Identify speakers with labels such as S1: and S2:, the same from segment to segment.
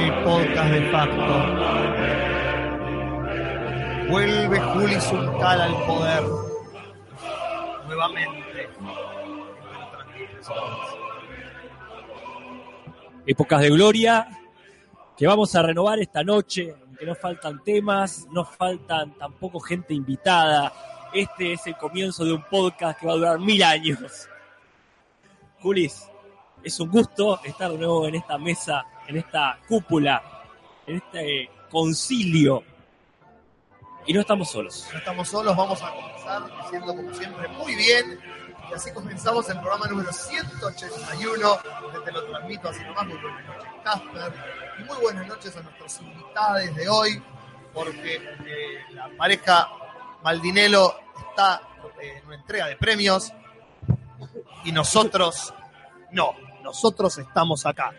S1: guerras de facto. Vuelve Juli Sultal al poder. Nuevamente.
S2: Épocas de gloria que vamos a renovar esta noche, aunque no faltan temas, no faltan tampoco gente invitada. Este es el comienzo de un podcast que va a durar mil años. Julis, es un gusto estar de nuevo en esta mesa, en esta cúpula, en este concilio. Y no estamos solos.
S1: No estamos solos, vamos a comenzar diciendo como siempre muy bien. Y así comenzamos el programa número 181. Te lo transmito así nomás. Muy buenas noches, Casper. Y muy buenas noches a nuestros invitados de hoy, porque eh, la pareja Maldinelo está eh, en una entrega de premios y nosotros no, nosotros estamos acá.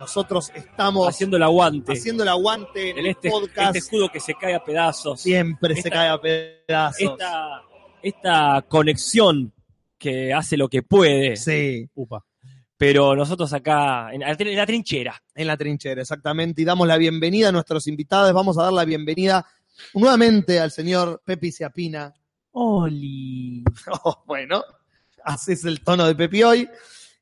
S1: Nosotros estamos
S2: Haciendo el aguante.
S1: haciendo el aguante en
S2: en
S1: el
S2: este,
S1: podcast.
S2: este escudo que se cae a pedazos.
S1: siempre se
S2: esta-
S1: cae a pedazos.
S2: Esta, esta conexión que hace lo que puede.
S1: Sí,
S2: Upa. Pero nosotros acá, en la, trin- en la trinchera.
S1: en la trinchera, exactamente. Y damos la bienvenida a nuestros invitados. Vamos a dar la bienvenida nuevamente al señor Pepi Ciapina.
S2: Oli.
S1: Oh, bueno, así es el tono de Pepi hoy.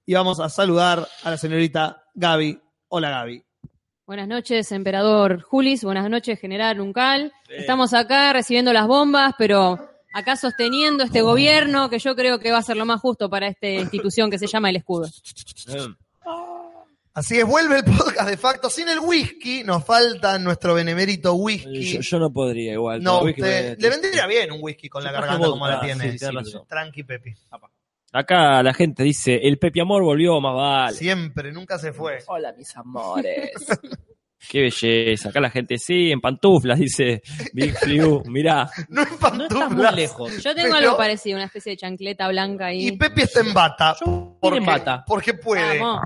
S1: Y vamos a saludar a la señorita Gaby. Hola, Gaby.
S3: Buenas noches, emperador Julis. Buenas noches, general Uncal. Estamos acá recibiendo las bombas, pero acá sosteniendo este gobierno que yo creo que va a ser lo más justo para esta institución que se llama el escudo.
S2: Mm.
S1: Así es, vuelve el podcast de facto sin el whisky. Nos falta nuestro benemérito whisky.
S4: Yo, yo no podría igual.
S1: No,
S4: Tengo que-
S1: usted, le vendría bien un whisky con la
S4: Capaz
S1: garganta
S4: que
S1: como
S4: vodka,
S1: la tiene.
S4: sí, tenés razón.
S1: Tranqui, Pepi.
S2: Acá la gente dice, el Pepe Amor volvió, más vale.
S1: Siempre, nunca se fue.
S4: Hola, mis amores. Qué belleza. Acá la gente sí, en pantuflas, dice Big Flew. Mirá,
S1: No en
S4: no
S1: pantuflas.
S4: estás muy lejos.
S3: Yo tengo
S1: Pero-
S3: algo parecido, una especie de chancleta blanca ahí.
S1: Y Pepi está en bata. porque,
S4: en bata.
S1: Porque puede.
S3: Vamos.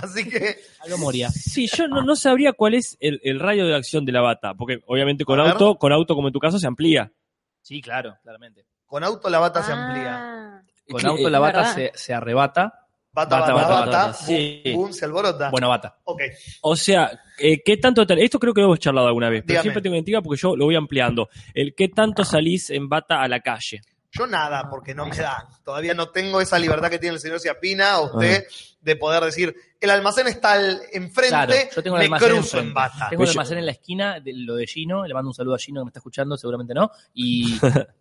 S1: Así que,
S4: Algo moría.
S2: Sí, yo no, no sabría cuál es el, el radio de acción de la bata, porque obviamente con
S1: A ver.
S2: auto, con auto como en tu caso, se amplía.
S4: Sí, claro, claramente.
S1: con auto la bata se
S3: Ah.
S1: amplía.
S4: Con
S2: Sí,
S4: auto
S2: eh,
S4: la bata
S3: ¿verdad?
S4: se, se arrebata.
S1: Bata, bata,
S4: Bata,
S1: bata,
S4: bata,
S1: bata,
S4: bata, sí.
S1: boom, boom, se alborota.
S4: Bueno, bata.
S1: Ok,
S2: O sea, eh, ¿qué tanto tal- Esto creo que lo hemos charlado alguna vez, pero
S1: Dígame.
S2: siempre tengo intriga porque yo lo voy ampliando. El qué tanto salís en bata a la calle.
S1: yo nada, porque no me da. Todavía no tengo esa libertad que tiene el señor Ciapina o usted de poder decir, el almacén está al- enfrente,
S4: Claro, yo tengo el
S1: me
S4: almacén
S1: cruzo
S4: enfrente.
S1: en bata.
S4: Tengo el
S2: Pues yo-
S4: almacén en la esquina, de, lo de Gino. Le mando un saludo a Gino que me está escuchando, seguramente no. Y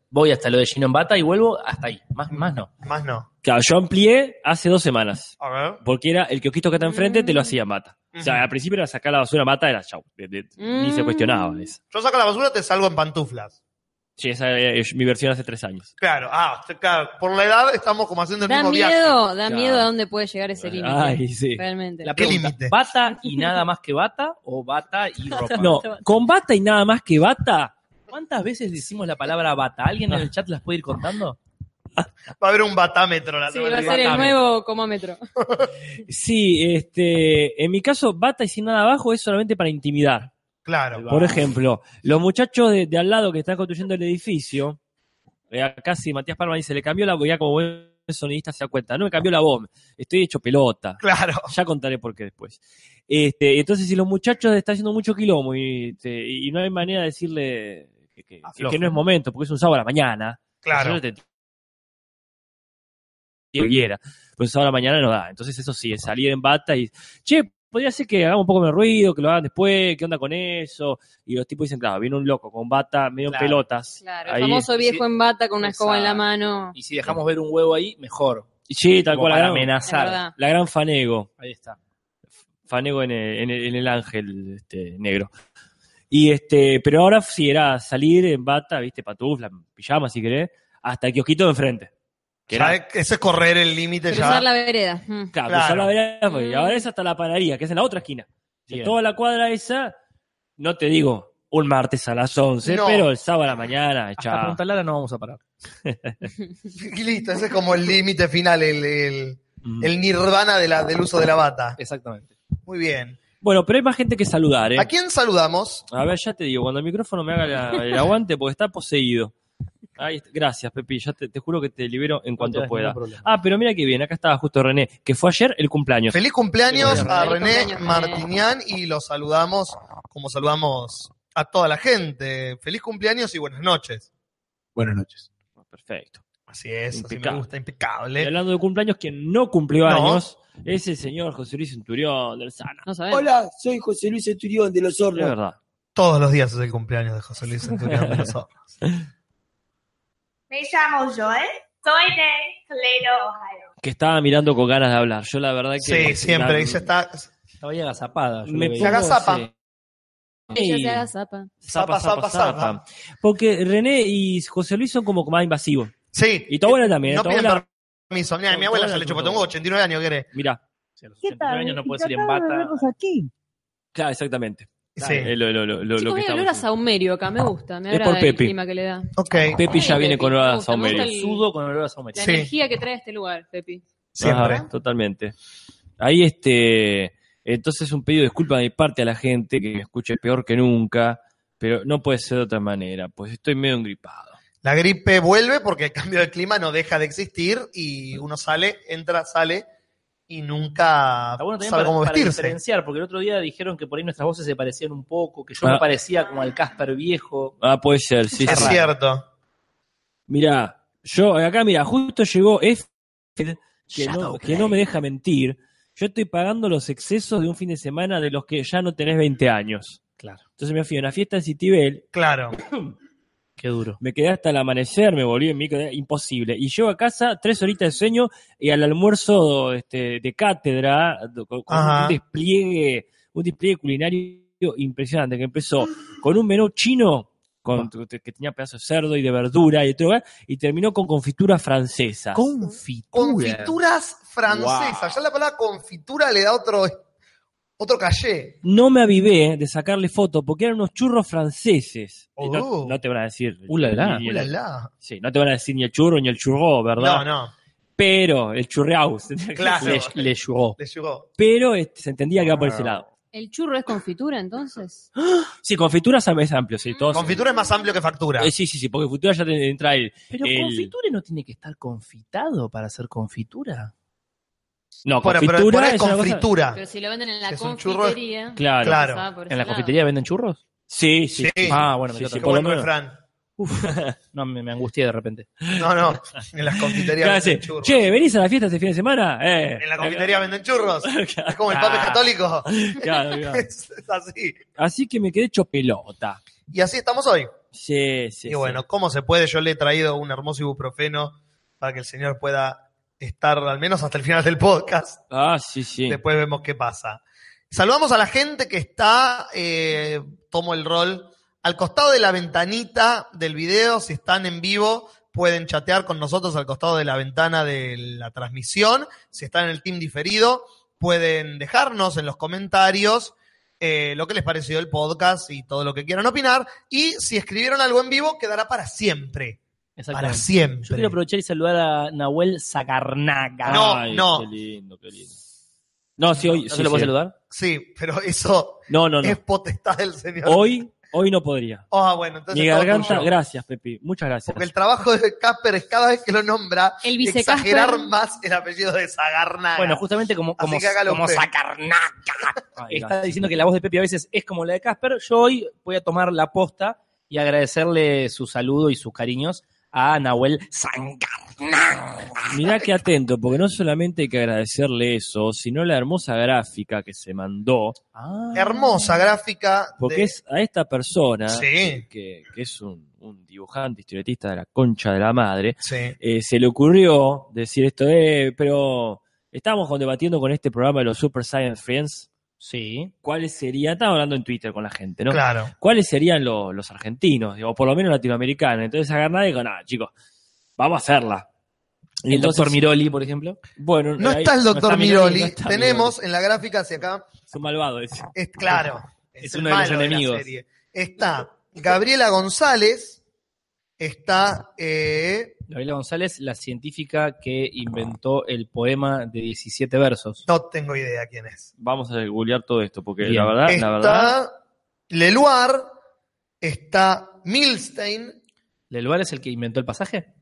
S4: voy hasta lo de Gino en bata y vuelvo hasta ahí. Más, más no.
S1: Más no.
S2: Claro, yo amplié hace dos semanas,
S1: A ver.
S2: porque era el kiosquito que está enfrente, te lo hacía en bata. O
S1: Ujú.
S2: sea, al principio era sacar la basura en bata, era chau. de- de- Ni se
S3: Mm.
S2: cuestionaba eso.
S1: Yo saco la basura, te salgo en pantuflas.
S2: Sí, esa es mi versión hace tres años.
S1: Claro, ah, usted, claro, por la edad estamos como haciendo el
S3: Da
S1: mismo viaje.
S3: miedo, da
S2: Claro.
S3: miedo a dónde puede llegar ese límite.
S2: Ay, sí.
S3: Realmente.
S4: La
S1: ¿Qué
S4: pregunta,
S1: límite?
S4: ¿Bata y nada más que bata o bata y ropa?
S2: No, con bata y nada más que bata,
S4: ¿Cuántas veces decimos la palabra bata? ¿Alguien en el chat las puede ir contando?
S1: Va a haber un batámetro la
S3: Sí,
S1: semana
S3: va a
S1: que
S3: ser el
S1: viene.
S3: nuevo comómetro.
S2: Sí, este, en mi caso, bata y sin nada abajo es solamente para intimidar.
S1: Claro.
S2: Por ejemplo, los muchachos de, de al lado que están construyendo el edificio, eh, acá si Matías Palma dice, le cambió la voz, ya como buen sonidista se da cuenta, no me cambió la voz, estoy hecho pelota.
S1: Claro.
S2: Ya contaré por qué después. Este, entonces, si los muchachos están haciendo mucho quilombo y, este, y no hay manera de decirle que, que-
S1: Afloje.
S2: que no es momento, porque es un sábado a la mañana,
S1: Claro.
S2: yo te- que quiera. Pues ahora mañana no da. Entonces, eso sí, es salir en bata y. Che, podría ser que hagamos un poco menos ruido, que lo hagan después, ¿qué onda con eso? Y los tipos dicen, claro, viene un loco con bata, medio
S4: Claro.
S2: pelotas.
S3: Claro,
S2: ahí.
S3: el famoso viejo en bata con una escoba en la
S4: Exacto.
S3: mano.
S4: Y si dejamos ver un huevo ahí, mejor.
S2: Sí, tal
S4: Como
S2: cual. La
S4: para
S2: gran,
S3: Es
S4: amenazar.
S3: verdad.
S2: la gran Fanego.
S4: Ahí está.
S2: Fanego en el, en el- en el ángel este, negro. Y este, pero ahora sí era salir en bata, viste, patufla, pijama si querés, hasta el kiosquito de enfrente. Que era-
S1: Ya, Eso es correr el límite ya.
S3: Cruzar la vereda.
S2: Claro, pues
S3: Mm.
S1: Claro.
S2: cruzar la vereda, porque
S3: Mm.
S2: ahora es hasta la panadería, que es en la otra esquina. O sea,
S4: Bien.
S2: toda la cuadra esa, no te digo un martes a las 11,
S1: No.
S2: pero el sábado a la mañana,
S4: Hasta
S2: chao.
S4: Punta Lara no vamos a parar.
S1: Y listo, ese es como el límite final, el, el,
S2: Mm.
S1: el nirvana de la, del uso de la bata.
S4: Exactamente.
S1: Muy bien.
S2: Bueno, pero hay más gente que saludar, ¿eh?
S1: ¿A quién saludamos?
S2: A ver, ya te digo, cuando el micrófono me haga la- el aguante, porque está poseído. Ahí está. Gracias, Pepi. Ya te, te juro que te libero en cuanto
S4: tengas
S2: pueda.
S4: ningún problema.
S2: Ah, pero mira qué bien. Acá estaba justo René, que fue ayer el cumpleaños.
S1: Feliz cumpleaños
S4: Feliz
S1: a
S3: cumpleaños,
S1: René
S3: René.
S1: Martinián y los saludamos como saludamos a toda la gente. Feliz cumpleaños y buenas noches.
S5: Buenas noches.
S2: Perfecto.
S1: Así es, así
S2: Impecable.
S1: me gusta,
S2: Y
S1: impecable.
S2: hablando de cumpleaños, quien no cumplió
S1: No.
S2: años es el señor José Luis Centurión del Sana.
S3: No sabemos.
S5: Hola, soy José Luis Esturión de los
S2: Es
S5: Hornos.
S2: verdad.
S1: Todos los días es el cumpleaños de José Luis Centurión de los Hornos.
S6: Me llamo Joel, soy de Toledo, Ohio.
S2: Que estaba mirando con ganas de hablar. Yo la verdad que...
S1: Sí, siempre.
S2: la-
S1: Ella está
S4: Estaba ahí agazapada. yo
S2: Me
S4: lo veía.
S1: Se haga zapa.
S2: sí.
S3: Ella
S2: Ey.
S3: se haga zapa.
S1: Zapa,
S2: Zapa, zapa,
S1: zapa,
S2: zapa. Porque René y José Luis son como más invasivos.
S1: Sí.
S2: Y tu abuela también. ¿eh?
S1: no
S2: tu
S1: piden
S2: abuela,
S1: permiso. Mira, mi
S2: No,
S1: abuela
S2: no,
S1: ya le
S2: no,
S1: chupó.
S2: no.
S1: Tengo 89 años, ¿querés?
S2: mirá.
S4: Sí, a los 79 años no puede ser en bata.
S7: aquí.
S2: Claro, exactamente.
S1: Sí.
S2: Eh, lo, lo- lo- lo- lo
S3: Chicos,
S2: que estamos
S3: mira olor a saumerio acá, me gusta. Me
S2: Es
S3: agrada
S2: por
S3: el
S2: Pepi.
S3: clima que le da.
S1: Ok.
S2: Pepi ya
S3: Ay,
S2: viene
S3: Pepi,
S2: con olor
S3: me
S2: a
S3: gusta, me gusta
S2: saumerio.
S3: el-
S4: Sudo con olor a saumerio.
S3: La
S1: Sí.
S3: energía que trae este lugar, Pepi.
S1: Siempre.
S2: Ajá, totalmente. Ahí este, entonces un pedido de disculpa de mi parte a la gente que me escuche peor que nunca, pero no puede ser de otra manera, pues estoy medio engripado.
S1: La gripe vuelve porque el cambio de clima no deja de existir y uno sale, entra, sale y nunca
S4: Está bueno también
S1: sabe
S4: para,
S1: cómo
S4: para
S1: vestirse.
S4: diferenciar, porque el otro día dijeron que por ahí nuestras voces se parecían un poco, que yo
S2: Ah.
S4: me parecía como al Casper viejo.
S2: Ah, puede ser, sí.
S1: es
S2: sí.
S1: cierto.
S2: Mirá, yo acá, mira, justo llegó F, que no, que no me deja mentir. Yo estoy pagando los excesos de un fin de semana de los que ya no tenés 20 años.
S4: Claro.
S2: Entonces me fui a una fiesta en Citibel
S1: Claro.
S4: Qué duro.
S2: Me quedé hasta el amanecer, me volví en micro, era imposible. Y llego a casa, tres horitas de sueño y al almuerzo este, de cátedra, do- con con
S1: Ajá.
S2: un despliegue, un despliegue culinario impresionante, que empezó con un menú chino con,
S1: Ah.
S2: que tenía pedazos de cerdo y de verdura y de todo, y terminó con confituras francesas.
S4: Confitura.
S1: Confituras francesas. Ya la palabra confitura le da otro, otro caché.
S2: No me avivé de sacarle foto porque eran unos churros franceses. Y
S1: Oh.
S2: No, no te van a decir.
S4: Ulala.
S2: ni el-
S1: Ulala.
S2: Sí, no te van a decir ni el churro ni el churro,
S1: No,
S2: ¿verdad?
S1: no.
S2: Pero el churreaus.
S1: Claro.
S4: Le, le llegó.
S1: Le llegó.
S2: pero este, se entendía que iba
S1: Ah.
S2: por ese lado.
S3: ¿El churro es confitura entonces?
S2: Sí, confituras am- es amplio, sí, todos.
S1: Confitura es más amplio que factura.
S2: Eh, sí, sí, sí, porque futura ya te entra el.
S4: Pero
S2: El-
S4: confiture no tiene que estar confitado para hacer confitura.
S2: No,
S1: Bueno, pero
S2: confitura
S1: poner
S2: es una cosa-
S1: confitura.
S3: Pero si lo venden en la
S1: Es un churro-
S3: confitería.
S2: Claro.
S1: Claro.
S3: pasaba por
S4: ¿En
S3: ese
S4: la
S3: lado.
S4: confitería venden churros?
S2: Sí, sí.
S1: Sí.
S2: sí.
S4: Ah, bueno,
S2: Sí,
S4: me
S2: sí,
S1: Qué
S4: quedó
S2: por lo
S1: buen
S2: menos.
S1: refrán.
S4: No, me, me angustié de repente.
S1: No, no. En las confiterías
S2: Claro,
S1: venden
S2: sí.
S1: churros.
S2: Che, ¿venís a la fiesta este fin de semana? Eh.
S1: En la confitería venden churros.
S2: Claro,
S1: Es como el pape
S2: Ah.
S1: católico.
S2: claro, claro.
S1: Es, es así.
S2: Así que me quedé hecho pelota.
S1: Y así estamos hoy.
S2: Sí, sí.
S1: y
S2: sí.
S1: bueno, ¿cómo se puede? Yo le he traído un hermoso ibuprofeno para que el señor pueda estar al menos hasta el final del podcast.
S2: Ah, sí, sí.
S1: Después vemos qué pasa. Saludamos a la gente que está, eh, tomo el rol, al costado de la ventanita del video, si están en vivo, pueden chatear con nosotros al costado de la ventana de la transmisión, si están en el team diferido, pueden dejarnos en los comentarios eh, lo que les pareció el podcast y todo lo que quieran opinar, y si escribieron algo en vivo, quedará para siempre, para
S4: Exactamente. Yo
S1: siempre.
S4: quiero aprovechar y saludar a Nahuel Zacarnaga.
S1: Ah, No,
S2: Ay,
S1: no.
S2: Qué lindo, qué lindo. No, sí, hoy.
S4: ¿No
S2: sí,
S4: se lo puedo
S2: sí.
S4: saludar?
S1: Sí, pero eso
S2: No, no, no.
S1: es potestad del señor.
S2: Hoy, hoy no podría.
S1: Ah, bueno, entonces
S2: Mi
S1: todo
S2: garganta,
S1: tuyo.
S2: gracias, Pepi. Muchas gracias.
S1: Porque el trabajo de Casper es cada vez que lo nombra
S3: El
S1: exagerar
S3: vicecasper.
S1: más el apellido de Zagarnaga.
S4: Bueno, justamente como,
S1: Así
S4: como,
S1: que hágalo
S4: como
S1: usted.
S4: Zacarnaga.
S2: Ay,
S4: está
S2: gracias.
S4: diciendo que la voz de Pepe a veces es como la de Casper. Yo hoy voy a tomar la posta y agradecerle su saludo y sus cariños a Nahuel Zangarnán.
S2: Mirá qué atento, porque no solamente hay que agradecerle eso, sino la hermosa gráfica que se mandó,
S4: Ah,
S1: hermosa gráfica.
S2: porque
S1: de-
S2: es a esta persona,
S1: Sí.
S2: que, que es un, un dibujante, historietista de la concha de la madre,
S1: Sí.
S2: eh, se le ocurrió decir esto, eh, pero estamos con- debatiendo con este programa de los Super Science Friends,
S4: Sí.
S2: ¿cuáles serían? Estaba hablando en Twitter con la gente, ¿no?
S1: Claro.
S2: ¿Cuáles serían lo- los argentinos, o por lo menos latinoamericanos? Entonces Agarnada dijo, nada, chicos, vamos a hacerla.
S4: El doctor Miroli, por ejemplo.
S2: Bueno,
S1: No
S2: ahí-
S1: está el doctor
S2: no está
S1: Miroli.
S2: no está
S1: Tenemos en la gráfica hacia acá.
S2: Es un malvado ese.
S1: Es claro.
S4: Es
S1: el
S4: uno de los
S1: malo la
S4: enemigos.
S1: serie. Está Gabriela González. Está. eh,
S4: Gabriela González, la científica que inventó el poema de 17 versos.
S1: no tengo idea quién es.
S2: Vamos a googlear todo esto, porque
S4: Bien.
S2: Ah, la verdad, la verdad.
S1: Está Leluar. Está Milstein.
S4: ¿Leluar es el que inventó el pasaje?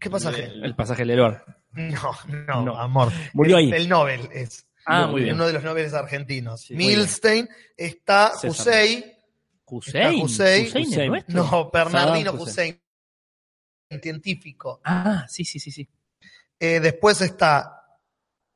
S1: ¿Qué pasaje?
S4: El pasaje Leluar.
S1: No, no,
S4: No.
S1: amor.
S2: Murió
S1: el,
S2: ahí.
S1: El Nobel es.
S4: Ah, muy bien.
S1: Uno de los Nobeles argentinos.
S4: Sí, muy bien.
S1: Milstein, está
S4: César.
S1: Hussein.
S4: Hussein.
S1: Está Hussein.
S4: Hussein es
S2: Hussein.
S4: nuestro.
S1: No, Bernardino
S4: Saddam
S1: Hussein. Científico.
S4: Ah, sí, sí, sí, sí.
S1: Eh, después está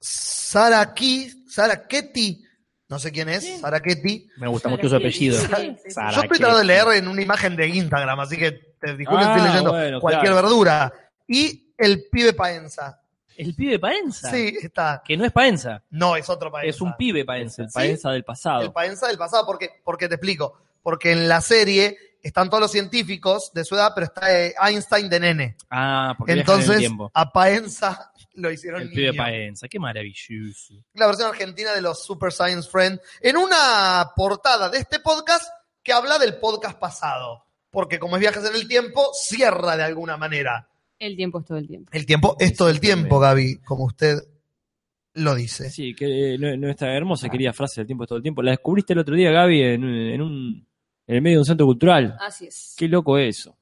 S1: Sara Ki- Sara Ketty, no sé quién es, Sara Ketty.
S4: Me gusta mucho su apellido. Sara
S1: Yo estoy tratando de
S4: Ketty.
S1: leer en una imagen de Instagram, así que te disculpen
S2: Ah,
S1: estoy leyendo
S2: bueno,
S1: cualquier
S2: claro.
S1: verdura. Y el pibe Paenza.
S4: El pibe Paenza.
S1: Sí, está.
S4: Que no es Paenza.
S1: No, es otro Paenza.
S4: Es un pibe Paenza.
S2: El paenza del
S1: El
S2: pasado.
S1: Paenza del pasado, porque, porque te explico. Porque en la serie están todos los científicos de su edad, pero está eh, Einstein de nene.
S4: Ah, porque viaja en el
S1: Entonces,
S4: tiempo.
S1: a Paenza lo hicieron
S4: El pibe
S1: niño.
S4: Paenza. Qué maravilloso.
S1: la versión argentina de los Super Science Friend, en una portada de este podcast que habla del podcast pasado. Porque como es viajes en el tiempo, cierra de alguna manera.
S3: El tiempo es todo el tiempo.
S1: El tiempo es todo el tiempo, Gaby, como usted lo dice.
S2: Sí, que eh, no- nuestra hermosa y querida frase del tiempo es todo el tiempo. La descubriste el otro día, Gaby, en, un- en un en el medio de un centro cultural.
S3: Así es.
S2: Qué loco eso.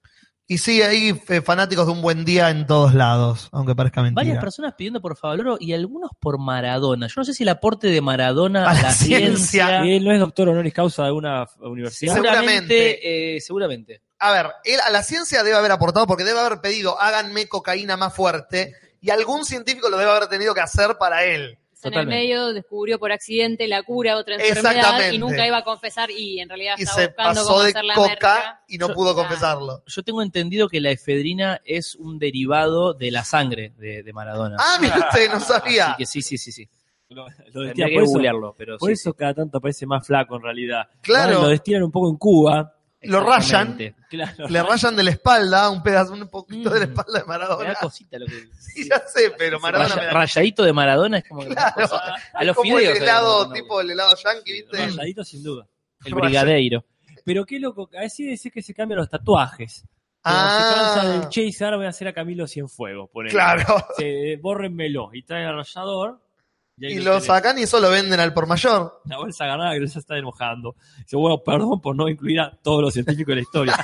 S1: Y sí, hay eh, fanáticos de un buen día en todos lados, aunque parezca
S4: Varias
S1: mentira.
S4: personas pidiendo por Favaloro y algunos por Maradona. Yo no sé si el aporte de Maradona a la,
S1: la ciencia.
S4: ciencia.
S2: Él no es doctor honoris causa de alguna f- universidad.
S4: Seguramente. eh, seguramente.
S1: A ver, él a la ciencia debe haber aportado porque debe haber pedido háganme cocaína más fuerte y algún científico lo debe haber tenido que hacer para él.
S3: Está en el
S4: Totalmente.
S3: medio descubrió por accidente la cura de otra enfermedad
S1: Exactamente.
S3: y nunca iba a confesar y en realidad
S1: Y
S3: estaba
S1: se
S3: buscando
S1: pasó
S3: cómo
S1: de
S3: hacer la merca.
S1: coca y no
S4: Yo-
S1: pudo confesarlo.
S4: Yo tengo entendido que la efedrina es un derivado de la sangre de, de Maradona.
S1: Ah, mira usted, no sabía.
S4: Así que sí, sí, sí, sí.
S2: Lo
S4: Tendría
S2: destilan,
S4: que
S2: por eso,
S4: googlearlo, pero
S2: por
S4: sí,
S2: eso cada tanto parece más flaco en realidad.
S1: Claro.
S2: Ah, Lo destilan un poco en Cuba.
S4: sí.
S1: lo rayan.
S4: Exactamente.
S2: Claro.
S1: Le rayan de la espalda, un pedazo, un poquito de la
S4: Mm.
S1: espalda de
S4: Me
S1: Maradona.
S4: da cosita lo que.
S1: Sí, ya sé, pero Maradona
S4: Raya-
S1: me da
S4: rayadito de Maradona es como que me da
S1: Claro.
S4: cosita. a los
S1: como
S4: fideos. eh,
S1: el helado,
S4: ¿no?
S1: tipo el helado yankee, ¿viste?
S2: Rayadito, sin duda.
S4: el brigadeiro.
S2: Pero qué loco, así decir que se cambian los tatuajes. Como se cansa
S1: ah,
S2: del Chase, ahora voy a hacer a Camilo Cienfuegos. Por
S1: claro.
S2: bórrenmelo y traen el rayador. ahí
S1: Y lo
S2: tenés.
S1: sacan y eso lo venden al por mayor.
S2: La bolsa ganada que se está enojando. Dice, bueno, perdón por no incluir a todos los científicos de la historia.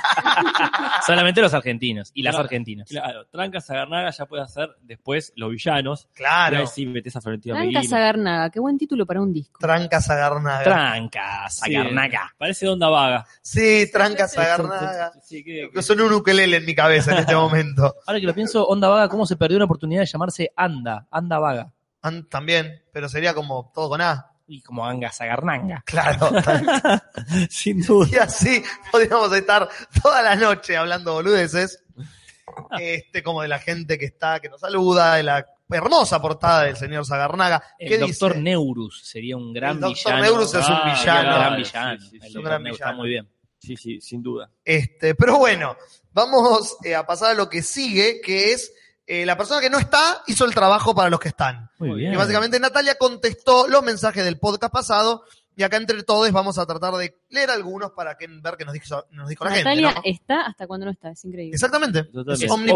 S4: Solamente los argentinos y las
S2: Claro.
S4: argentinas.
S2: claro, Tranca Sagarnaga ya puede hacer después los villanos. Ahora
S1: Claro.
S2: sí, metes a Florentino
S3: Blanca
S2: Medina.
S3: Sagarnaga, qué buen título para un disco.
S1: Trancas a Garnaga.
S4: Tranca,
S2: Sí.
S4: sacarnaca.
S2: Parece onda vaga.
S1: Sí, trancas a Garnaga.
S2: Sí, que- que-
S1: Yo soy un ukelele en mi cabeza en este momento.
S4: Ahora que lo pienso, Onda Vaga, ¿cómo se perdió una oportunidad de llamarse Anda? Anda Vaga.
S1: An- También, pero sería como todo con A.
S4: Y como Anga Sagarnanga.
S1: Claro.
S2: sin duda.
S1: Y así podríamos estar toda la noche hablando boludeces.
S4: Ah.
S1: Este, como de la gente que está, que nos saluda, de la hermosa portada del señor Zagarnaga.
S4: El doctor
S1: dice?
S4: Neurus sería un gran
S1: El doctor
S4: villano.
S1: Neurus es un
S4: Ah,
S1: villano.
S4: Un gran
S2: Claro,
S4: villano.
S2: sí, sí, sí.
S4: El
S1: Es
S4: doctor
S1: un gran
S4: Neurus
S1: villano.
S4: Está muy bien.
S2: Sí, sí, sin duda.
S1: Este, pero bueno, vamos eh, a pasar a lo que sigue, que es eh, la persona que no está hizo el trabajo para los que están.
S2: Muy bien.
S1: Y básicamente Natalia contestó los mensajes del podcast pasado. Y acá entre todos vamos a tratar de leer algunos para que, ver qué nos dijo, nos dijo la
S3: Natalia eh,
S1: gente. ¿no?
S3: está hasta cuando no está, es increíble.
S1: Exactamente.
S2: Totalmente.
S1: Es omnipre-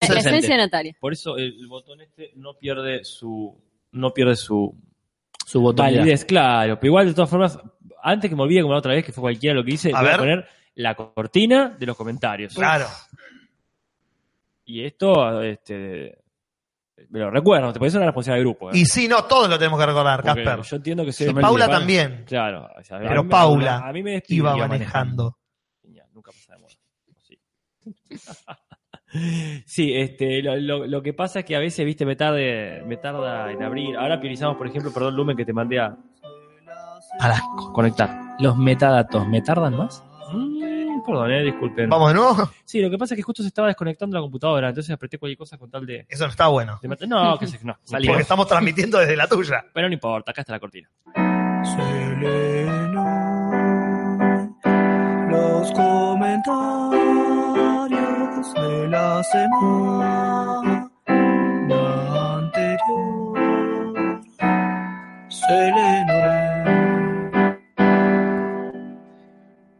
S3: La
S4: presente.
S3: esencia de Natalia.
S2: Por eso el botón este no pierde su. No pierde su
S4: Su botón.
S2: validez, claro. Pero igual, de todas formas, antes que me olvide como la otra vez, que fue cualquiera lo que hice,
S1: A
S2: voy
S1: ver.
S2: a poner la cortina de los comentarios.
S1: Claro.
S2: Y esto, este. Me lo recuerdo, te parece una responsabilidad de grupo. ¿eh?
S1: Y sí, no, todos lo tenemos que recordar,
S2: Porque
S1: Casper.
S2: Yo entiendo que soy
S1: Y
S2: el
S1: Paula
S2: principal.
S1: también
S2: Claro. o sea, a
S1: Pero
S2: mí me-
S1: Paula
S2: a mí me despidió
S1: iba manejando.
S2: Genial, nunca pasa de moda. Sí. Sí, este, lo, lo- lo que pasa es que a veces, viste, me, tarde, me tarda en abrir. Ahora priorizamos, por ejemplo, perdón, Lumen, que te mandé a conectar.
S4: Los metadatos, ¿me tardan más?
S2: Mm, perdón, eh, disculpen.
S1: Vamos de nuevo.
S2: Sí, lo que pasa es que justo se estaba desconectando la computadora, entonces apreté cualquier cosa con tal de...
S1: Eso no está bueno.
S2: de matar- no, que se... No, salimos.
S1: Porque estamos transmitiendo desde la tuya.
S2: Pero no importa, acá está la cortina.
S5: los comentarios de la semana anterior. Selena.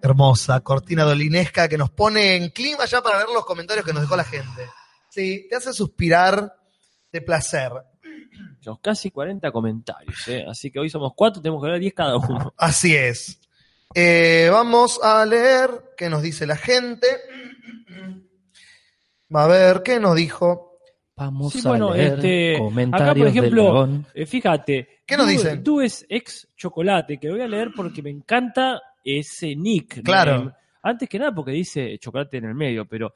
S1: Hermosa cortina dolinesca que nos pone en clima ya para ver los comentarios que nos dejó la gente. Sí, te hace suspirar de placer.
S2: Tenemos casi 40 comentarios, eh, así que hoy somos cuatro, tenemos que leer 10 cada uno.
S1: Así es. Eh, vamos a leer qué nos dice la gente. A ver, ¿qué nos dijo?
S4: Vamos
S2: Sí,
S4: a
S2: bueno,
S4: leer
S2: este,
S4: comentarios
S2: acá, por ejemplo,
S4: del dragón.
S2: Eh, fíjate.
S1: ¿Qué nos
S2: Du-
S1: dicen?
S2: Du es ex chocolate, que lo voy a leer porque me encanta ese nick.
S1: Claro.
S2: Eh, Antes que nada porque dice chocolate en el medio, pero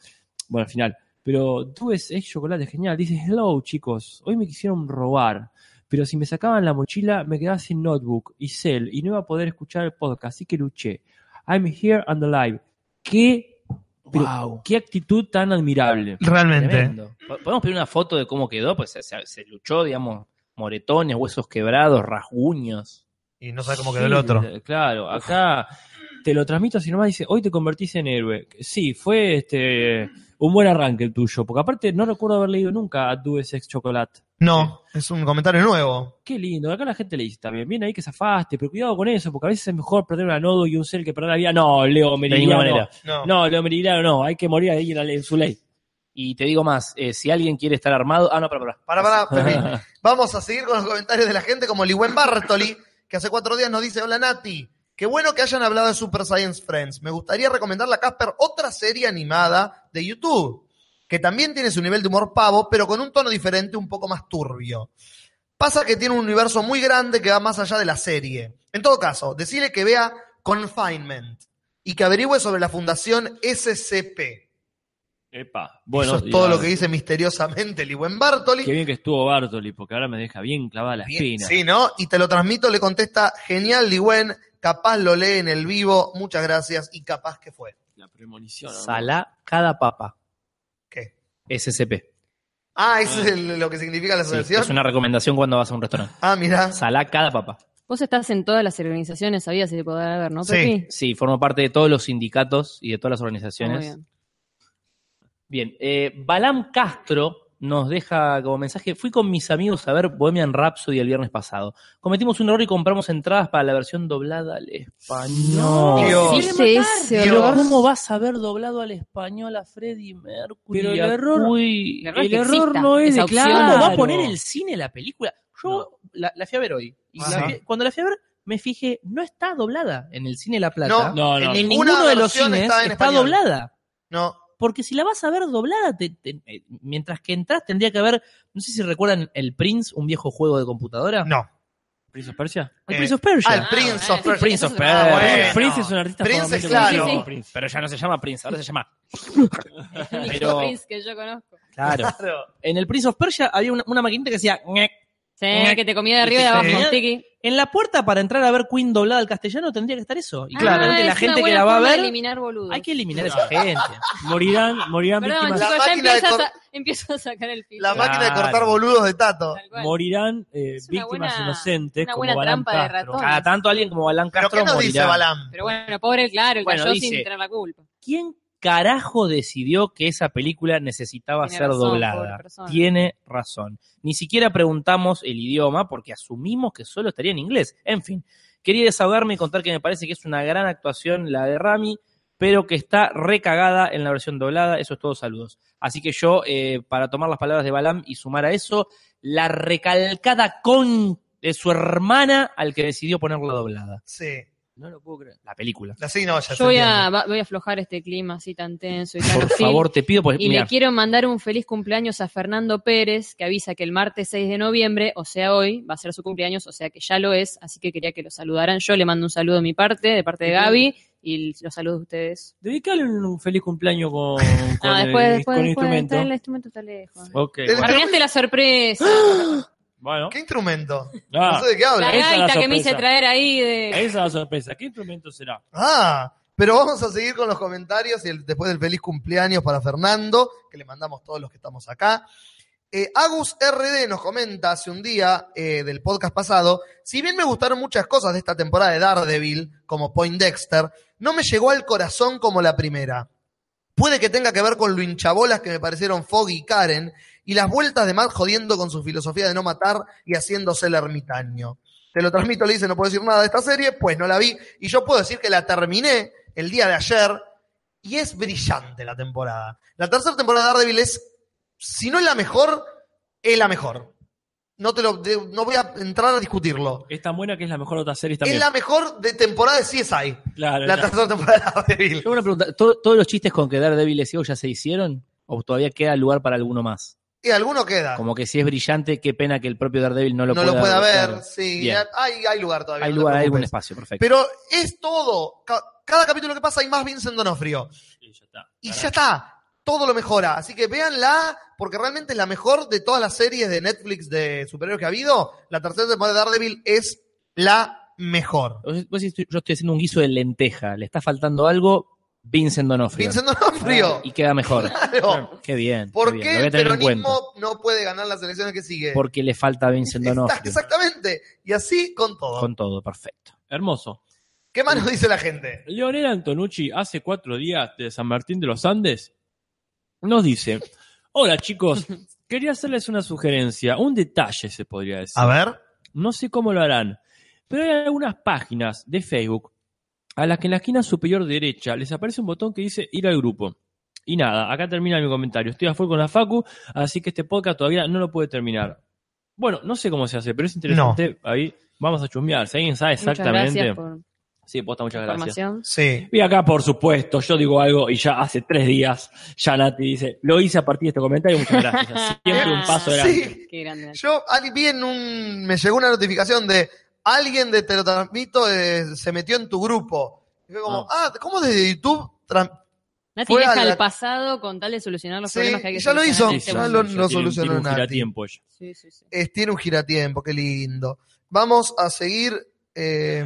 S2: bueno, al final. Pero Du es ex chocolate, genial. Dice, hello chicos, hoy me quisieron robar. Pero si me sacaban la mochila, me quedaba sin notebook y cel y no iba a poder escuchar el podcast, así que luché. I'm here and alive. Qué, pero
S4: Wow.
S2: qué actitud tan admirable.
S1: Realmente.
S4: Tremendo. Po- Podemos pedir una foto de cómo quedó, pues se, se- se luchó, digamos, moretones, huesos quebrados, rasguños.
S1: Y no sabe cómo quedó el
S2: Sí,
S1: otro.
S2: eh, Claro, acá te lo transmito así nomás, dice, hoy te convertís en héroe. Sí, fue este un buen arranque el tuyo, porque aparte no recuerdo haber leído nunca a Tu Sex Chocolate.
S1: No, es un comentario nuevo.
S2: Qué lindo, acá la gente le dice también, bien ahí que zafaste, pero cuidado con eso, porque a veces es mejor perder una nodo y un cel que perder la vida. No, Leo
S4: ninguna
S2: Meridiano.
S4: manera.
S1: No.
S2: No, Leo Meridiano no, hay que morir ahí en, la- en su ley.
S4: Y te digo más, eh, si alguien quiere estar armado. Ah, no, para, para.
S1: Para, para, Vamos a seguir con los comentarios de la gente, como Liwen Bartoli, que hace cuatro días nos dice: Hola Nati, qué bueno que hayan hablado de Super Science Friends. Me gustaría recomendarle a Casper otra serie animada de YouTube, que también tiene su nivel de humor pavo, pero con un tono diferente, un poco más turbio. Pasa que tiene un universo muy grande que va más allá de la serie. En todo caso, decirle que vea Confinement y que averigüe sobre la fundación SCP.
S2: Epa, bueno,
S1: Eso es todo
S2: ya,
S1: lo que dice misteriosamente Liwen Bartoli.
S2: Qué bien que estuvo Bartoli, porque ahora me deja bien clavada la
S1: Bien,
S2: espina.
S1: Sí, ¿no? Y te lo transmito, le contesta, genial, Ligüen, capaz lo lee en el vivo, muchas gracias, y capaz que fue.
S2: La premonición. ¿no?
S4: Salá cada papa.
S1: ¿Qué?
S4: SCP.
S1: Ah, eso es el- lo que significa la
S4: Sí,
S1: asociación.
S4: es una recomendación cuando vas a un restaurante.
S1: Ah, mirá.
S4: Salá cada papa.
S3: Vos estás en todas las organizaciones, sabías si poder haber, ¿no?
S1: Sí.
S3: Pepi?
S4: Sí, formo parte de todos los sindicatos y de todas las
S3: Muy
S4: organizaciones.
S3: bien.
S4: Bien, eh, Balam Castro nos deja como mensaje, fui con mis amigos a ver Bohemian Rhapsody el viernes pasado. Cometimos un error y compramos entradas para la versión doblada al español.
S1: Dios.
S3: ¿Qué
S1: Dios.
S3: hice ese
S1: Dios.
S4: Pero
S3: horror?
S4: ¿cómo vas a ver doblado al español a Freddie Mercury?
S2: Pero el
S4: a
S2: error-
S4: Queen?
S3: el error
S2: El
S3: que
S2: error
S3: exista
S2: no es
S3: esa
S2: de
S3: opción.
S2: claro.
S4: ¿Cómo va a poner el cine la película? Yo la, la fui a ver hoy. Y la
S1: Ajá.
S4: vi- cuando la fui a ver, me fijé, no está doblada en el cine La Plata.
S1: No,
S2: No, no.
S1: en
S4: En
S1: ninguna
S4: ninguno de los
S1: versión
S4: cines
S1: está
S4: está,
S1: en español.
S4: doblada.
S1: No,
S4: Porque si la vas a ver doblada, te- te- eh, mientras que entras tendría que haber, no sé si recuerdan el Prince, un viejo juego de computadora.
S1: no.
S2: ¿Prince of Persia?
S4: El
S1: Eh,
S4: Prince of Persia.
S1: ah, el Prince of
S3: Ah,
S1: Persia.
S4: Prince of
S3: eso es
S4: Persia. eh,
S1: Ah,
S4: Bueno.
S1: bueno.
S2: Prince es un artista
S1: Prince,
S2: formalmente
S1: claro.
S2: conocido como Prince.
S4: Pero ya no se llama Prince, ahora se llama.
S3: El único
S4: Pero-
S3: Prince que yo conozco.
S4: Claro. En el Prince of Persia había una, una maquinita que hacía. ñec.
S3: Sí, que te comía de arriba y de
S1: Sí.
S3: abajo, Tiki.
S4: En la puerta para entrar a ver Queen doblada al castellano tendría que estar eso. Y
S3: Ah,
S4: claramente
S3: es
S4: la
S3: una
S4: gente que
S3: buena
S4: la va a
S3: forma de
S4: ver.
S3: eliminar boludos.
S4: Hay que eliminar a esa gente.
S2: Morirán, morirán
S3: Perdón,
S2: víctimas.
S1: La
S3: chicos, ya
S1: máquina de
S3: empiezo, a,
S1: cor-
S3: sa- empiezo a sacar el filo.
S1: La máquina de
S4: Claro.
S1: cortar boludos de Tato.
S3: Tal cual.
S2: morirán eh,
S3: Es una
S2: víctimas
S3: buena-
S2: inocentes
S3: una
S2: como
S3: buena
S2: Balán
S3: trampa de
S2: Castro.
S3: ratón.
S4: Cada tanto alguien como Balán
S1: ¿Pero
S4: Castro
S1: qué nos dice
S4: morirá.
S1: Balam?
S3: Pero bueno, pobre, claro, el
S4: Bueno,
S3: cayó
S4: dice-
S3: sin tener la culpa.
S4: ¿Quién carajo decidió que esa película necesitaba
S3: Tiene
S4: ser
S3: razón, pobre
S4: doblada?
S3: persona.
S4: Tiene razón. Ni siquiera preguntamos el idioma porque asumimos que solo estaría en inglés. En fin, quería desahogarme y contar que me parece que es una gran actuación la de Rami, pero que está recagada en la versión doblada. Eso es todo, saludos. Así que yo, eh, para tomar las palabras de Balam y sumar a eso, la recalcada con de su hermana al que decidió ponerla doblada.
S1: Sí.
S4: No lo puedo creer. La película.
S1: Así no, ya se
S3: Yo voy
S1: entiende.
S3: a, va- voy a aflojar este clima así tan tenso y tan
S4: Por
S3: hostil.
S4: favor, te pido,
S2: Eh,
S4: porque
S3: Y
S4: mirá,
S3: le quiero mandar un feliz cumpleaños a Fernando Pérez, que avisa que el martes 6 de noviembre, o sea hoy, va a ser su cumpleaños, o sea que ya lo es, así que quería que lo saludaran. Yo le mando un saludo de mi parte, de parte de Gaby, y los saludos de ustedes.
S2: Dedicale un, un feliz cumpleaños con, con
S3: Ah,
S2: el-
S3: después, después,
S2: con el
S3: después,
S2: instrumento.
S3: está el instrumento está lejos.
S2: Ok,
S1: Desde-
S2: bueno.
S3: Arruinaste la sorpresa.
S2: bueno.
S1: Eh, ¿Qué instrumento?
S2: Ah,
S1: No sé de qué
S3: La
S1: habla.
S2: Esa es la
S3: gaita que me
S2: sorpresa.
S3: hice traer ahí
S2: esa
S3: de...
S2: es la sorpresa. ¿Qué instrumento será?
S1: Ah, pero vamos a seguir con los comentarios y el- después del feliz cumpleaños para Fernando, que le mandamos todos los que estamos acá. Eh, Agus RD nos comenta hace un día eh, del podcast pasado, si bien me gustaron muchas cosas de esta temporada de Daredevil, como Point Dexter, no me llegó al corazón como la primera. Puede que tenga que ver con lo hinchabolas que me parecieron Foggy y Karen, y las vueltas de Matt jodiendo con su filosofía de no matar y haciéndose el ermitaño. Te lo transmito, le dice, no puedo decir nada de esta serie, pues no la vi. Y yo puedo decir que la terminé el día de ayer y es brillante la temporada. La tercera temporada de Daredevil es, si no es la mejor, es la mejor. No, te lo, de- no voy a entrar a discutirlo.
S2: Es tan buena que es la mejor de otras series también.
S1: Es la mejor de temporada de CSI.
S2: Claro,
S1: La
S2: ya.
S1: tercera temporada de Daredevil.
S4: Yo una pregunta, ¿todo- ¿todos los chistes con que Daredevil es ciego ya se hicieron? ¿O todavía queda lugar para alguno más?
S1: Y alguno queda.
S4: Como que si es brillante, qué pena que el propio Daredevil no lo
S1: no
S4: pueda
S1: lo pueda ver,
S4: claro.
S1: sí.
S4: Bien.
S1: Hay, hay lugar todavía.
S4: Hay
S1: no te
S4: lugar, hay algún
S1: preocupes.
S4: espacio, perfecto.
S1: Pero es todo. Ca- Cada capítulo que pasa hay más Vincent Donofrio.
S2: Y ya está.
S1: Y ya está. Todo lo mejora. Así que véanla, porque realmente es la mejor de todas las series de Netflix de superhéroes que ha habido. La tercera temporada de Daredevil es la mejor.
S4: Vos- vos decís, yo estoy haciendo un guiso de lenteja, le está faltando algo, Vincent Donofrio.
S1: Vincent Donofrio.
S4: Ah, Y queda mejor.
S1: Claro.
S4: Qué bien.
S1: ¿Por
S4: qué
S1: qué
S4: bien, lo voy
S1: el
S4: a tener en cuenta.
S1: peronismo no puede ganar las elecciones que sigue?
S4: Porque le falta Vincent
S1: Está-
S4: Donofrio.
S1: exactamente. Y así con todo.
S4: Con todo, perfecto.
S2: Hermoso.
S1: ¿Qué más nos dice la gente?
S2: Leonel Antonucci, hace cuatro días de San Martín de los Andes, nos dice: Hola chicos, quería hacerles una sugerencia, un detalle se podría decir.
S1: A ver.
S2: No sé cómo lo harán, pero hay algunas páginas de Facebook a las que en la esquina superior derecha les aparece un botón que dice ir al grupo. Y nada, acá termina mi comentario. Estoy a full con la Facu, así que este podcast todavía no lo puede terminar. Bueno, no sé cómo se hace, pero es interesante. Ahí vamos a chusmear. Si alguien sabe
S3: Muchas
S2: exactamente.
S3: gracias por
S2: Sí, posta, muchas gracias.
S3: información.
S1: Sí.
S2: Y acá, por supuesto, yo digo algo y ya hace tres días, ya Nati dice, lo hice a partir de este comentario, muchas gracias. Siempre un paso adelante.
S1: Sí.
S3: Qué grande.
S1: Yo Ali, vi en un. Me llegó una notificación de alguien de Te lo transmito eh, se metió en tu grupo. Y fue como, ah, ¿cómo desde YouTube? tran-
S3: Nati
S1: Fue a
S3: viaja
S1: la-
S3: al pasado con tal de solucionar los
S1: Sí,
S3: problemas que hay que
S1: y ya lo
S3: solucionar
S1: hizo,
S3: en este
S1: ya
S3: momento.
S1: lo- lo
S2: tiene un-
S1: solucionó
S2: tiene un
S1: Nati.
S2: giratiempo ella.
S3: Sí, sí, sí.
S1: es- eh, tiene un giratiempo, qué lindo. Vamos a seguir eh,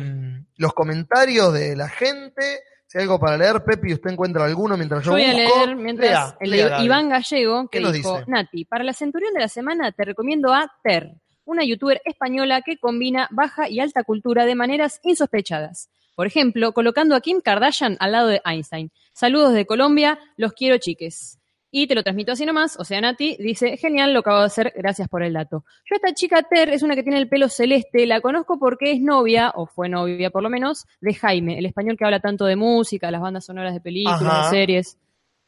S1: los comentarios de la gente. Si hay algo para leer, Pepi, usted encuentra alguno mientras yo,
S3: Yo voy a
S1: busco.
S3: leer mientras
S1: Lea,
S3: el
S1: lea,
S3: de
S1: Gaby.
S3: Iván Gallego que
S1: ¿Qué nos
S3: dijo,
S1: dice?
S3: Nati, para la centurión de la semana te recomiendo a Ter, una youtuber española que combina baja y alta cultura de maneras insospechadas. Por ejemplo, colocando a Kim Kardashian al lado de Einstein. Saludos de Colombia, los quiero chiques. Y te lo transmito así nomás, o sea, Nati dice, genial, lo acabo de hacer, gracias por el dato. Yo esta chica Ter es una que tiene el pelo celeste, la conozco porque es novia, o fue novia por lo menos, de Jaime, el español que habla tanto de música, las bandas sonoras de películas,
S1: Ajá.
S3: de series.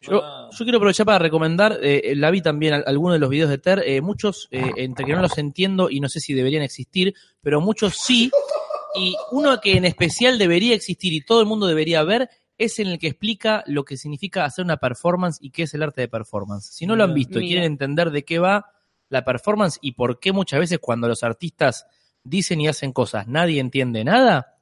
S4: Yo,
S3: Ah.
S4: yo quiero aprovechar para recomendar, eh, eh, la vi también al- algunos de los videos de Ter, eh, muchos eh, entre que no los entiendo y no sé si deberían existir, pero muchos sí, y uno que en especial debería existir y todo el mundo debería ver es en el que explica lo que significa hacer una performance y qué es el arte de performance. Si no lo han
S2: Mira.
S4: visto y
S3: Mira.
S4: quieren entender de qué va la performance y por qué muchas veces cuando los artistas dicen y hacen cosas nadie entiende nada,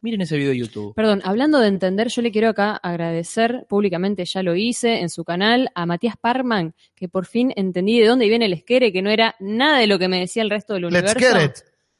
S4: miren ese video de YouTube.
S3: Perdón, hablando de entender, yo le quiero acá agradecer públicamente, ya lo hice en su canal, a Matías Parman, que por fin entendí de dónde viene el esquere, que no era nada de lo que me decía el resto del
S1: Let's
S3: universo.
S1: get it.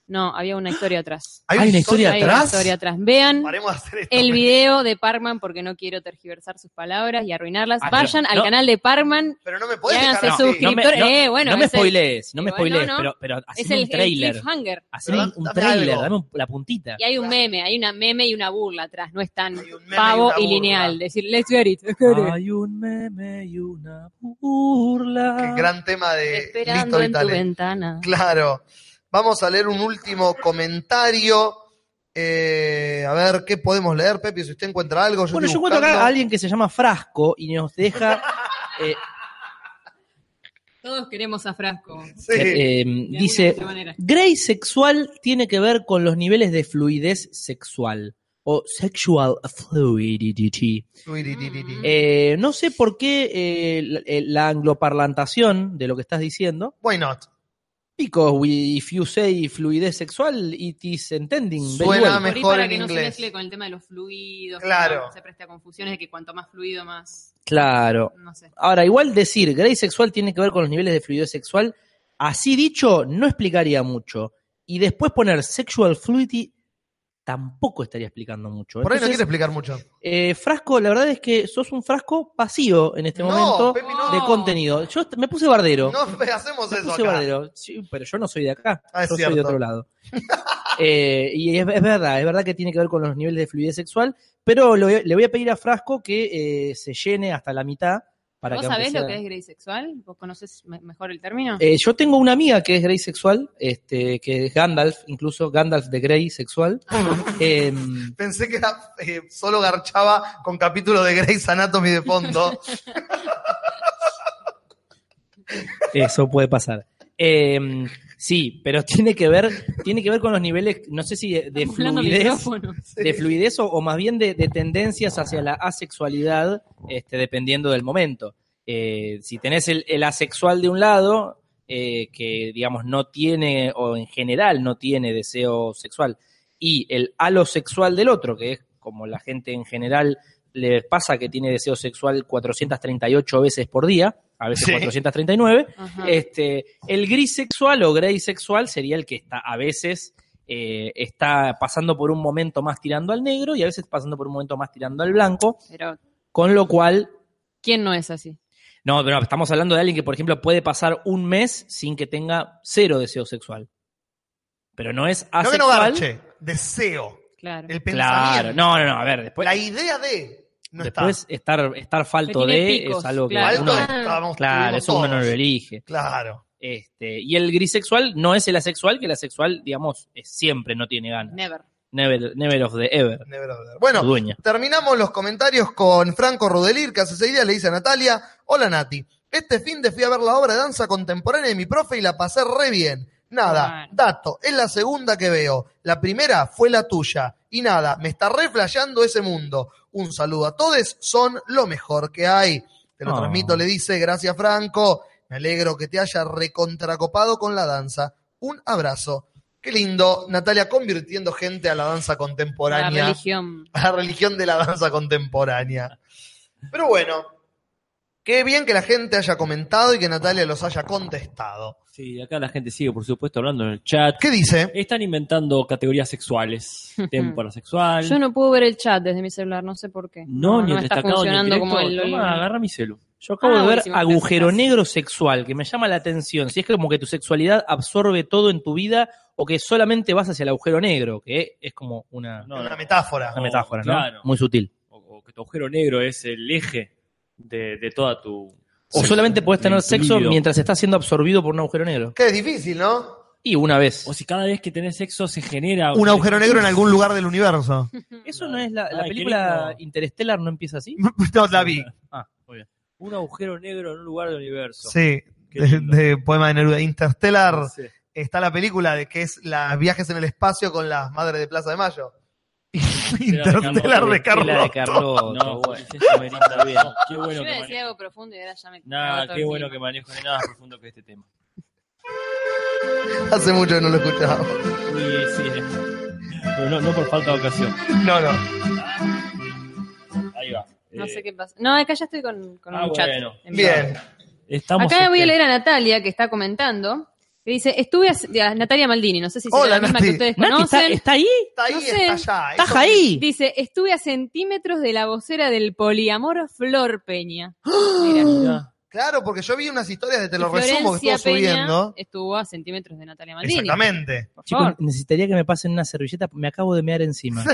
S3: No, había una historia atrás.
S1: ¿Hay,
S4: una historia
S3: Hay una historia atrás. Vean
S1: Paremos de hacer esto.
S3: el video de Parman, porque no quiero tergiversar sus palabras y arruinarlas.
S4: Ah,
S3: Vayan
S4: no,
S3: al
S4: no.
S3: canal de Parman
S1: Pero no me
S3: y
S1: podés
S3: háganse
S1: dejar así.
S4: no
S3: suscriptor.
S4: me- no-
S3: eh, bueno,
S4: no me
S3: es el-
S4: spoilees, no me
S3: Igual no,
S4: spoilees,
S3: no.
S4: pero, pero
S3: es
S4: haceme
S3: el,
S4: un
S3: el
S4: trailer.
S3: cliffhanger.
S4: Haceme
S1: Pero
S4: un, un
S1: dame
S4: trailer,
S1: algo.
S4: dame un- la puntita.
S3: Y hay un meme, hay una meme y una burla atrás, no es tan
S1: Hay un meme y
S3: pavo
S1: una
S3: y,
S1: burla.
S3: lineal. Decir, let's get it. let's get it".
S4: Hay un meme y una burla.
S1: Qué gran tema de
S3: Esperando en tu
S1: Vitale.
S3: ventana.
S1: Claro. Vamos a leer un último comentario. Eh, a ver, ¿qué podemos leer, Pepe? Si usted encuentra algo, yo
S4: Bueno, yo
S1: estoy
S4: encuentro acá
S1: buscando.
S4: a alguien que se llama Frasco y nos deja. eh,
S3: Todos queremos a Frasco.
S1: Sí.
S4: eh, eh,
S3: de
S4: dice:
S3: alguna manera.
S4: Grey sexual tiene que ver con los niveles de fluidez sexual o sexual fluidity.
S1: Tuiritititi.
S4: Eh, no sé por qué eh, la, eh, la angloparlantación de lo que estás diciendo.
S1: Why not?
S4: Because we- if you say fluidez sexual, it is entending. very
S1: Suena
S4: well.
S1: mejor
S3: Por ahí para
S1: en
S3: que no se
S1: inglés.
S3: mezcle con el tema de los fluidos. que
S1: Claro.
S3: no se preste a confusiones de que cuanto más fluido, más.
S4: Claro.
S3: No sé.
S4: Ahora, igual decir Grey sexual tiene que ver con los niveles de fluidez sexual, así dicho, no explicaría mucho. Y después poner sexual fluidity tampoco estaría explicando mucho.
S1: Por ahí no
S4: Entonces,
S1: quiere explicar mucho.
S4: eh, frasco, la verdad es que sos un frasco vacío en este
S1: No,
S4: momento
S1: Pepe, no.
S4: de contenido. Yo est- me puse bardero.
S1: No pe- hacemos
S4: me
S1: eso
S4: puse
S1: acá.
S4: bardero. Sí, pero yo no soy de acá.
S1: Ah, es
S4: yo soy de
S1: cierto.
S4: otro lado. Eh, y es, es verdad, es verdad que tiene que ver con los niveles de fluidez sexual, pero lo- le voy a pedir a Frasco que eh, se llene hasta la mitad. Para
S3: ¿Vos
S4: que
S3: sabés
S4: aunque
S3: lo que
S4: sea-
S3: es gray sexual? ¿Vos conocés me- mejor el término?
S4: eh, yo tengo una amiga que es Grey sexual, este, que es Gandalf, incluso Gandalf de Grey sexual.
S3: Ah.
S4: Em,
S1: Pensé que era, eh, solo garchaba con capítulo de Grey's Anatomy de fondo.
S4: eso puede pasar. Em, sí, pero tiene que ver, tiene que ver con los niveles, no sé si de, de
S3: Estamos hablando al
S4: fluidez,
S3: micrófono.
S4: de fluidez o, o más bien de, de tendencias hacia la asexualidad, este, dependiendo del momento. eh, si tenés el, el asexual de un lado, eh, que digamos no tiene, o en general no tiene deseo sexual, y el alosexual del otro, que es como la gente en general le pasa que tiene deseo sexual 438 veces por día, a veces
S8: Sí.
S4: 439,
S3: Ajá.
S2: Eh.
S4: este, el gris sexual o grey sexual sería el que está a veces eh, está pasando por un momento más tirando al negro y a veces pasando por un momento más tirando al blanco,
S3: Pero,
S4: con lo cual,
S3: ¿quién no es así?
S4: no, pero estamos hablando de alguien que, por ejemplo, puede pasar un mes sin que tenga cero deseo sexual. Pero no es
S1: No que
S4: asexual.
S1: no garche, deseo,
S3: Claro.
S1: el
S4: Claro,
S1: pensamiento,
S4: no, no, no, a ver, después,
S1: la idea de no
S4: después
S1: está.
S4: estar, estar falto
S3: No tiene
S4: de
S3: picos,
S4: es algo que
S3: claro.
S1: Alto
S4: uno,
S3: Ah,
S1: estábamos
S4: claro,
S1: tuvimos
S4: eso uno no
S1: todos.
S4: lo elige.
S1: Claro.
S4: Este, y el grisexual no es el asexual, que el asexual, digamos, es- siempre no tiene ganas.
S3: Never.
S4: Never, never of the ever.
S1: never ever. Bueno,
S4: su dueña.
S1: Terminamos los comentarios con Franco Rodelir, que hace seis días le dice a Natalia, hola Nati, este fin de fui a ver la obra de danza contemporánea de mi profe y la pasé re bien. Nada,
S3: Bueno.
S1: dato, es la segunda que veo. La primera fue la tuya. Y nada, me está re flasheando ese mundo. Un saludo a todos, son lo mejor que hay. Te lo
S4: Oh.
S1: transmito, le dice, gracias Franco. Me alegro que te haya recontracopado con la danza. Un abrazo. Qué lindo, Natalia, convirtiendo gente a la danza
S3: La
S1: contemporánea
S3: religión.
S1: a la religión de la danza contemporánea. Pero bueno, qué bien que la gente haya comentado y que Natalia los haya contestado.
S2: Sí, acá la gente sigue, por supuesto, hablando en el chat.
S1: ¿Qué dice?
S2: Están inventando categorías sexuales. Témpora sexual.
S3: Yo no puedo ver el chat desde mi celular, no sé por qué.
S2: No, ni el
S3: está
S2: destacado ni el
S3: funcionando
S2: directo.
S3: como el.
S2: Tomá, agarra mi celu.
S4: Yo acabo
S3: Ah,
S4: de ver
S3: buenísimo,
S4: agujero
S3: gracias.
S4: negro sexual, que me llama la atención. Si es como que tu sexualidad absorbe todo en tu vida o que solamente vas hacia el agujero negro, que es como una,
S2: No,
S1: Una
S2: no.
S1: metáfora.
S4: una metáfora, ¿no?
S2: claro.
S4: Muy sutil.
S2: O, o que tu agujero negro es el eje de, de toda tu.
S4: O
S2: sexo-
S4: solamente podés tener
S2: de tu
S4: sexo
S2: libido.
S4: mientras estás siendo absorbido por un agujero negro.
S1: Que es difícil, ¿no?
S4: Y una vez.
S2: O si cada vez que tenés sexo se genera.
S1: Un agujero negro en algún lugar del universo.
S4: Eso no es la, la
S2: Ay, qué
S4: película
S2: lindo.
S4: Interstellar, ¿no empieza así?
S1: No, la vi.
S4: Ah, muy bien.
S2: Un agujero negro en un lugar del universo.
S1: Sí,
S2: Qué
S1: de,
S2: lindo.
S1: de poema de Neruda. Interstellar
S2: Sí.
S1: está la película de que es las viajes en el espacio con las madres de Plaza de Mayo. Interstellar de
S4: Interstellar
S1: Carlos.
S4: de Carlotto.
S2: No, bueno.
S4: Me linda bien.
S2: Qué
S3: Yo
S2: bueno
S3: iba
S2: que
S3: a decir
S2: manejo.
S3: algo profundo y ahora ya me. cago
S2: Nada,
S3: todo
S2: qué bueno que
S3: encima.
S2: manejo no hay nada más profundo que este tema.
S1: Hace mucho que no lo escuchaba.
S2: Y sí, pero no, no por falta de ocasión.
S1: No, no.
S2: Ahí va.
S3: No
S2: Eh,
S3: sé qué pasa. No, acá ya estoy con, con
S2: Ah,
S3: un chat.
S2: bueno.
S3: en vivo.
S1: Bien.
S2: Estamos
S3: Acá voy a
S2: este,
S3: leer a Natalia, que está comentando, que dice, estuve hace- a Natalia Maldini, no sé si será
S1: Hola,
S3: la misma
S1: Nati.
S3: que ustedes
S4: Nati, ¿está, este.
S3: conocen.
S4: está ahí?
S1: Está ahí,
S3: No sé.
S1: está allá.
S4: ¿Estás
S1: Eso-
S4: ahí?
S3: Dice, estuve a centímetros de la vocera del poliamor Flor Peña. Mira.
S2: Ah,
S1: Claro, porque yo vi unas historias de ¡Ah! Te lo
S3: Y
S1: resumo que
S3: Florencia
S1: estuvo subiendo.
S3: Peña estuvo a centímetros de Natalia Maldini.
S1: Exactamente.
S3: Por
S4: Chicos,
S3: favor.
S4: necesitaría que me pasen una servilleta, me acabo de mear encima.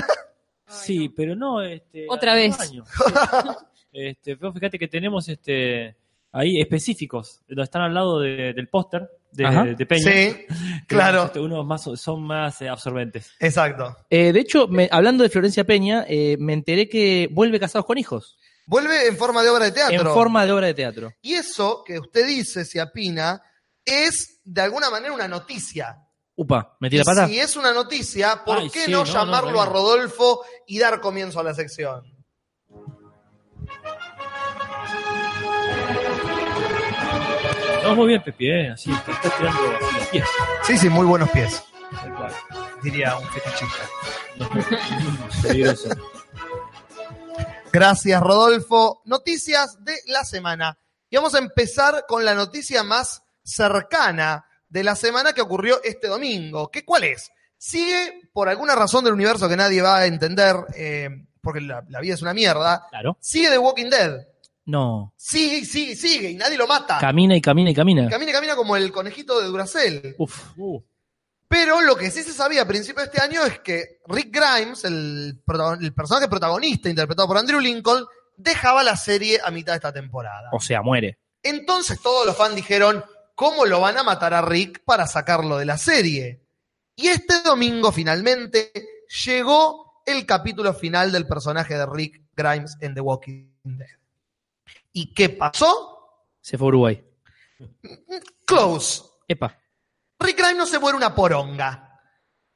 S2: Sí, pero no este
S3: Otra
S2: al
S3: vez.
S2: baño. este, pero fíjate que tenemos este ahí específicos, los están al lado de- del póster
S4: Ajá.
S2: de, de Peña.
S1: Sí,
S2: Que,
S1: claro,
S2: este, unos más son más eh, absorbentes.
S1: exacto.
S4: Eh, de hecho, me- hablando de Florencia Peña, eh, me enteré que vuelve Casados con Hijos,
S1: Vuelve en forma de obra de teatro.
S4: en forma de obra de teatro.
S1: Y eso que usted dice, si apina, es de alguna manera una noticia.
S4: Upa, ¿me tira
S1: Y
S4: pata?
S1: Si es una noticia, ¿por
S2: Ay,
S1: qué
S2: sí,
S1: no,
S2: no, no,
S1: llamarlo a
S2: bueno.
S1: Rodolfo y dar comienzo a la sección?
S2: No, muy bien, Pepi, eh, así te estás tirando los pies.
S1: Sí, sí, muy buenos pies,
S2: tal cual.
S1: diría un fetichista.
S2: Peligroso.
S1: Gracias, Rodolfo. Noticias de la semana. Y vamos a empezar con la noticia más cercana de la semana que ocurrió este domingo. ¿Qué cuál es? Sigue, por alguna razón del universo que nadie va a entender, eh, porque la, la vida es una mierda,
S4: Claro.
S1: sigue The Walking Dead.
S4: No.
S1: Sigue, sigue, sigue, y nadie lo mata.
S4: Camina y camina y camina.
S1: Camina, camina como el conejito de Duracell.
S4: Uf.
S2: uh,
S1: Pero lo que sí se sabía a principios de este año es que Rick Grimes, el, protagon- el personaje protagonista interpretado por Andrew Lincoln, dejaba la serie a mitad de esta temporada.
S4: O sea, muere.
S1: Entonces todos los fans dijeron, ¿cómo lo van a matar a Rick para sacarlo de la serie? Y este domingo finalmente llegó el capítulo final del personaje de Rick Grimes en The Walking Dead. ¿Y qué pasó?
S4: Se fue a Uruguay.
S1: Close.
S4: Epa.
S1: Rick Grimes no se muere una poronga.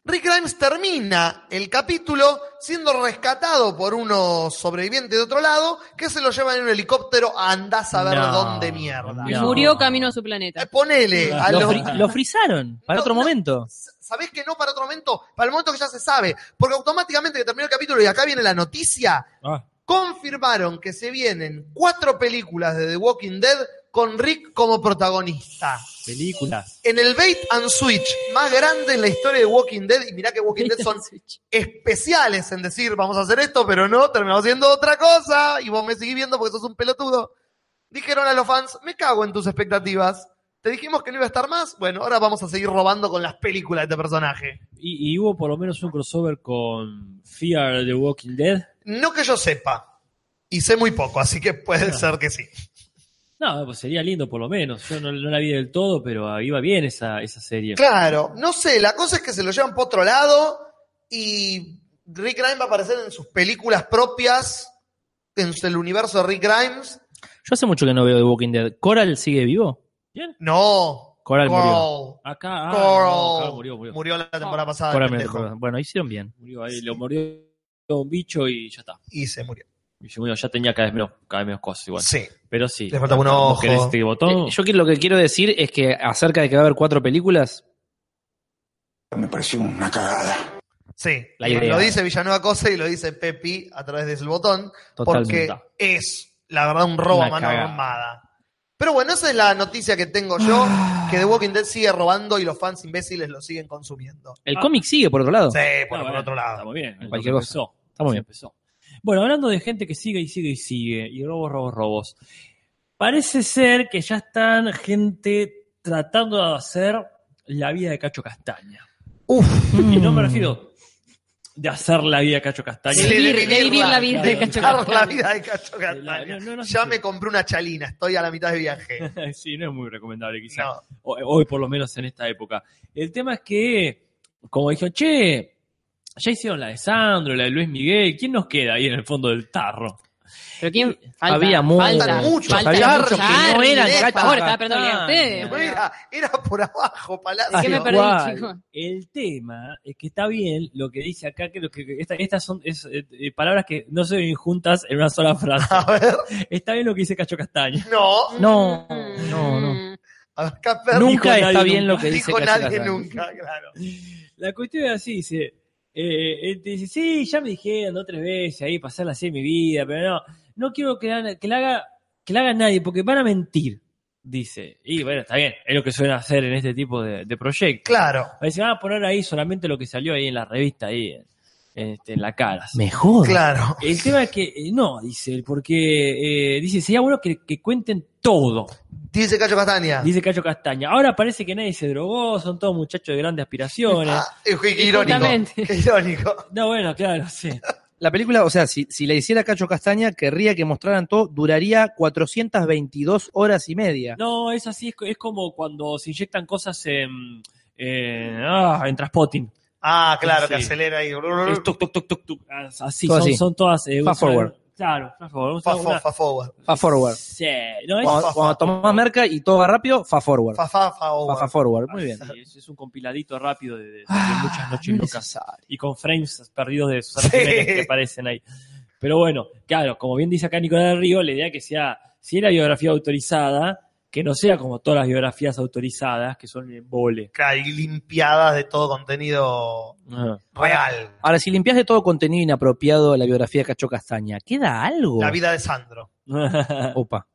S1: Rick Grimes termina el capítulo siendo rescatado por unos sobrevivientes de otro lado que se lo llevan en un helicóptero a andar a saber
S4: No.
S1: dónde mierda.
S4: No.
S3: Murió camino a su
S1: Eh,
S3: planeta.
S1: Ponele a
S4: Lo,
S1: los-
S4: fri- lo frizaron para
S1: No,
S4: otro
S1: no.
S4: momento.
S1: ¿Sabés que no para otro momento? Para el momento que ya se sabe. Porque automáticamente que terminó el capítulo y acá viene la noticia,
S2: Ah,
S1: confirmaron que se vienen cuatro películas de The Walking Dead con Rick como protagonista.
S2: películas.
S1: En el bait and switch más grande en la historia de Walking Dead, y mirá que Walking Dead son especiales en decir vamos a hacer esto, pero no, terminamos haciendo otra cosa y vos me seguís viendo porque sos un pelotudo. Dijeron a los fans, me cago en tus expectativas. Te dijimos que no iba a estar más. Bueno, ahora vamos a seguir robando con las películas de este personaje.
S2: Y, y hubo por lo menos un crossover con Fear the Walking Dead.
S1: No que yo sepa. Y sé muy poco, así que puede ser que sí.
S2: No, pues sería lindo por lo menos. Yo no, no la vi del todo, pero iba bien esa, esa serie.
S1: Claro, no sé, la cosa es que se lo llevan por otro lado y Rick Grimes va a aparecer en sus películas propias, en el universo de Rick Grimes.
S4: Yo hace mucho que no veo The Walking Dead. ¿Coral sigue vivo?
S1: No,
S4: Coral murió.
S1: Coral.
S2: Acá, ah, no,
S1: Coral.
S2: claro, murió, murió.
S1: Murió la temporada pasada.
S4: Coral
S1: el
S4: murió,
S1: pendejo.
S4: perdón. Bueno, hicieron bien.
S2: Murió ahí, lo murió un bicho y ya está.
S1: Y se murió.
S2: Y yo, bueno, ya tenía cada vez menos, cada vez menos cosas igual.
S1: Sí.
S2: Pero sí.
S1: Le faltaba un
S2: ¿Vos
S1: ojo.
S2: querés este botón?
S4: Eh, Yo que- lo que quiero decir es que acerca de que va a haber cuatro películas,
S5: Me pareció una cagada.
S1: Sí.
S4: La idea.
S1: Lo dice Villanueva Cosa y lo dice Pepi a través del botón.
S4: totalmente.
S1: Porque es, la verdad, un robo
S4: Una
S1: a mano
S4: cagada.
S1: armada. Pero bueno, esa es la noticia que tengo yo, que The Walking Dead sigue robando y los fans imbéciles lo siguen consumiendo.
S4: El cómic sigue, por otro lado.
S1: Sí, por,
S2: Ah,
S1: por
S2: bueno,
S1: otro lado.
S2: Está muy bien. Entonces
S4: cualquier cosa.
S2: Empezó.
S4: Está muy
S2: Entonces
S4: bien.
S2: empezó. Bueno, hablando de gente que sigue y sigue y sigue, y robos, robos, robos. Parece ser que ya están gente tratando de hacer la vida de Cacho Castaña.
S1: Uf,
S2: Y no me
S4: Mm.
S2: refiero de hacer la vida de Cacho Castaña.
S1: Sí,
S3: De vivir, de vivir la vida de
S2: Claro,
S3: Cacho
S1: dejar la
S3: Castaña.
S1: vida de Cacho Castaña.
S2: No, no, no sé
S1: Ya
S2: si-
S1: me compré una chalina, estoy a la mitad de viaje.
S2: sí, no es muy recomendable quizás.
S1: No.
S2: hoy, hoy por lo menos en esta época. El tema es que, como dijeron, che, ya hicieron la de Sandro, la de Luis Miguel, ¿quién nos queda ahí en el fondo del tarro?
S3: Pero quién falta,
S4: Había
S3: falta,
S1: muchos,
S3: falta
S1: había
S3: mucho
S1: muchos que no
S3: Charlie,
S1: eran
S3: por
S1: gachos.
S3: favor, estaba aprendiendo bien a ustedes.
S1: Pero Era, era por abajo, Palacio.
S3: ¿De qué me perdí,
S2: Igual,
S3: chicos?
S2: El tema es que está bien lo que dice acá, que, lo que- que esta- estas son es, eh, eh, palabras que no se ven juntas en una sola frase.
S1: A ver,
S2: está bien lo que dice Cacho Castaña.
S1: no.
S4: No,
S3: Mm.
S4: no, no.
S1: A ver, Casper,
S2: Dijo
S4: Nunca está
S2: nadie
S4: bien
S2: nunca.
S4: lo que dice
S1: dijo
S4: Cacho
S1: nadie
S4: Castaña.
S1: nunca, claro.
S2: La cuestión es así, dice, eh, él te dice, sí, ya me dijeron dos, tres veces ahí, pasarla así en mi vida, pero no, no quiero que la, que la haga, que la haga nadie, porque van a mentir, dice. Y bueno, está bien, es lo que suelen hacer en este tipo de, de proyectos.
S1: Claro,
S2: A veces van a poner ahí solamente lo que salió ahí en la revista, ahí en, este, en la cara. así.
S4: Mejor.
S1: claro.
S2: El tema es que, eh, no, dice él, porque, eh, dice, sería bueno que, que cuenten todo,
S1: Dice Cacho Castaña.
S2: dice Cacho Castaña. Ahora parece que nadie se drogó, son todos muchachos de grandes aspiraciones.
S1: Ah, eh, qué irónico.
S3: Justamente.
S1: Qué irónico.
S2: No, bueno, claro, sí.
S4: La película, o sea, si, si la hiciera Cacho Castaña, querría que mostraran todo, duraría 422 horas y media.
S2: No, es así, es, co- es como cuando se inyectan cosas en, en, ah, en Traspotting.
S1: Ah, claro, que
S2: Sí.
S1: acelera y.
S2: Es tuc, tuc, tuc, tuc, tuc, as- Así,
S4: Todo
S2: son,
S4: así.
S2: son todas. eh,
S4: Fast
S2: una-
S4: forward.
S2: Claro, fast forward.
S1: Fa
S2: Una-
S1: fo-
S2: una-
S1: fa forward.
S4: Fa forward.
S2: Sí, no es.
S4: Cuando, cuando tomás merca y todo va rápido, fa forward.
S1: Fa fa
S4: Fa,
S1: forward.
S4: fa forward. Muy bien.
S2: así, es, es un compiladito rápido de, de- de muchas
S4: Ah,
S2: noches locas
S4: necesario.
S2: y con frames perdidos de Susana
S1: Sí.
S2: Jiménez que aparecen ahí. Pero bueno, claro, como bien dice acá Nicolás del Río, la idea es que sea, si es la biografía autorizada, que no sea como todas las biografías autorizadas, que son en vole.
S1: Claro, y limpiadas de todo contenido real.
S4: Ahora, si limpias de todo contenido inapropiado la biografía de Cacho Castaña, ¿queda algo?
S1: La vida de Sandro,
S4: Opa.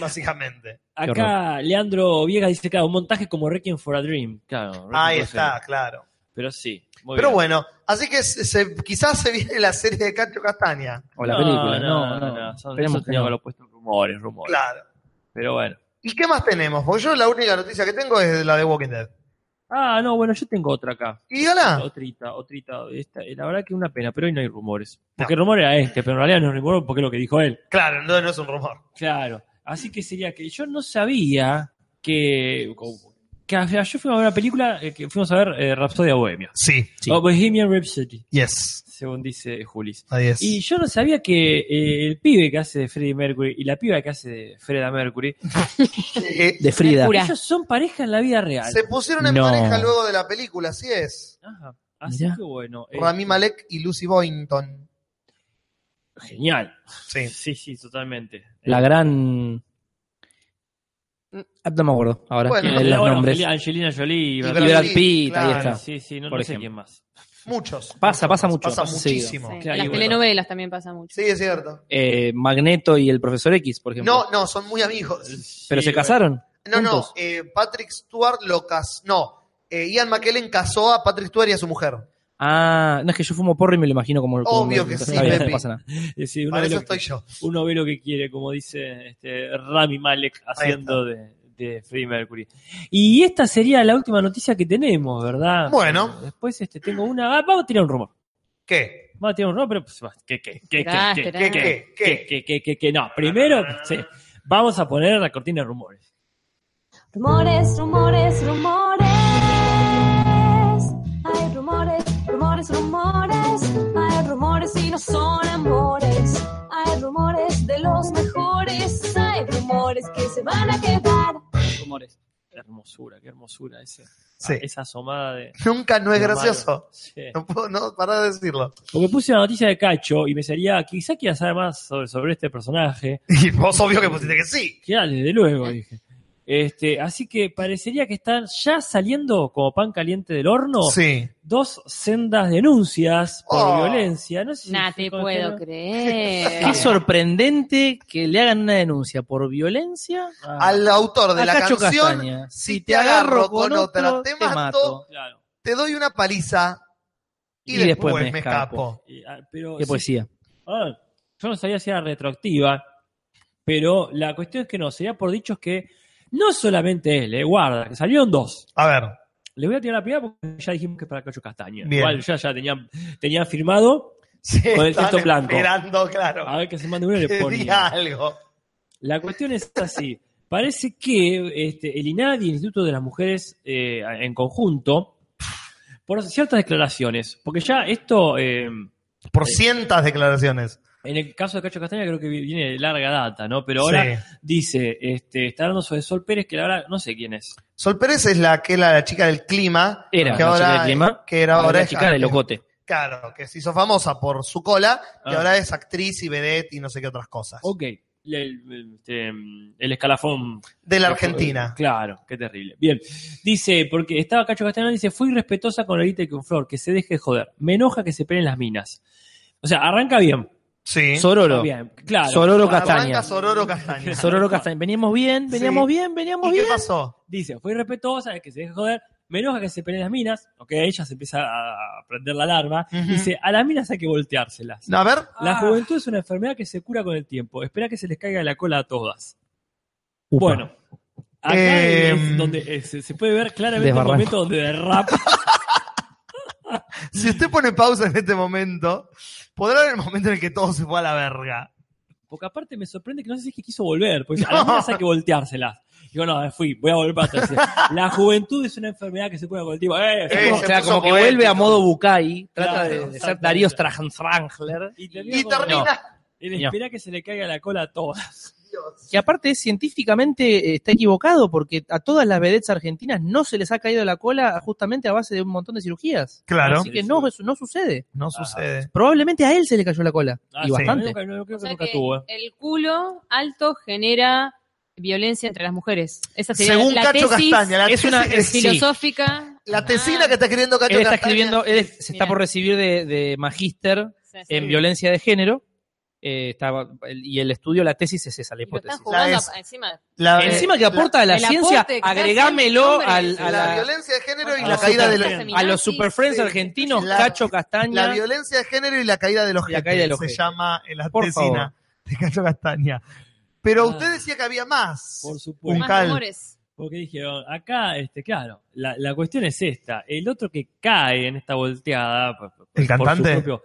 S1: básicamente.
S2: Acá Leandro Viegas dice, claro, un montaje como Requiem for a Dream. Claro,
S1: Ahí
S2: Requiem for a
S1: está,
S2: Dream.
S1: claro.
S2: Pero sí. muy
S1: Pero
S2: bien.
S1: bueno, así que se- se- quizás se viene la serie de Cacho Castaña.
S4: O la
S2: No,
S4: película.
S2: No, no, no. Son,
S4: Esperemos
S2: son-
S4: que
S2: no,
S4: no.
S2: lo he puesto en rumores, rumores.
S1: Claro.
S2: Pero bueno.
S1: ¿Y qué más tenemos? Porque yo la única noticia que tengo es la de Walking Dead.
S2: Ah, no, bueno, yo tengo otra acá.
S1: Y dígala.
S2: Otrita, otrita. Esta, eh, la verdad que una pena, pero hoy no hay rumores. Porque el rumor era este, pero en realidad no es rumor porque es lo que dijo él.
S1: Claro, no, no es un rumor.
S2: Claro. Así que sería que yo no sabía que... que yo fui a ver una película, eh, que fuimos a ver eh, Rapsodia Bohemia.
S1: Sí,
S2: O Bohemian Rhapsody.
S1: yes.
S2: según dice Julis.
S1: Ahí es. Eh,
S2: Y yo no sabía que eh, el pibe que hace de Freddie Mercury y la piba que hace de Freda Mercury,
S1: Eh,
S4: De Frida.
S3: Mercura.
S2: ellos son pareja en la vida real.
S1: se pusieron en
S4: No.
S1: pareja luego de la película, así es.
S2: Ajá. Ah, Así
S4: Mirá.
S2: que bueno. eh,
S1: Rami Malek y Lucy Boynton.
S2: genial.
S1: Sí.
S2: Sí, sí, totalmente.
S4: La gran. Ah, No me acuerdo ahora
S1: Bueno,
S4: de
S2: Bueno,
S4: los nombres.
S2: Angelina Jolie y Brad
S4: Brad Pitt, ahí
S1: claro.
S2: Pitt.
S4: está.
S2: Sí, sí, no,
S4: Por
S2: no sé
S4: ejemplo.
S2: quién más.
S1: Muchos.
S4: Pasa, pasa mucho.
S1: Pasa
S4: seguido.
S1: muchísimo.
S3: Sí,
S1: Sí.
S2: que hay,
S3: Las
S2: bueno.
S3: telenovelas también pasa mucho.
S1: es cierto.
S4: Eh, Magneto y el Profesor X, por ejemplo.
S1: No, no, son muy amigos.
S4: Pero
S2: Sí,
S4: se
S2: bueno.
S4: casaron.
S1: No, no,
S4: juntos.
S1: eh, Patrick Stewart lo casó. No, eh, Ian McKellen casó a Patrick Stewart y a su mujer.
S4: Ah, no es que yo fumo porro y me lo imagino como el
S1: Obvio que sí, Pepe.
S4: no pasa nada.
S2: Eh, sí, uno,
S1: Para
S2: ve
S1: eso
S2: lo que,
S1: estoy yo.
S2: uno ve lo que quiere, como dice este, Rami Malek haciendo de, de Freddie Mercury. Y esta sería la última noticia que tenemos, ¿verdad?
S1: Bueno.
S2: Después este, tengo una. ah, vamos a tirar un rumor.
S1: ¿Qué?
S2: Vamos a tirar un rumor, pero. Pues, va, que, que, que,
S3: Esperá,
S2: que, que,
S1: ¿Qué?
S3: esperá. ¿Qué?
S1: ¿Qué?
S2: que,
S1: ¿Qué?
S2: que, que, que, que no. Primero, sí, vamos a poner la cortina de rumores.
S9: Rumores, rumores, rumores. Hay rumores, rumores, rumores. Hay rumores y no son amores. Hay rumores de los mejores. Hay rumores que se van a quedar.
S2: Rumores. Qué hermosura, qué hermosura ese-
S1: Sí.
S2: esa asomada de.
S1: Nunca no es
S2: de
S1: gracioso.
S2: Mario. Sí.
S1: No puedo no, parar de decirlo.
S2: Porque puse una noticia de Cacho y me salía, quizá quieras saber más sobre, sobre este personaje.
S1: Y vos obvio que pusiste que sí.
S2: Ya, desde luego, dije. Este, así que parecería que están ya saliendo como pan caliente del horno
S1: Sí.
S2: dos sendas denuncias por
S1: Oh.
S2: violencia. No sé si Ah,
S3: Nah,
S2: fue
S3: te
S2: con-
S3: puedo creer.
S4: Qué sorprendente que le hagan una denuncia por violencia
S2: Ah,
S1: Al autor de
S4: a
S1: la
S4: Cacho
S1: canción,
S4: Castaña.
S1: si te agarro con otra, te mato.
S2: claro.
S1: te doy una paliza y, después, me escapo.
S2: Y, ah, pero
S4: Qué
S2: sí,
S4: poesía.
S2: ah, yo no sabía si era retroactiva, pero la cuestión es que no, sería por dichos que no solamente él, eh, guarda, que salieron dos.
S1: A ver,
S2: Le voy a tirar la primera porque ya dijimos que es para Cacho Castaña.
S1: Bien.
S2: Igual ya, ya tenía, tenía firmado.
S1: se
S2: Con el
S1: están
S2: texto blanco.
S1: esperando, claro.
S2: A ver que se mande uno y le
S1: que
S2: pone.
S1: diga algo.
S2: La cuestión es así. Parece que este, el INADI, el Instituto de las Mujeres eh, en conjunto, por ciertas declaraciones, porque ya esto, eh, en
S1: Por
S2: Sí.
S1: cientas declaraciones.
S2: el caso de Cacho Castaña creo que viene de larga data, ¿no? Pero ahora
S1: Sí.
S2: dice, este, está hablando sobre Sol Pérez, que la verdad no sé quién es.
S1: Sol Pérez es la que era la chica del clima.
S4: Era
S1: que
S4: la
S1: ahora,
S4: chica del clima,
S1: Que era
S4: Ahora
S1: ahora
S4: la
S1: es-
S4: chica de locote.
S1: Claro, que se hizo famosa por su cola, que
S2: Ah.
S1: ahora es actriz y vedette y no sé qué otras cosas.
S2: Ok, el- este, el escalafón
S1: De la Argentina.
S2: Claro, qué terrible. Bien, dice, porque estaba Cacho Castellano, dice, fui respetuosa con Lolita y con Flor, que se deje de joder. Me enoja que se peleen las minas. O sea, arranca bien.
S1: Sí.
S4: Sororo.
S2: Bien, claro. Ah,
S4: Sororo
S1: Arranca
S4: Castaña.
S1: Sororo Castaña.
S4: Sororo Castaña. Veníamos bien, veníamos
S1: Sí.
S4: bien, veníamos
S1: ¿Y qué
S4: bien.
S1: pasó?
S2: Dice, fui respetuosa, que se deje de joder. Me enoja que se peleen las minas. Ok, ella se empieza a prender la alarma.
S1: Ujú.
S2: Dice, a las minas hay que volteárselas.
S1: A ver.
S2: La
S4: Ah.
S2: juventud es una enfermedad que se cura con el tiempo. Espera que se les caiga la cola a todas.
S4: Upa.
S2: Bueno, acá
S1: Eh,
S2: es donde eh, se, se puede ver claramente el
S4: desbarranco.
S2: momento donde derrapa.
S1: Si usted pone pausa en este momento, podrá ver el momento en el que todo se fue a la verga.
S2: Porque aparte me sorprende que no sé si es que quiso volver. Porque dice, a las minas hay que volteárselas. Digo, no, me fui, voy a volver para atrás. Dice, La juventud es una enfermedad que se puede con el tipo. ¡Eh!
S1: Eh,
S4: o
S1: se
S4: sea,
S1: puso
S4: como que
S1: poético.
S4: vuelve a modo Bucay. Trata
S2: Claro,
S4: de- de ser
S2: exactamente.
S4: Darío Strangler.
S2: y termina.
S1: Y
S2: con-
S1: termina.
S2: el espera que se le caiga la cola a todas.
S1: Dios.
S4: que aparte es científicamente eh, está equivocado porque a todas las vedettes argentinas no se les ha caído la cola justamente a base de un montón de cirugías.
S1: Claro.
S4: Así que no, eso no sucede.
S1: No
S3: Ah.
S1: sucede.
S4: Probablemente a él se le cayó la cola.
S2: Ah,
S4: y
S2: sí.
S4: bastante.
S2: Nunca- no, no creo que
S3: O sea
S2: nunca
S3: que
S2: tuvo. eh.
S3: el culo alto genera violencia entre las mujeres. Esa sería
S1: Según
S3: la
S1: Cacho
S3: tesis Ah.
S1: Castaña, la,
S4: es
S1: tesis-
S4: una- es- sí.
S3: filosófica.
S1: la tesina que está escribiendo Cacho
S4: Él está
S1: Castaña.
S4: escribiendo, él es- se
S3: Mirá.
S4: está por recibir de, de magíster
S3: Sí, sí.
S4: en violencia de género. Eh, está- y el estudio, la tesis es esa, la
S3: Y lo están
S4: hipótesis.
S3: jugando
S1: La es-
S3: a- encima.
S1: La-
S4: Encima que
S1: la-
S4: aporta a la
S3: el
S4: ciencia,
S3: aporte que está
S4: agregámelo
S3: haciendo el
S4: al-
S3: hombre
S4: a,
S1: la,
S4: la-
S1: violencia de género y
S2: a
S1: la
S2: la
S1: caída de los,
S3: super-
S4: a los superfriends
S1: Sí.
S4: argentinos,
S1: La-
S4: Cacho
S1: la
S4: Castaña.
S1: violencia de género y la caída de los
S4: La caída de los
S1: se
S4: jefes.
S1: llama eh, la
S4: Por
S1: tesina de Cacho Castaña. Pero
S2: Ah.
S1: usted decía que había más.
S2: Por
S1: Un
S2: supuesto.
S3: Más
S1: cal.
S3: rumores.
S2: Porque dijeron, acá, este, claro, la, la cuestión es esta. El otro que cae en esta volteada. por- por-
S1: ¿El
S2: por su
S1: cantante?
S2: propio-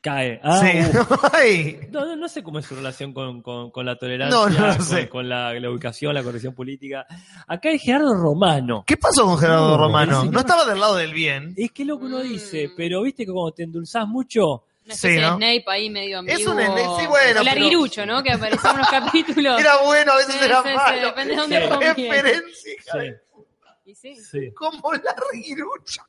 S2: cae. Ah,
S1: Sí.
S2: uh,
S1: Ay.
S2: No, no, no sé cómo es su relación con, con- con la tolerancia,
S1: No, no lo
S2: con,
S1: sé.
S2: con la, la ubicación, la corrección política. Acá es Gerardo Romano.
S1: ¿Qué pasó con Gerardo
S4: No,
S1: Romano?
S2: sí,
S1: No
S2: no.
S1: estaba del lado del bien.
S2: Es que loco uno
S3: Mm.
S2: dice, pero viste que cuando te endulzás mucho,
S3: Una especie
S1: Sí, ¿no?
S3: de Snape ahí medio ambiguo.
S1: Es un Snape, sí, bueno,
S3: Larguirucho, ¿no? Que apareció en unos capítulos.
S1: Era bueno, a veces
S3: Sí,
S1: era
S3: sí, sí,
S1: malo.
S3: depende de
S2: Sí.
S3: dónde
S1: Qué
S3: comiences.
S1: Referencia, hija de-
S2: sí,
S3: Y sí.
S2: sí.
S1: como la rirucha.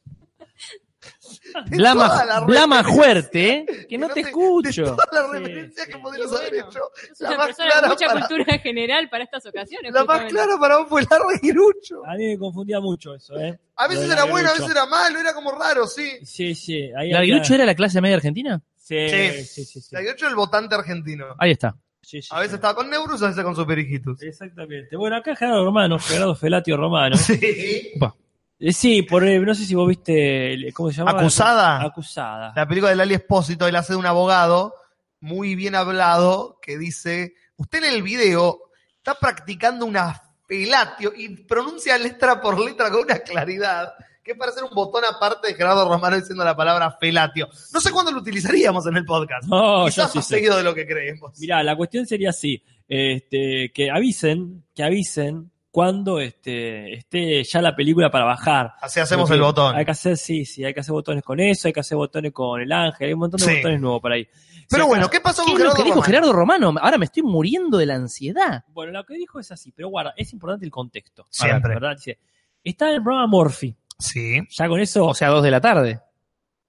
S1: de todas
S4: Blama,
S1: las
S4: Blama
S1: referencias
S4: fuerte, ¿eh? que no te
S1: De
S4: escucho.
S1: todas las
S2: Sí,
S1: referencias que
S2: sí.
S1: podrías
S3: Y
S1: haber
S3: bueno,
S1: hecho,
S3: Es
S1: la
S3: una
S1: más
S3: persona
S1: clara
S3: de mucha
S1: para-
S3: cultura general para estas ocasiones.
S1: la más
S3: justamente.
S1: clara para vos fue la reguirucho.
S2: A mí me confundía mucho eso, ¿eh?
S1: A veces
S2: Lo de
S1: era bueno, a
S2: Larguirucho.
S1: veces era malo, era como raro, sí.
S2: Sí, sí. Ahí
S4: ¿Larguirucho
S2: había-
S4: era la clase media argentina?
S2: Sí, sí, sí. sí.
S1: Larguirucho era el votante argentino.
S4: Ahí está.
S2: Sí, sí,
S1: A veces
S2: sí.
S1: estaba con Neurus, a veces con Superijitos.
S2: Exactamente. Bueno, acá Gerardo Romano, Gerardo Felatio Romano.
S1: Sí.
S2: Eh, Sí, por, eh, no sé si vos viste, el- ¿cómo se llama?
S1: Acusada.
S2: Acusada.
S1: La película de Lali Espósito, él hace de un abogado muy bien hablado que dice, usted en el video está practicando una felatio y pronuncia letra por letra con una claridad que parece un botón aparte de Gerardo Romano diciendo la palabra felatio. No sé cuándo lo utilizaríamos en el podcast.
S2: No, yo
S1: Quizás
S2: sí
S1: más
S2: sé.
S1: seguido de lo que creemos.
S2: Mirá, la cuestión sería así, este, que avisen, que avisen cuando este, esté ya la película para bajar.
S1: Así hacemos
S2: Porque
S1: el botón.
S2: Hay que hacer, sí, sí, hay que hacer botones con eso, hay que hacer botones con el ángel, hay un montón de
S1: Sí.
S2: botones nuevos por ahí.
S1: Pero
S2: Sí,
S1: bueno, ¿qué pasó
S4: ¿Qué
S1: con
S4: es lo
S1: Gerardo
S4: que dijo
S1: Romano?
S4: Gerardo Romano? Ahora me estoy muriendo de la ansiedad.
S2: Bueno, lo que dijo es así, pero guarda, es importante el contexto. A ver,
S1: Siempre.
S2: ¿verdad? Dice, está en el programa Morphy.
S1: Sí.
S2: Ya con eso.
S4: O sea, dos de la tarde.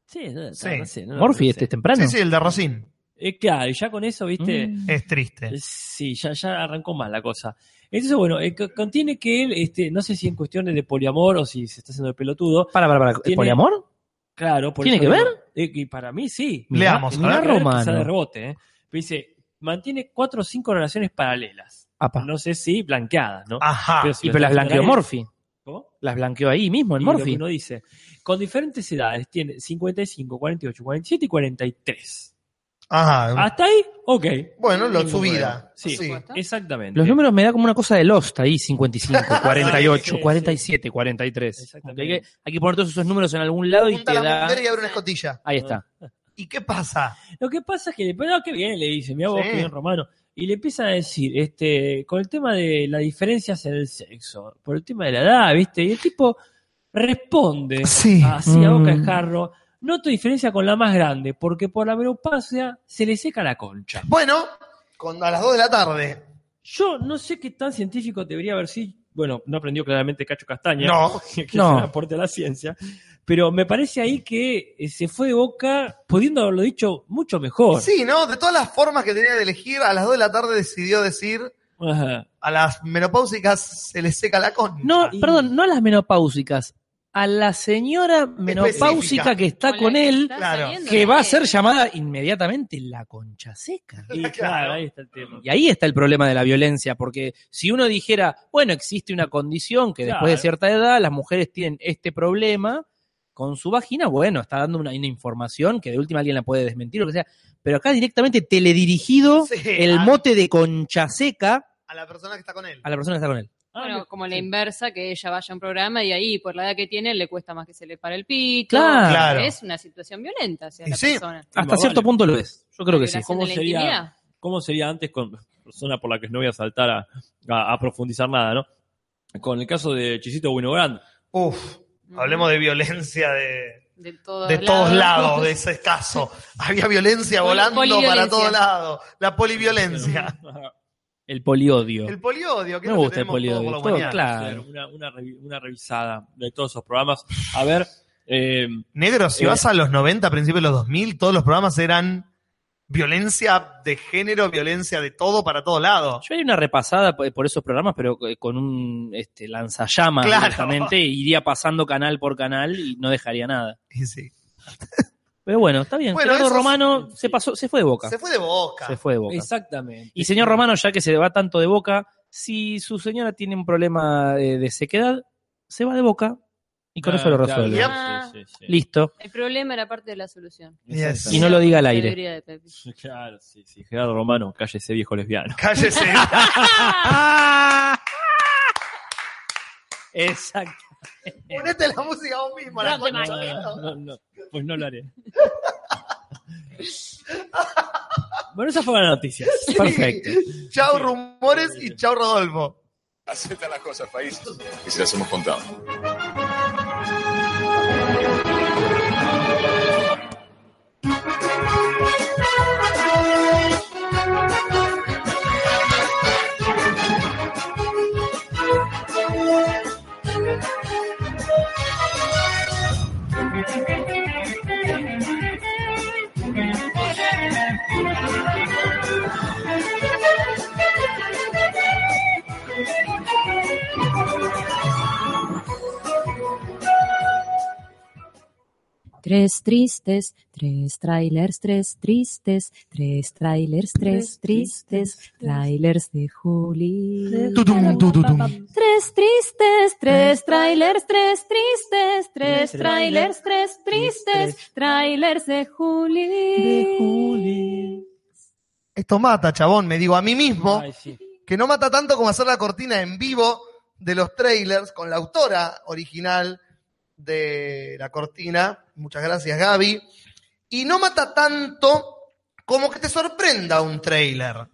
S2: sí, no,
S1: sí.
S2: no sé, no, no
S4: Morphy,
S2: sé.
S4: este es temprano.
S1: Sí, sí, el de Racín.
S2: Eh, claro, y ya con eso, viste.
S4: Mm.
S1: Es triste.
S2: Sí, ya, ya arrancó mal la cosa. Entonces, bueno, eh, co- contiene que él, este, no sé si en cuestiones de poliamor o si se está haciendo el pelotudo,
S4: Para, para, para.
S2: Tiene-
S4: ¿Poliamor?
S2: claro. por
S4: ¿Tiene
S2: eso
S4: que
S2: digo, eh, y para mí sí.
S4: Mirá-
S1: Leamos, a
S4: mirá
S1: ver.
S2: Mirá que quizá de
S4: Romano.
S2: rebote, ¿eh? Pero dice, mantiene cuatro o cinco relaciones paralelas.
S4: Apa.
S2: No sé si blanqueadas, ¿no?
S1: Ajá.
S2: si
S4: Ah, Y pero las
S2: tendrá
S4: blanqueó
S2: él,
S4: Morphy.
S2: ¿cómo?
S4: Las blanqueó ahí mismo, en
S2: Y lo que
S4: Morphy.
S2: uno dice. Con diferentes edades, tiene 55, 48, 47 y 43.
S4: Ah.
S1: Ajá.
S2: Hasta ahí, ok.
S1: Bueno, lo,
S2: Ningún
S1: su
S2: problema.
S1: vida.
S2: Ah, Sí,
S1: Sí.
S2: exactamente.
S4: Los números me da como una cosa de Lost ahí, 55, 48,
S2: Sí, sí.
S4: 47, 43. Como que Hay que, hay que poner todos esos números en algún lado y
S1: Junta
S4: te
S1: la
S4: da...
S1: bandera y abre una escotilla.
S4: Ahí está.
S1: ¿Y qué pasa?
S2: Lo que pasa es que le pero que bien, le dice, mira vos
S1: Sí.
S2: que bien romano. Y le empiezan a decir, este, con el tema de las diferencias en el sexo, por el tema de la edad, ¿viste? Y el tipo responde
S1: Sí.
S2: así a boca de
S4: Mm.
S2: jarro, noto diferencia con la más grande, porque por la menopausia se le seca la concha.
S1: Bueno, con- a las 2 de la tarde.
S2: Yo no sé qué tan científico debería haber sido, bueno, no aprendió claramente Cacho Castaña,
S1: No.
S2: que es
S4: No.
S2: un aporte a la ciencia, pero me parece ahí que eh, se fue de boca, pudiendo haberlo dicho mucho mejor.
S1: Sí, ¿no? De todas las formas que tenía de elegir, a las 2 de la tarde decidió decir
S2: Ajá.
S1: a las menopáusicas se les seca la con.
S4: No,
S2: Y-
S4: perdón, no a las menopáusicas. A la señora menopáusica que está con
S3: la que
S4: él,
S3: está
S1: claro,
S3: saliendo,
S4: que
S3: la
S4: va a
S3: que-
S4: ser llamada inmediatamente la concha seca.
S2: Y claro, ahí está el tema.
S4: Y ahí está el problema de la violencia, porque si uno dijera, bueno, existe una condición que después de
S2: Claro.
S4: cierta edad las mujeres tienen este problema con su vagina, bueno, está dando una, una información que de última alguien la puede desmentir o lo que sea, pero acá directamente teledirigido
S1: Sí,
S4: el
S1: a-
S4: mote de concha seca
S1: A la persona que está con él.
S4: a la persona que está con él.
S3: Bueno, como la inversa, que ella vaya a un programa y ahí, por la edad que tiene, le cuesta más que se le pare el pito.
S4: Claro.
S1: Claro.
S3: Es una situación violenta hacia
S1: Y
S3: la
S1: sí.
S3: persona.
S4: Hasta
S2: más
S4: cierto
S2: vale.
S4: punto lo es, yo creo que sí.
S3: Violación
S2: ¿Cómo
S3: de la
S2: sería?
S3: intimidad.
S2: ¿Cómo sería antes con persona por la que no voy a saltar a, a- a profundizar nada, no? Con el caso de Chisito Winogrand.
S1: Uf,
S3: Mm.
S1: hablemos de violencia de,
S3: de todos,
S1: de todos lados, de ese caso. Había violencia
S3: Poli-
S1: volando
S3: poliviolencia.
S1: para todos lados. La poliviolencia.
S4: El poliodio.
S1: El poliodio, que
S4: Me
S1: es lo
S4: gusta
S1: que
S4: el
S1: tenemos todos
S4: poliodio.
S1: por la
S4: Todo,
S1: humanidad.
S4: claro.
S2: Una, una revi- una revisada de todos esos programas. A ver, eh,
S1: Negro, si
S2: Eh.
S1: vas a los 90, principios de los 2000, todos los programas eran violencia de género, violencia de todo para todo lado.
S4: Yo haría una repasada por por esos programas, pero eh, con un este, lanzallamas
S1: Claro.
S4: directamente, e iría pasando canal por canal y no dejaría nada.
S1: Y sí.
S4: Pero bueno, está bien.
S1: Bueno,
S4: Gerardo
S1: eso es-
S4: Romano se pasó, se fue de boca.
S1: Se
S4: Se,
S1: fue de boca.
S4: fue de boca.
S2: exactamente.
S4: Y señor Romano, ya que se va tanto de boca, si su señora tiene un problano eh, de sequedad, se va de boca y con eso lo
S2: Ah, claro,
S4: resuelve.
S1: Yep.
S2: Sí, sí, sí.
S4: Listo.
S3: El problema era parte de la solución.
S4: Y no lo diga al aire.
S3: Teoría de Pepe.
S2: Claro, sí, sí. Gerardo Romano, cállese viejo lesbiano.
S1: Cállese.
S4: Exacto.
S1: Ponete la música vos mismo. la concha de todo.
S2: No, no, pues no lo haré. bueno, esas fueron las noticias.
S4: Perfecto.
S1: Chau rumores y chau Rodolfo.
S10: Acepta las cosas, país, y se las hemos contado.
S3: Tres tristes, tres trailers, tres tristes, tres trailers, tres tristes, trailers de Juli.
S5: Tutum, tutum.
S3: Tres tristes, tres trailers, tres tristes, tres trailers, tres tristes, trailers de Juli.
S1: Esto mata, chabón, me digo a mí mismo,
S2: Ay, sí.
S1: que no mata tanto como hacer la cortina en vivo de los trailers con la autora original de la cortina. Muchas gracias, Gaby. Y no mata tanto como que te sorprenda un trailer.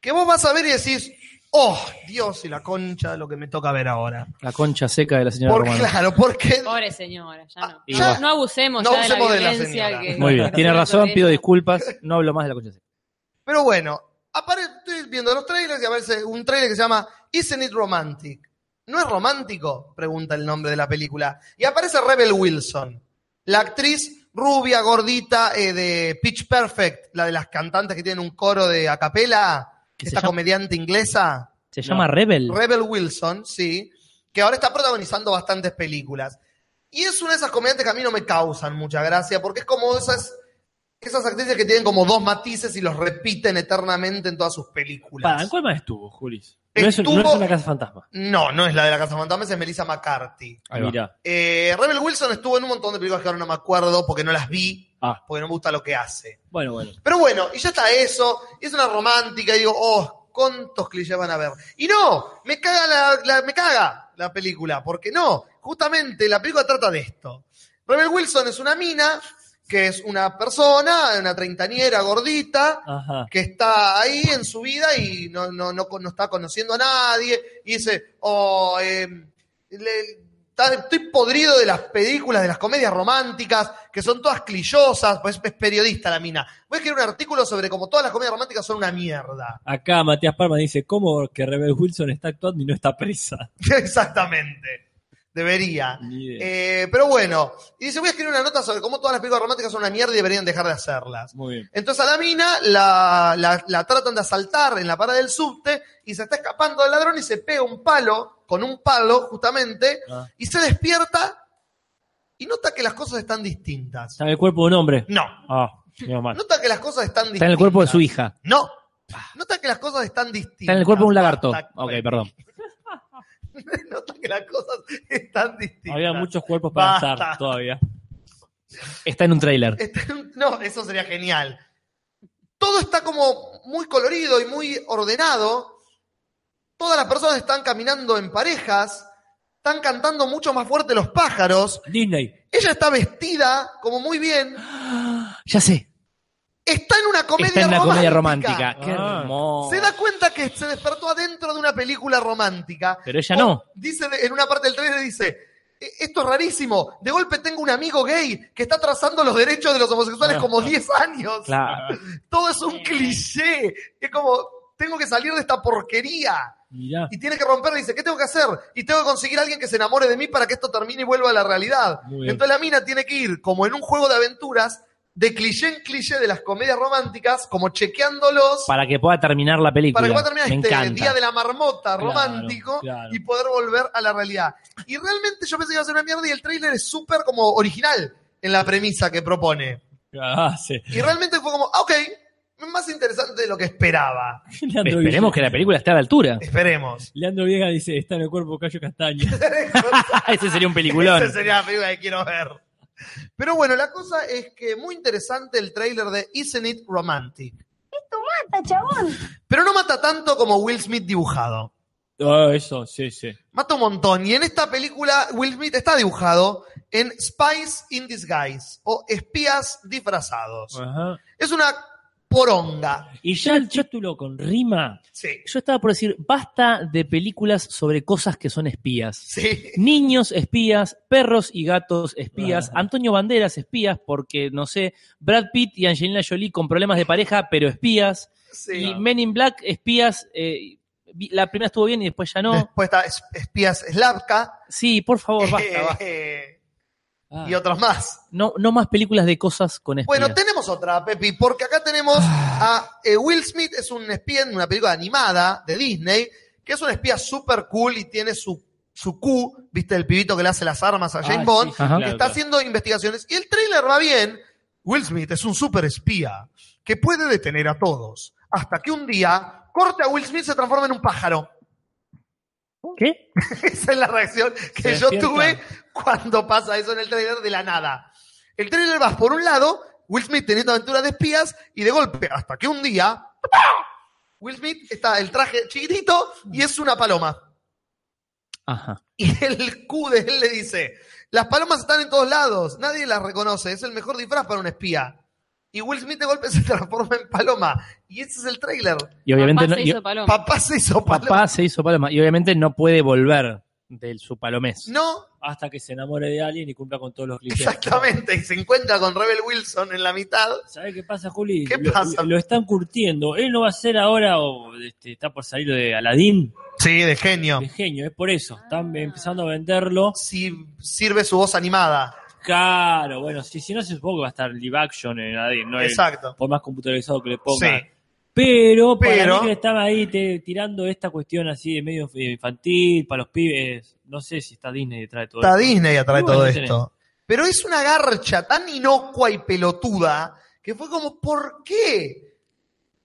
S1: Que vos vas a ver y decís, oh, Dios y la concha de lo que me toca ver ahora.
S4: La concha seca de la señora
S1: Porque,
S4: Romano.
S1: claro,
S3: Oh,
S1: porque
S11: Pobre señora, ya no.
S1: Y
S11: No-
S1: bueno.
S11: no abusemos
S1: Ah, No
S11: ya de la
S1: abusemos de la
S11: violencia
S1: señora.
S11: que-
S4: Muy bien, tiene
S11: que
S4: razón,
S11: ella.
S4: pido disculpas, no hablo más de la concha seca.
S1: Pero bueno, apare- estoy viendo los trailers y aparece un trailer que se llama Isn't It Romantic? ¿No es romántico? Pregunta el nombre de la película. Y aparece Rebel Wilson, la actriz rubia, gordita, eh, de Pitch Perfect, la de las cantantes que tienen un coro de acapela,
S4: ¿Qué se
S1: esta
S4: llama?
S1: comediante inglesa.
S4: Se
S2: No.
S4: llama Rebel.
S1: Rebel Wilson, sí, que ahora está protagonizando bastantes películas. Y es una de esas comediantes que a mí no me causan mucha gracia, porque es como esas, esas actrices que tienen como dos matices y los repiten eternamente en todas sus películas.
S2: Para, ¿en cuál más estuvo, Julis? No es, no
S1: Estuvo-
S2: es una casa fantasma.
S1: No, no es la de la Casa Fantasma, es Melissa McCarthy.
S4: Ahí va.
S2: Mirá.
S1: Eh, Rebel Wilson estuvo en un montón de películas que ahora no me acuerdo porque no las vi,
S2: Ah.
S1: porque no me gusta lo que hace.
S2: Bueno, bueno.
S1: Pero bueno, y ya está eso, y es una romántica, y digo, oh, ¿cuántos clichés van a ver? Y no, me caga la, la- me caga la película, porque no, justamente la película trata de esto. Rebel Wilson es una mina, que es una persona, una treintañera gordita,
S2: Ajá.
S1: que está ahí en su vida y no, no, no, no está conociendo a nadie, y dice, oh, eh, le- ta- estoy podrido de las películas, de las comedias románticas, que son todas clillosas, pues es periodista la mina. Voy a escribir un artículo sobre cómo todas las comedias románticas son una mierda.
S2: Acá Matías Palma dice, ¿cómo que Rebel Wilson está actuando y no está presa?
S1: Exactamente. Debería.
S2: Ni idea.
S1: Eh, pero bueno, y dice, voy a escribir una nota sobre cómo todas las películas románticas son una mierda y deberían dejar de hacerlas.
S2: Muy bien.
S1: Entonces a la mina la, la- la tratan de asaltar en la parada del subte y se está escapando del ladrón y se pega un palo, con un palo justamente,
S2: Ah.
S1: y se despierta y nota que las cosas están distintas.
S2: Está en el cuerpo de un hombre.
S1: No,
S2: Ah, menos mal.
S1: nota que las cosas están distintas.
S4: Está en el cuerpo de su hija.
S1: No,
S2: Ah.
S1: nota que las cosas están distintas.
S4: Está en el cuerpo de un lagarto.
S1: Hasta-
S4: Ok, perdón.
S1: nota que las cosas están distintas.
S2: Había muchos cuerpos para
S1: Basta.
S2: estar todavía.
S4: Está en un tráiler.
S1: Está- Este, no, eso sería genial. Todo está como muy colorido y muy ordenado. Todas las personas están caminando en parejas. Están cantando mucho más fuerte los pájaros.
S2: Disney.
S1: Ella está vestida como muy bien.
S4: Ya sé.
S1: Está en una comedia
S4: Está en la
S1: romántica.
S4: comedia romántica. Qué
S2: Ah.
S4: hermoso.
S1: Se da cuenta que se despertó adentro de una película romántica.
S4: Pero ella no.
S1: Dice de- en una parte del trailer dice, "E- esto es rarísimo, de golpe tengo un amigo gay que está trazando los derechos de los homosexuales como 10 años.
S4: Claro.
S1: Todo es un cliché. Es como, tengo que salir de esta porquería.
S2: Mirá.
S1: Y tiene que romperla. Dice, ¿qué tengo que hacer? Y tengo que conseguir a alguien que se enamore de mí para que esto termine y vuelva a la realidad.
S2: Muy bien.
S1: Entonces la mina tiene que ir, como en un juego de aventuras, de cliché en cliché de las comedias románticas, como chequeándolos.
S4: Para que pueda terminar la película.
S1: Para que pueda terminar
S4: Me
S1: este
S4: encanta.
S1: día de la marmota
S2: Claro,
S1: romántico
S2: claro.
S1: y poder volver a la realidad. Y realmente yo pensé que iba a ser una mierda y el tráiler es súper como original en la premisa que propone.
S2: Ah, sí.
S1: Y realmente fue como, ah, ok, es más interesante de lo que esperaba.
S2: Leandro
S4: Esperemos que la película esté a la altura.
S1: Esperemos.
S2: Leandro Viega dice, está en el cuerpo de Cayo Castaña.
S4: Ese sería un peliculón.
S1: Esa Ah, sería la película que quiero ver. Pero bueno, la cosa es que muy interesante el tráiler de Isn't It Romantic. Pero no mata tanto como Will Smith dibujado.
S2: Ah, eso, sí, sí.
S1: Mata un montón. Y en esta película, Will Smith está dibujado en Spies in Disguise o Espías Disfrazados.
S2: Ajá.
S1: Es una poronga.
S2: Y ya el título con rima.
S1: Sí.
S4: Yo estaba por decir, basta de películas sobre cosas que son espías.
S1: Sí.
S4: Niños espías, perros y gatos espías,
S2: Ajá.
S4: Antonio Banderas espías, porque no sé, Brad Pitt y Angelina Jolie con problemas de pareja, pero espías, y
S1: sí.
S4: Men in Black espías, eh, vi- la primera estuvo bien y después ya no.
S1: Después está es- Espías Slavka
S4: Sí, por favor, Oh, basta,
S1: eh,
S4: basta.
S1: eh,
S2: Ah,
S1: y otros más.
S4: No, no más películas de cosas con espías.
S1: Bueno, tenemos otra, Pepi, porque acá tenemos a eh, Will Smith, es un espía en una película animada de Disney, que es un espía súper cool y tiene su su Q, viste, el pibito que le hace las armas a James
S2: Ah,
S1: Bond,
S2: sí,
S4: Ajá.
S1: que
S2: claro,
S1: está
S2: claro.
S1: haciendo investigaciones. Y el trailer va bien. Will Smith es un super espía que puede detener a todos. Hasta que un día corte a Will Smith y se transforma en un pájaro.
S4: ¿Qué?
S1: Esa es la reacción que
S2: Se
S1: yo
S2: despierta.
S1: tuve cuando pasa eso en el trailer de la nada. El trailer va por un lado, Will Smith teniendo aventuras de espías, y de golpe, hasta que un día, ¡papá! Will Smith está el traje chiquitito y es una paloma.
S4: Ajá.
S1: Y el Q de él le dice, las palomas están en todos lados, nadie las reconoce, es el mejor disfraz para un espía. Y Will Smith de golpe se transforma en paloma. Y ese es el trailer.
S4: Y obviamente
S3: Papá
S4: no,
S3: se
S4: y-
S3: hizo paloma.
S1: Papá se hizo paloma.
S4: papá se hizo paloma. Y obviamente no puede volver de su palomés.
S1: No,
S2: Hasta que se enamore de alguien y cumpla con todos los clichés.
S1: exactamente. Y se encuentra con Rebel Wilson en la mitad.
S2: ¿Sabes qué pasa, Juli?
S1: ¿Qué
S2: Lo-
S1: pasa?
S2: Lo, están curtiendo. Él no va a ser ahora, o este, está por salir de Aladín,
S1: Sí, de genio.
S2: de genio, es por eso. Están empezando a venderlo.
S1: Si sirve su voz animada.
S2: Claro, bueno, si, si no se supongo que va a estar live action en Aladín, no es
S1: Exacto.
S2: por más computarizado que le
S1: Sí.
S2: ponga. Pero,
S1: Pero-
S2: para mí que estaba ahí te- tirando esta cuestión así de medio infantil, para los pibes. No sé si está Disney detrás de todo
S1: Está
S2: esto.
S1: Disney atrás de
S2: Bueno,
S1: todo
S2: tenés.
S1: esto. Pero es una garcha tan inocua y pelotuda que fue como, ¿por qué?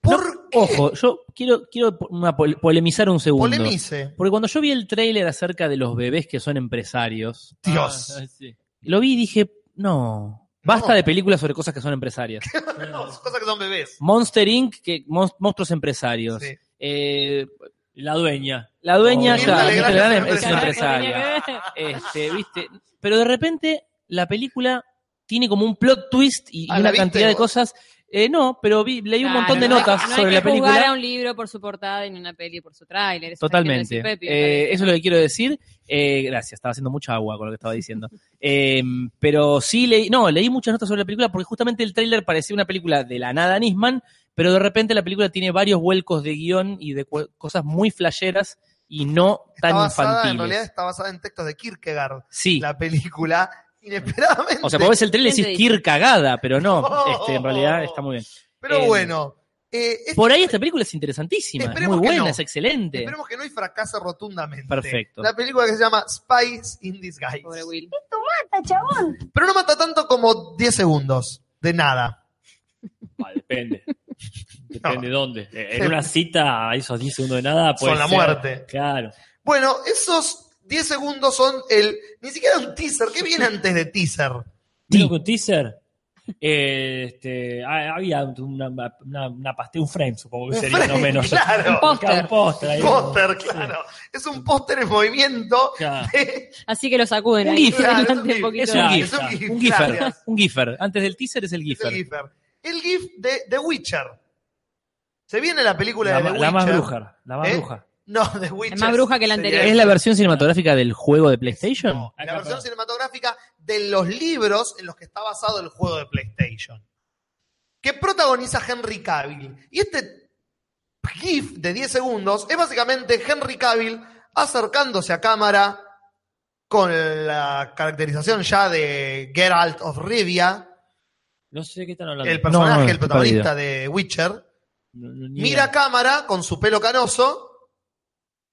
S1: ¿Por
S4: No,
S1: qué?
S4: Ojo, yo quiero, quiero po- una pol- polemizar un segundo.
S1: Polemice.
S4: Porque cuando yo vi el tráiler acerca de los bebés que son empresarios,
S1: Dios.
S2: Ah, sí.
S4: lo vi y dije, no, basta
S1: No.
S4: de películas sobre cosas que son empresarias.
S1: No, son cosas que son bebés.
S4: Monster Inc., que, mon- monstruos empresarios.
S1: Sí.
S4: Eh,
S2: La dueña.
S4: la dueña
S2: Oh,
S4: ya,
S2: Mirta
S4: Mirta
S1: Legrand
S4: Legrand
S1: es
S4: es, es
S1: empresaria.
S4: empresaria. Este, ¿viste? Pero de repente la película tiene como un plot twist y, y
S1: Ah, ¿la
S4: una
S1: viste
S4: cantidad de
S1: vos?
S4: cosas. Eh, no, pero vi, leí un
S3: Claro,
S4: montón de
S3: Ah, no hay que-
S4: notas
S3: no hay
S4: sobre
S3: que
S4: la película.
S3: juzgar a un libro por su portada y ni una peli por su tráiler. Eso es lo que
S4: Totalmente.
S3: decía Pepi, me
S4: Eh,
S3: parece.
S4: eso es lo que quiero decir. Eh, gracias, estaba haciendo mucha agua con lo que estaba diciendo. Eh, pero sí leí, no, leí muchas notas sobre la película porque justamente el tráiler parecía una película de la nada Nisman, pero de repente la película tiene varios vuelcos de guión y de cu- cosas muy flasheras y no
S1: Está
S4: tan
S1: basada, en realidad
S4: infantiles.
S1: está basada en textos de Kierkegaard,
S4: Sí.
S1: la película, inesperadamente.
S4: O sea, vos ves el tráiler y decís
S3: Gente
S4: Kir cagada, pero no,
S1: No.
S4: este, en realidad está muy bien.
S1: Pero
S4: eh,
S1: bueno, eh, es-
S4: Por ahí esta película es interesantísima, es
S1: Esperemos
S4: muy
S1: que
S4: buena,
S1: no.
S4: es excelente.
S1: esperemos que no y fracase rotundamente.
S4: Perfecto.
S1: La película que se llama Spies in Disguise.
S3: Pobre Will.
S9: chabón!
S1: Pero no mata tanto como 10 segundos de nada.
S2: Ah, depende. depende dónde. Eh, En una cita, a esos 10 segundos de nada, puede
S1: Son la
S2: ser.
S1: muerte.
S2: Claro.
S1: Bueno, esos 10 segundos son el. Ni siquiera un teaser. ¿Qué viene antes de teaser?
S2: Digo que un teaser. eh, este, ha- había una, una, una paste- un frame, supongo que sería, no menos.
S1: Claro.
S3: post- Póster.
S2: Un póster ahí.
S1: Un póster, claro. Es un póster en movimiento.
S2: Claro.
S3: Así que lo sacuden ahí.
S4: Gif,
S1: claro,
S3: adelante
S1: es un
S3: un
S1: gif,
S3: poquito.
S4: Es un
S2: Claro,
S4: gif,
S1: es un gif,
S4: un giffer,
S1: gracias.
S4: un giffer. Antes del teaser es el
S1: Es
S4: giffer.
S1: el GIF. El GIF de The Witcher. Se viene la película
S2: La,
S1: de The
S2: ma- la
S1: Witcher.
S2: más bruja. La más
S1: ¿Eh?
S2: bruja.
S1: No, The Witcher.
S3: más bruja que la
S1: sería-
S3: anterior.
S4: ¿Es la versión cinematográfica del juego de PlayStation?
S1: No, la
S2: Acá,
S1: versión
S2: perdón.
S1: cinematográfica de los libros en los que está basado el juego de PlayStation. Que protagoniza Henry Cavill. Y este GIF de 10 segundos es básicamente Henry Cavill acercándose a cámara con la caracterización ya de Geralt of Rivia,
S2: No sé de qué están hablando.
S1: el personaje,
S4: No, no,
S1: el
S4: estoy
S1: protagonista de Witcher,
S2: No- no- ni
S1: mira a
S2: idea.
S1: cámara con su pelo canoso,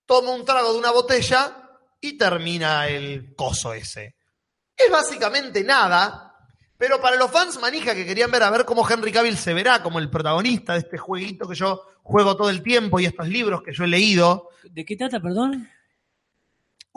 S1: toma un trago de una botella y termina el coso ese. Es básicamente nada, pero para los fans manija que querían ver a ver cómo Henry Cavill se verá como el protagonista de este jueguito que yo juego todo el tiempo y estos libros que yo he leído,
S2: ¿De qué trata, perdón?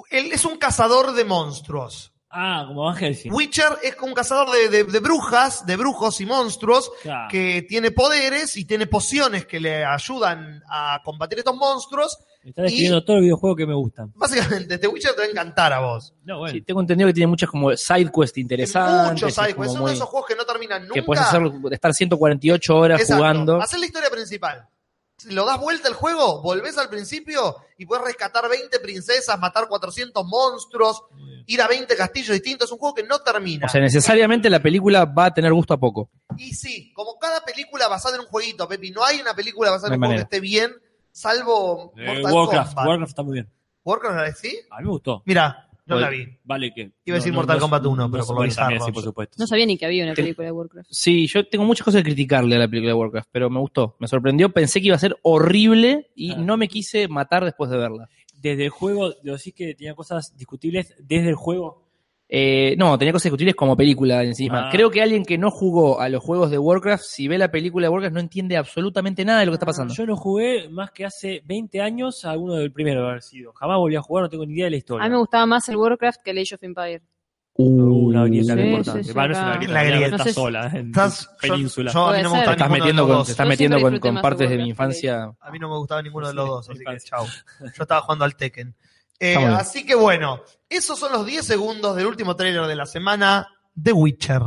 S1: él es un cazador de monstruos.
S2: Ah, como Van Helsing.
S1: Witcher es como un cazador de, de- de brujas, de brujos y monstruos
S2: Claro.
S1: que tiene poderes y tiene pociones que le ayudan a combatir estos monstruos
S2: Me están escribiendo todos los videojuegos que me gustan.
S1: Básicamente, The Witcher te va a encantar a vos.
S2: No,
S4: Sí, tengo entendido que tiene muchas como side quest interesantes.
S1: Muchos
S4: es
S1: sabes,
S4: como
S1: es uno
S4: muy-
S1: de esos juegos que no terminan nunca.
S4: que puedes hacer- estar 148 horas
S1: Exacto.
S4: jugando.
S1: Hacés la historia principal. Lo das vuelta al juego, volvés al principio y puedes rescatar 20 princesas, matar 400 monstruos, ir a 20 castillos distintos. Es un juego que no termina.
S4: O sea, necesariamente la película va a tener gusto a poco.
S1: y sí, como cada película basada en un jueguito, Pepi, no hay una película basada
S4: No
S1: en un
S4: hay
S1: juego que esté bien, salvo
S2: Eh,
S1: Mortal
S2: Warcraft.
S1: Kombat.
S2: Warcraft está muy bien.
S1: ¿Warcraft? ¿Sí?
S2: A mí me gustó.
S1: Mira, no
S4: Oye.
S1: la vi.
S2: Vale que.
S1: Iba a decir Mortal Kombat 1, pero
S2: se
S1: por lo
S2: puede también,
S1: bizarro.
S2: sí, por supuesto.
S3: No sabía ni que había una película de Warcraft.
S4: Sí, yo tengo muchas cosas que criticarle a la película de Warcraft, pero me gustó, me sorprendió, pensé que iba a ser horrible y
S2: Ah.
S4: no me quise matar después de verla.
S2: desde el juego, decís que tenía cosas discutibles desde el juego.
S4: Eh, no, tenía cosas discutibles como película en sí misma.
S2: Ah.
S4: Creo que alguien que no jugó a los juegos de Warcraft, si ve la película de Warcraft, no entiende absolutamente nada de lo que está pasando.
S2: Yo no jugué más que hace 20 años a uno del primero de haber sido. Jamás volví a jugar, no tengo ni idea de la historia.
S3: A mí me gustaba más el Warcraft que el Age of Empires.
S2: Uh, una grieta
S3: Sí,
S2: importante.
S3: sí, sí,
S2: Va, no es una
S3: acá.
S2: grieta,
S1: La
S2: la
S1: grieta.
S2: grieta
S3: No sé si-
S2: sola ¿eh? en
S1: Estás,
S2: tu
S1: yo,
S2: península.
S1: yo a mí no me
S3: Puede
S1: gustaba
S4: Te
S1: ninguno
S4: estás
S1: de
S4: metiendo
S1: los
S4: con,
S1: dos.
S4: te estás
S3: Yo
S4: metiendo
S3: siempre
S4: con, con
S3: disfruté más
S4: partes de
S3: de
S4: mi infancia.
S1: A mí no me gustaba ninguno de los dos, así que
S2: Infancia.
S1: chau. Yo estaba jugando al Tekken. Eh,
S4: Está muy bien.
S1: así que bueno, esos son los 10 segundos del último tráiler de la semana de Witcher.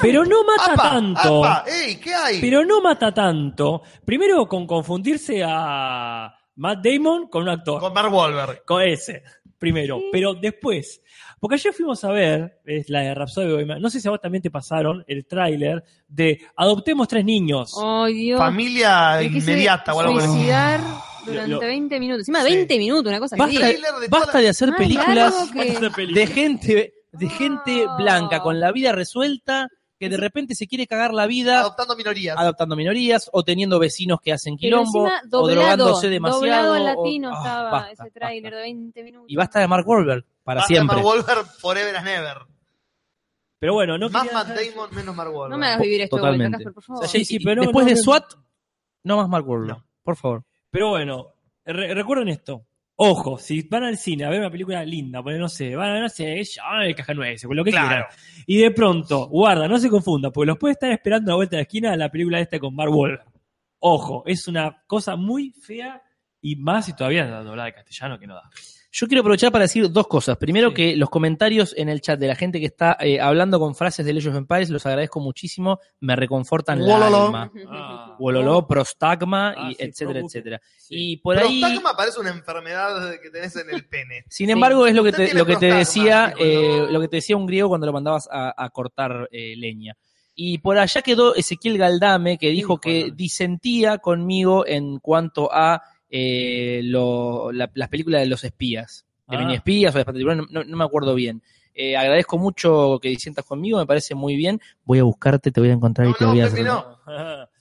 S2: Pero no mata
S1: ¡Apa!
S2: tanto.
S1: ¡Apa! ¡Ey! ¿Qué hay?
S2: Pero no mata tanto. Primero con confundirse a Matt Damon con un actor.
S1: Con Mark Wahlberg.
S2: Con ese, primero. Pero después. Porque ayer fuimos a ver, es la de Rhapsody Bohemian, No sé si a vos también te pasaron el tráiler de Adoptemos tres niños.
S3: Oh, Dios.
S1: Familia
S3: Me quise
S1: inmediata o algo así.
S3: Suicidar
S2: Lo-
S3: durante
S2: lo-
S3: 20 minutos. Encima,
S1: Sí.
S3: 20 minutos, una cosa así.
S4: Basta,
S1: tráiler de toda
S4: basta
S1: la-
S4: de hacer
S3: Ah,
S4: películas
S3: largo que- Ah.
S4: de gente, de gente
S3: No.
S4: blanca con la vida resuelta que de repente se quiere cagar la vida
S1: Adoptando minorías.
S4: adoptando minorías o teniendo vecinos que hacen
S3: Pero
S4: quilombo
S3: encima,
S4: o
S3: doblado,
S4: drogándose demasiado.
S3: doblado en
S4: o-
S3: latino
S4: Ah,
S3: estaba
S4: basta,
S3: ese tráiler de 20 minutos.
S4: basta. Y basta de Mark Wahlberg para
S1: Basta
S4: siempre.
S1: Mark Wahlberg forever and ever.
S2: Pero bueno, no
S1: Más
S2: quería-
S1: Matt Damon, menos Mark Wahlberg.
S3: No me hagas vivir esto de
S4: Totalmente.
S3: vuelta, Casper, por favor.
S4: O sea,
S2: Sí,
S4: y-
S2: sí,
S4: y
S2: pero no-
S4: después
S2: no-
S4: de
S2: no-
S4: SWAT, no más Mark Wahlberg,
S1: No.
S4: por favor.
S2: Pero bueno, re- recuerden esto. Ojo, si van al cine a ver una película linda, porque no sé, van a no sé, Shaun el caja 9, lo que quieran. Y de pronto, guarda, no se confunda, porque los puede estar esperando a la vuelta de la esquina la película esta con Mark Wahlberg. Ojo, es una cosa muy fea y más si todavía no doblada de castellano que no da.
S4: Yo quiero aprovechar para decir dos cosas. Primero,
S2: Sí.
S4: que los comentarios en el chat de la gente que está eh, hablando con frases de Legends of Empires los agradezco muchísimo, me reconfortan la
S1: Wololo.
S4: alma.
S2: Ah.
S4: Wololo, prostagma,
S2: Ah,
S4: y
S2: sí,
S4: etcétera,
S2: probuque.
S4: etcétera.
S2: Sí.
S4: Y por ahí.
S1: Prostagma parece una enfermedad que tenés en el pene.
S4: Sin embargo, es lo que
S1: Usted
S4: te,
S1: tiene
S4: lo que te
S1: prostagma,
S4: decía,
S1: Nicolás.
S4: eh, lo que te decía un griego cuando lo mandabas a, a cortar eh, leña. Y por allá quedó Ezequiel Galdame, que dijo
S2: dijo
S4: que
S2: Galdame?
S4: disentía conmigo en cuanto a eh, lo- la- las películas de los espías, de
S2: Ah.
S4: mini espías o de Espantatribunal, no, no me acuerdo bien. Eh, agradezco mucho que disientas conmigo, me parece muy bien. Voy a buscarte, te voy a encontrar y
S1: No,
S4: te
S1: no,
S4: voy a hacer.
S1: Pepe, no.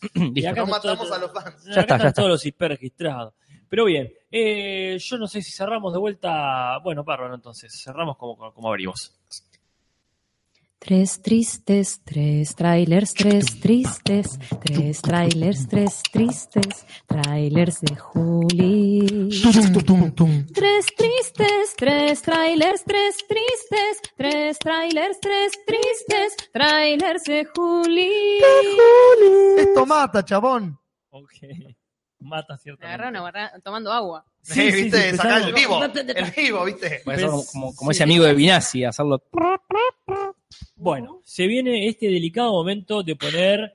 S4: Listo.
S2: Y acá
S1: No
S2: está todo-
S1: matamos a los fans.
S4: Ya está,
S2: Acá
S4: ya
S2: están
S4: está.
S2: todos los hiper registrados. Pero bien, eh, yo no sé si cerramos de vuelta. Bueno, bárbaro, entonces. Cerramos como, como abrimos.
S5: Tres tristes, tres trailers, tres tristes, tres trailers, tres tristes, trailers de Juli. Tres tristes, tres trailers, tres tristes, tres trailers, tres tristes, trailers de Juli.
S1: Esto mata, chabón.
S2: Ok. Mata cierto.
S3: Me agarraron agarra- tomando agua.
S1: Sí, Eh, viste, sacá el vivo.
S3: No, no, no, no.
S1: El vivo, viste.
S4: Voy a hacer como, como- como
S2: Sí.
S4: ese amigo de Vinassi, hacerlo.
S2: Bueno, se viene este delicado momento de poner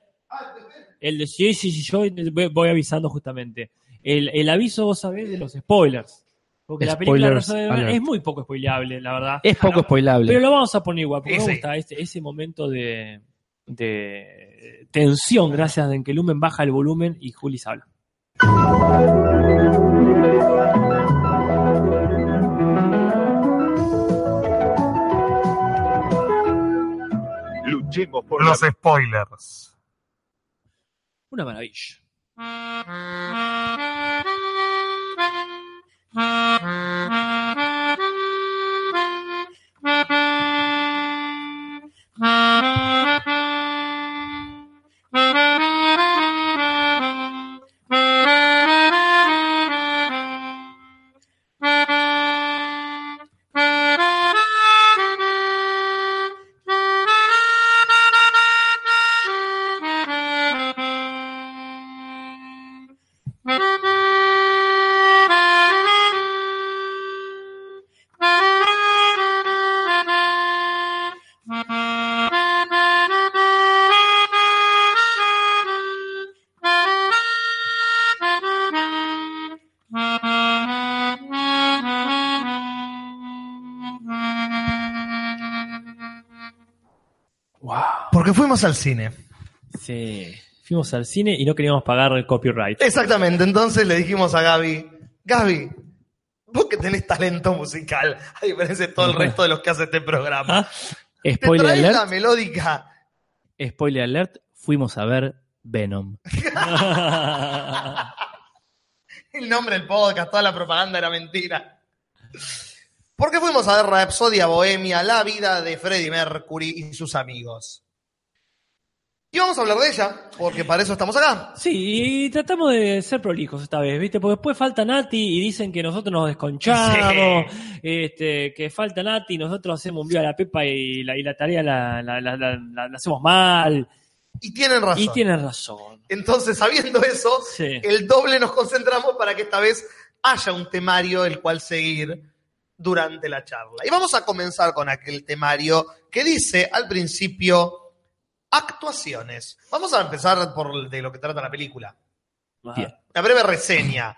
S2: el de sí, sí, sí, yo voy- voy avisando justamente. El, el aviso, vos sabés, de los spoilers. Porque la película
S4: Spoilers
S2: Rosa de
S4: alert.
S2: Verano es muy poco spoileable, la verdad.
S4: Es poco spoilable.
S2: Pero lo vamos a poner igual, porque
S1: Sí,
S2: me
S1: sí.
S2: gusta ese, ese momento de, de tensión, gracias a que Lumen baja el volumen y Juli se habla.
S12: Luchemos por
S1: Los spoilers.
S2: Una maravilla.
S1: Porque fuimos al cine.
S2: Sí. Fuimos al cine y no queríamos pagar el copyright.
S1: Exactamente, entonces le dijimos a Gaby, Gaby, vos que tenés talento musical, a diferencia de todo el resto de los que hace este programa, te
S4: Spoiler
S1: traes
S4: alert.
S1: la melódica.
S4: spoiler alert, fuimos a ver Venom.
S1: El nombre del podcast, toda la propaganda era mentira. ¿Por qué fuimos a ver Rapsodia Bohemia, la vida de Freddie Mercury y sus amigos? Y vamos a hablar de ella, porque para eso estamos acá.
S2: Sí, y tratamos de ser prolijos esta vez, ¿viste? Porque después falta Nati y dicen que nosotros nos desconchamos, este, que falta Nati y nosotros hacemos un vivo a la pepa y la, y la tarea la, la- la- la- la- la hacemos mal.
S1: Y tienen razón.
S2: Y tienen razón.
S1: Entonces, sabiendo eso,
S2: Sí.
S1: el doble nos concentramos para que esta vez haya un temario el cual seguir durante la charla. Y vamos a comenzar con aquel temario que dice al principio actuaciones. Vamos a empezar por de lo que trata la película.
S4: Bien.
S1: La breve reseña.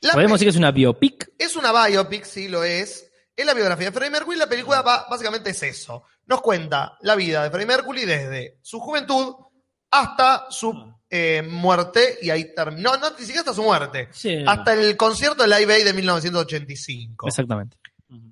S1: La
S4: Podemos decir que es una biopic.
S1: es una biopic, sí lo es. Es la biografía de Freddie Mercury. La película va- básicamente es eso. Nos cuenta la vida de Freddie Mercury desde su juventud hasta su
S4: Ah.
S1: eh, muerte. Y ahí terminó. No, ni siquiera hasta su muerte.
S2: Sí.
S1: Hasta el concierto de Live Aid de 1985.
S4: Exactamente.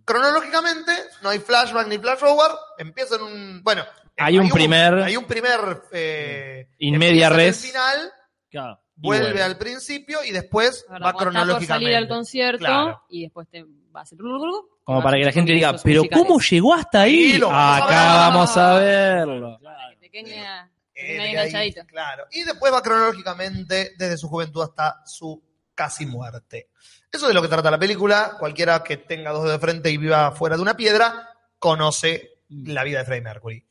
S1: Cronológicamente, no hay flashback ni flash forward. Empieza en un. Bueno.
S4: Hay un primer-
S1: Hay un primer. eh,
S4: In
S1: empieza
S4: media
S1: en el
S4: res.
S1: final,
S2: Claro.
S1: vuelve
S4: vuelve.
S1: al principio y después va
S3: Ahora, cuando estás por
S1: cronológicamente.
S3: salir al concierto
S1: Claro.
S3: y después te vas a Como
S4: Como para que la gente diga, pero ¿cómo llegó hasta ahí?
S1: Sí, lo vamos a
S4: Acá
S1: ver.
S4: vamos a verlo.
S3: Pequeña.
S1: Eh,
S3: Medio
S1: de ahí,
S3: enganchadito.
S1: claro. Y después va cronológicamente desde su juventud hasta su casi muerte. Eso de lo que trata la película. Cualquiera que tenga dos de frente y viva fuera de una piedra conoce la vida de Freddie Mercury.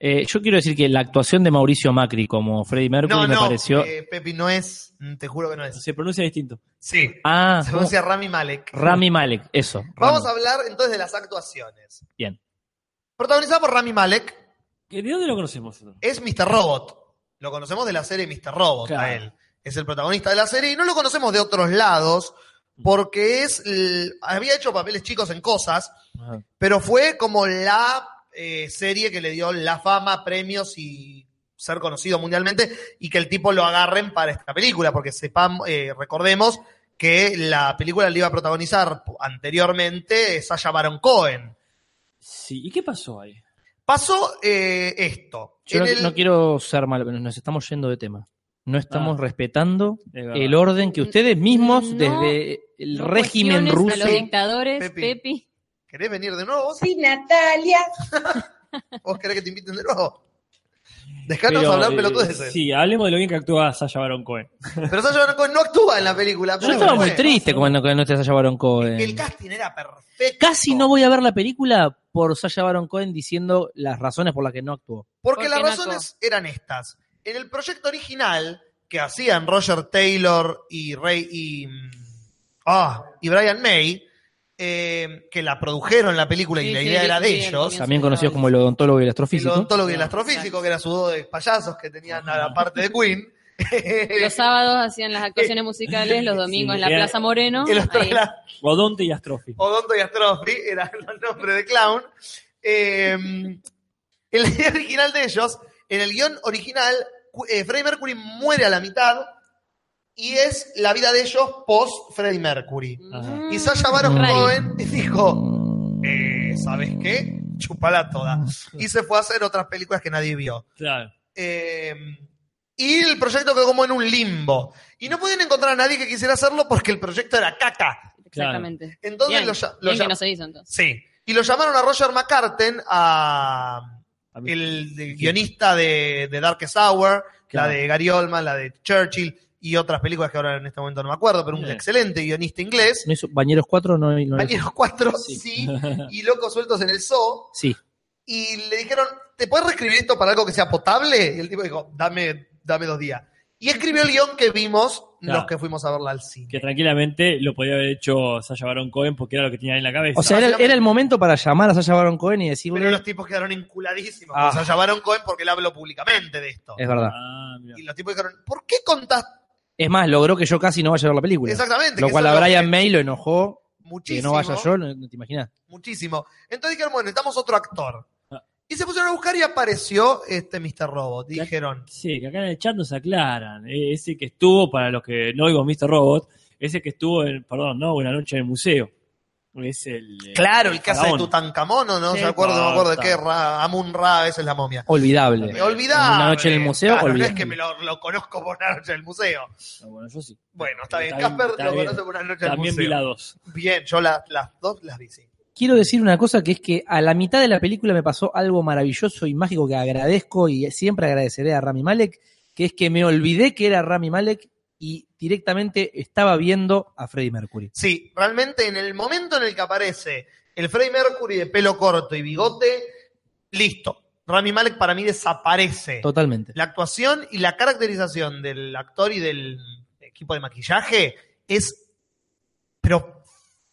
S4: Eh, yo quiero decir que la actuación de Mauricio Macri como Freddie Mercury
S1: No,
S4: me
S1: no,
S4: pareció.
S1: eh, Pepi no es, mm, te juro que no es.
S2: Se pronuncia distinto.
S1: Sí,
S4: ah,
S1: se
S4: ¿cómo?
S1: pronuncia Rami Malek.
S4: Rami Malek, eso.
S1: Vamos a
S4: Rami.
S1: hablar entonces de las actuaciones.
S4: Bien.
S1: Protagonizada por Rami Malek,
S2: ¿Que ¿De dónde lo conocemos? nosotros?
S1: es Mr. Robot. Lo conocemos de la serie Mr. Robot
S2: Claro.
S1: a él. Es el protagonista de la serie y no lo conocemos de otros lados porque es l- había hecho papeles chicos en cosas,
S4: Ajá.
S1: pero fue como la eh, serie que le dio la fama, premios y ser conocido mundialmente y que el tipo lo agarren para esta película porque sepamos, eh, recordemos que la película la iba a protagonizar anteriormente Sasha Baron Cohen.
S2: Sí. ¿Y qué pasó ahí?
S1: Pasó eh, esto.
S4: Yo no,
S1: En el-
S4: no quiero ser malo, pero nos estamos yendo de tema. No estamos
S2: Ah.
S4: respetando
S2: Es verdad.
S4: el orden que ustedes mismos,
S3: No,
S4: desde el
S3: No
S4: régimen
S3: cuestiones A
S4: ruso.
S3: los dictadores,
S1: Pepi.
S3: Pepi.
S1: ¿Querés venir de nuevo vos?
S6: Sí, Natalia.
S1: ¿Vos querés que te inviten de nuevo?
S2: Pero,
S1: Dejanos hablar
S2: eh,
S1: pelotudeces.
S2: Sí, hablemos de lo bien que actúa Sasha Baron Cohen.
S1: Pero Sasha Baron Cohen no actúa en la película.
S4: Yo
S1: pero
S4: estaba muy
S1: fue.
S4: triste cuando, cuando Sasha Baron Cohen.
S1: El casting era perfecto.
S4: Casi no voy a ver la película por Sasha Baron Cohen diciendo las razones por las que no actuó.
S1: Porque
S3: ¿Por
S1: las
S3: qué no
S1: razones eran estas. En el proyecto original que hacían Roger Taylor y Ray y, mm, ah, y Brian May, eh, que la produjeron la película y
S3: Sí,
S1: la
S3: sí,
S1: idea era de
S3: sí, sí,
S1: ellos,
S3: entiendo.
S4: También conocido como el odontólogo y el
S1: el
S4: astrofísico.
S1: odontólogo y el astrofísico, que era su dúo de payasos que tenían a la parte de Queen.
S3: Los sábados hacían las actuaciones musicales, los domingos en la
S2: Sí,
S3: Plaza Moreno.
S1: El otro
S3: ahí.
S1: era-
S2: Odonte y Astrofi.
S1: Odonto y Astrofi, era el nombre de clown. Eh, el idea original de ellos, en el guión original, cu- eh, Freddie Mercury muere a la mitad y es la vida de ellos post Freddie Mercury.
S3: Mm.
S2: Ajá.
S1: Y Sasha Baron
S3: Ray.
S1: Cohen dijo, eh, ¿sabes qué? Chupala toda. Y se fue a hacer otras películas que nadie vio.
S2: Claro.
S1: Eh, y el proyecto quedó como en un limbo. Y no podían encontrar a nadie que quisiera hacerlo porque el proyecto era caca.
S3: Exactamente.
S1: Entonces
S3: Bien,
S1: lo, lla- lo
S3: bien que
S1: llam-
S3: no se hizo entonces.
S1: Sí. Y lo llamaron a Roger McCarten, a el, el guionista de, de Darkest Hour,
S4: Claro.
S1: la de Gary Oldman, la de Churchill y otras películas que ahora en este momento no me acuerdo, pero un
S2: Sí.
S1: excelente guionista inglés.
S4: ¿No hizo Bañeros 4 no, no
S1: Años cuatro, sí. y locos sueltos en el zoo.
S4: Sí.
S1: Y le dijeron, ¿te puedes reescribir esto para algo que sea potable? Y el tipo dijo, dame, dame dos días. Y escribió el guión que vimos
S2: Claro.
S1: los que fuimos a verla al cine.
S2: Que tranquilamente lo podía haber hecho Sasha Baron Cohen porque era lo que tenía en la cabeza.
S4: O sea, era, era el momento para llamar a Sasha Baron Cohen y
S1: Pero
S4: decirle.
S1: los tipos quedaron enculadísimos.
S4: Ah.
S1: O sea, llamaron Cohen porque él habló públicamente de esto.
S4: Es verdad.
S2: Ah, mira.
S1: Y los tipos dijeron, ¿por qué contás
S4: Es más, logró que yo casi no vaya a ver la película.
S1: exactamente?
S4: Lo
S1: que
S4: cual
S1: eso
S4: a
S1: es lo
S4: Brian
S1: que-
S4: May lo enojó. Que
S1: Muchísimo.
S4: no vaya yo, no, no te imaginas.
S1: Muchísimo. Entonces dijeron, bueno, necesitamos otro actor.
S4: Ah.
S1: Y se pusieron a buscar y apareció este Mr. Robot.
S2: Ya-
S1: Dijeron,
S2: Sí, que acá en el chat nos aclaran. Eh, Ese que estuvo, para los que no oigo Mr. Robot, ese que estuvo en, perdón, no, Buena Noche en el Museo. Es el. eh,
S1: Claro, el que hace de
S2: faraón.
S1: Tutankamón, ¿o no?
S2: Sí.
S1: ¿Se acuerda? No me acuerdo de
S2: Ah,
S1: qué. Ra, Amun Ra, esa es la momia.
S4: Olvidable.
S1: Me olvidaba. eh,
S4: Una noche Eh, en el museo,
S1: Claro, no
S4: olvidable.
S1: es que me lo, lo conozco por una noche en el museo.
S2: Ah, Bueno, yo sí.
S1: Bueno, está bien.
S2: Está bien,
S1: Casper
S2: está
S1: lo
S2: bien.
S1: conoce por una noche en el
S2: También
S1: museo.
S2: vi la dos.
S1: Bien, yo la- las dos las vi, sí.
S4: Quiero decir una cosa que es que a la mitad de la película me pasó algo maravilloso y mágico que agradezco y siempre agradeceré a Rami Malek, que es que me olvidé que era Rami Malek y directamente estaba viendo a Freddie Mercury.
S1: Sí, realmente en el momento en el que aparece el Freddie Mercury de pelo corto y bigote, listo. Rami Malek para mí desaparece.
S4: Totalmente.
S1: La actuación y la caracterización del actor y del equipo de maquillaje es, pero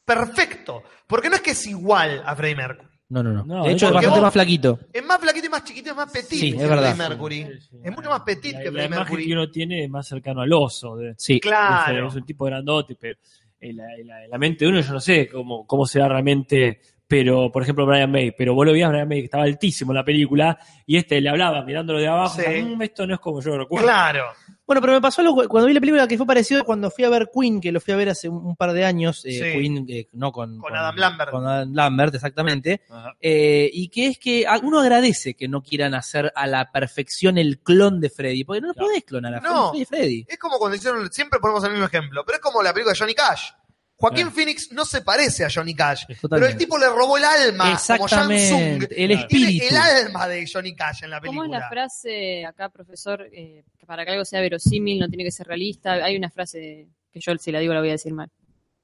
S1: perfecto. Porque no es que es igual a Freddie Mercury.
S4: No, no, no.
S2: No,
S4: de
S2: de
S4: hecho, es
S1: hecho,
S4: bastante
S1: vos-
S4: más flaquito.
S1: Es más flaquito y más chiquito, es más petit
S4: Sí,
S1: que
S4: es verdad.
S1: Freddie Mercury.
S2: Sí, sí.
S1: Es mucho más petit
S2: La,
S1: que
S2: la
S1: Freddie
S2: imagen
S1: Mercury.
S2: que uno tiene es más cercano al oso. de-
S4: Sí.
S1: Claclaro.
S2: Es un tipo grandote, pero en la, en la- en la mente de uno yo no sé cómo, cómo será realmente, pero por ejemplo Brian May, pero vos lo veías Brian May que estaba altísimo en la película y este le hablaba mirándolo de abajo,
S1: Sí.
S2: decía, "Mm, esto no es como yo lo recuerdo.
S1: Claro.
S4: Bueno, pero me pasó algo cu- cuando vi la película que fue parecido cuando fui a ver Queen, que lo fui a ver hace un, un par de años. eh,
S1: Sí.
S4: Queen, eh, no con,
S1: Con Adam Lambert.
S4: Con Adam Lambert, exactamente.
S2: Ajá.
S4: Eh, y que es que a- uno agradece que no quieran hacer a la perfección el clon de Freddy, porque no lo
S2: Claro.
S4: podés clonar a
S1: No.
S4: Freddy. Freddy.
S1: Es como cuando hicieron, siempre ponemos el mismo ejemplo, pero es como la película de Johnny Cash. Joaquín
S2: Claro.
S1: Phoenix no se parece a Johnny Cash, pero el
S4: Eh. Totalmente.
S1: tipo le robó el alma, como Samsung.
S4: Exactamente, el
S2: Claro.
S4: espíritu.
S1: Tiene el alma de Johnny Cash en la
S3: ¿Cómo
S1: película.
S3: es la frase acá, profesor? eh, que para que algo sea verosímil, no tiene que ser realista. Hay una frase que yo, si la digo, la voy a decir mal.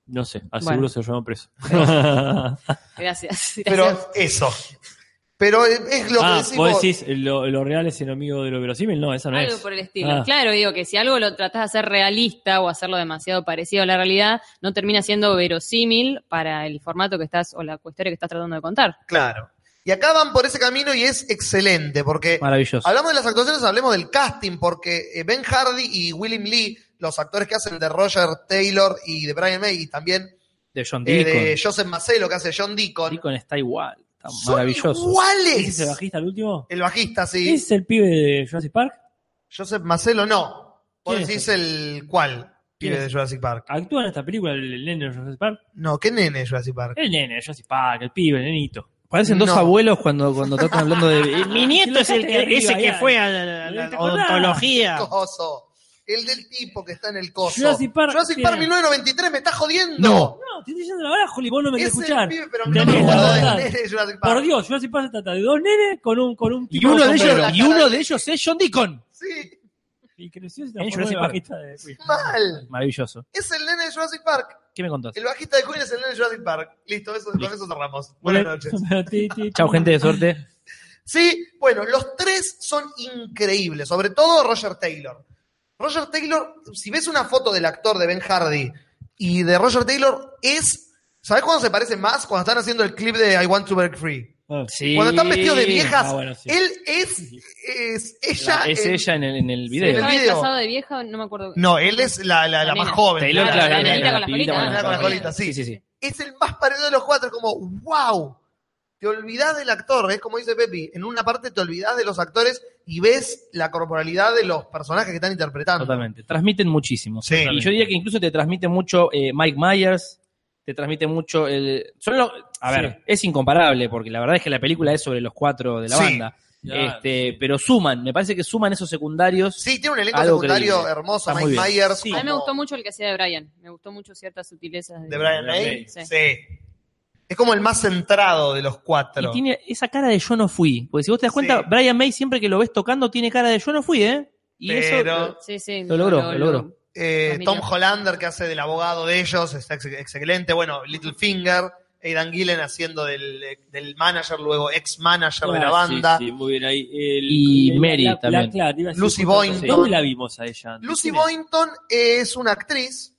S2: No sé, al
S3: Bueno.
S2: seguro se lo llevan preso.
S3: Gracias. gracias.
S1: Pero eso. Pero es lo
S2: ah,
S1: que decimos.
S2: vos decís, lo, lo real es enemigo de lo verosímil, no, esa no
S3: Algo
S2: es.
S3: por el estilo.
S2: Ah.
S3: Claro, digo que si algo lo tratás de hacer realista o hacerlo demasiado parecido a la realidad, no termina siendo verosímil para el formato que estás o la historia que estás tratando de contar.
S1: Claro. Y acá van por ese camino y es excelente, porque
S4: Maravilloso.
S1: hablamos de las actuaciones, hablemos del casting, porque eh, Ben Hardy y William Lee, los actores que hacen de Roger Taylor y de Brian May, y también
S4: De John
S1: eh,
S4: Deacon.
S1: de Joseph Macelo, que hace John Deacon,
S4: Deacon está igual. Está
S1: son
S2: ¿Ese
S4: maravilloso.
S2: es el
S1: iguales.
S2: bajista el último?
S1: El bajista, sí.
S2: ¿Ese es el pibe de Jurassic Park?
S1: Joseph Macelo, no. Vos
S2: ¿Quién es
S1: decís el cuál,
S2: ¿Quién
S1: pibe
S2: es?
S1: de Jurassic Park.
S2: ¿Actúa en esta película el, el nene de Jurassic Park?
S1: No, ¿qué nene es Jurassic Park?
S2: El nene de Jurassic Park, el pibe, el nenito.
S4: Parecen dos
S1: No.
S4: abuelos cuando, cuando tratan hablando de. eh, Mi nieto es el
S2: que- ese que fue
S4: a
S2: la odontología.
S1: Coso. El del tipo que está en el coso.
S2: Jurassic Park tiene-
S1: 1993, me está jodiendo.
S4: No.
S2: No, te estoy diciendo la verdad, Juli, vos no me
S1: Es
S2: querés
S1: el
S2: escuchar.
S1: pibe, pero
S2: Tenés
S1: no me
S2: la
S1: acuerdo del
S2: verdad.
S1: nene de Jurassic Park.
S2: Por Dios, Jurassic Park se trata de dos nenes con un, con un
S4: Y uno, de
S2: con
S4: ellos,
S1: sombrero.
S4: y uno de ellos es John Deacon.
S1: Sí,
S2: Y creció y se
S4: En
S2: transformó en
S4: Jurassic
S2: el
S4: Park.
S2: bajista de Queen.
S1: mal.
S4: Maravilloso.
S1: Es el nene de Jurassic Park.
S4: ¿Qué me contás?
S1: El bajista de Queen es el nene de Jurassic Park. Listo, eso, con eso cerramos. Buenas noches.
S2: Ti, ti, ti.
S4: Chao, gente de suerte.
S1: Sí, bueno, los tres son increíbles, sobre todo Roger Taylor. Roger Taylor, si ves una foto del actor de Ben Hardy y de Roger Taylor, es. ¿Sabes cuándo se parece más? Cuando están haciendo el clip de I Want to Break Free.
S2: Ah,
S4: Sí.
S1: Cuando están vestidos de viejas,
S2: Ah, bueno, sí.
S1: él es, es ella.
S4: es
S1: en-
S4: ella en el, en el video.
S3: ¿Estaba
S1: el video.
S3: disfrazado de vieja? No me acuerdo.
S1: No, él es la, la, la
S3: La
S1: más
S3: nena.
S1: joven.
S4: Taylor,
S1: la-
S4: claro,
S1: la-
S3: la
S1: la-
S3: nenita
S4: la
S3: con la
S4: pibita
S3: colita.
S4: con la
S1: La con la
S4: colita.
S1: colita, sí.
S4: Sí, sí, sí.
S1: Es el más parecido de los cuatro, es como, wow. Te olvidás del actor, es como dice Pepi, en una parte te olvidás de los actores y ves la corporalidad de los personajes que están interpretando.
S4: Totalmente. Transmiten muchísimo.
S1: Sí.
S4: Y yo diría que incluso te transmite mucho eh, Mike Myers, te transmite mucho el. son los- a ver,
S2: Sí.
S4: es incomparable, porque la verdad es que la película es sobre los cuatro de la
S1: Sí.
S4: banda.
S2: Claro,
S4: este,
S2: sí.
S4: Pero suman, me parece que suman esos secundarios.
S1: Sí, tiene un elenco
S4: Algo
S1: secundario
S4: creíble.
S1: hermoso,
S4: Está muy
S1: Mike
S4: bien.
S1: Myers.
S2: Sí.
S3: A mí me
S1: como-
S3: gustó mucho el que hacía de Brian. Me gustó mucho ciertas sutilezas
S1: De Brian
S2: Brian
S1: May.
S2: May.
S1: Sí.
S3: Sí.
S1: Es como el más centrado de los cuatro.
S4: Y tiene esa cara de yo no fui. Porque si vos te das cuenta,
S1: Sí.
S4: Brian May siempre que lo ves tocando tiene cara de yo no fui, ¿eh? Y
S1: Pero-
S4: eso.
S3: Sí, sí.
S4: Lo logró, lo logró.
S1: Eh,
S3: Familia.
S1: Tom Hollander, que hace del abogado de ellos, está ex- excelente. Bueno, Littlefinger. Aidan Gillen haciendo del, del manager, luego ex-manager de la
S2: Ah,
S1: banda.
S2: sí, sí, muy bien ahí. El-
S4: Y
S2: el-
S4: Mary
S2: la-
S4: también.
S2: la- claro, iba a decir
S1: Lucy
S2: justo-
S1: Boynton.
S2: ¿Dónde la vimos a ella? antes?
S1: Lucy
S2: ¿Quién es?
S1: Boynton es una actriz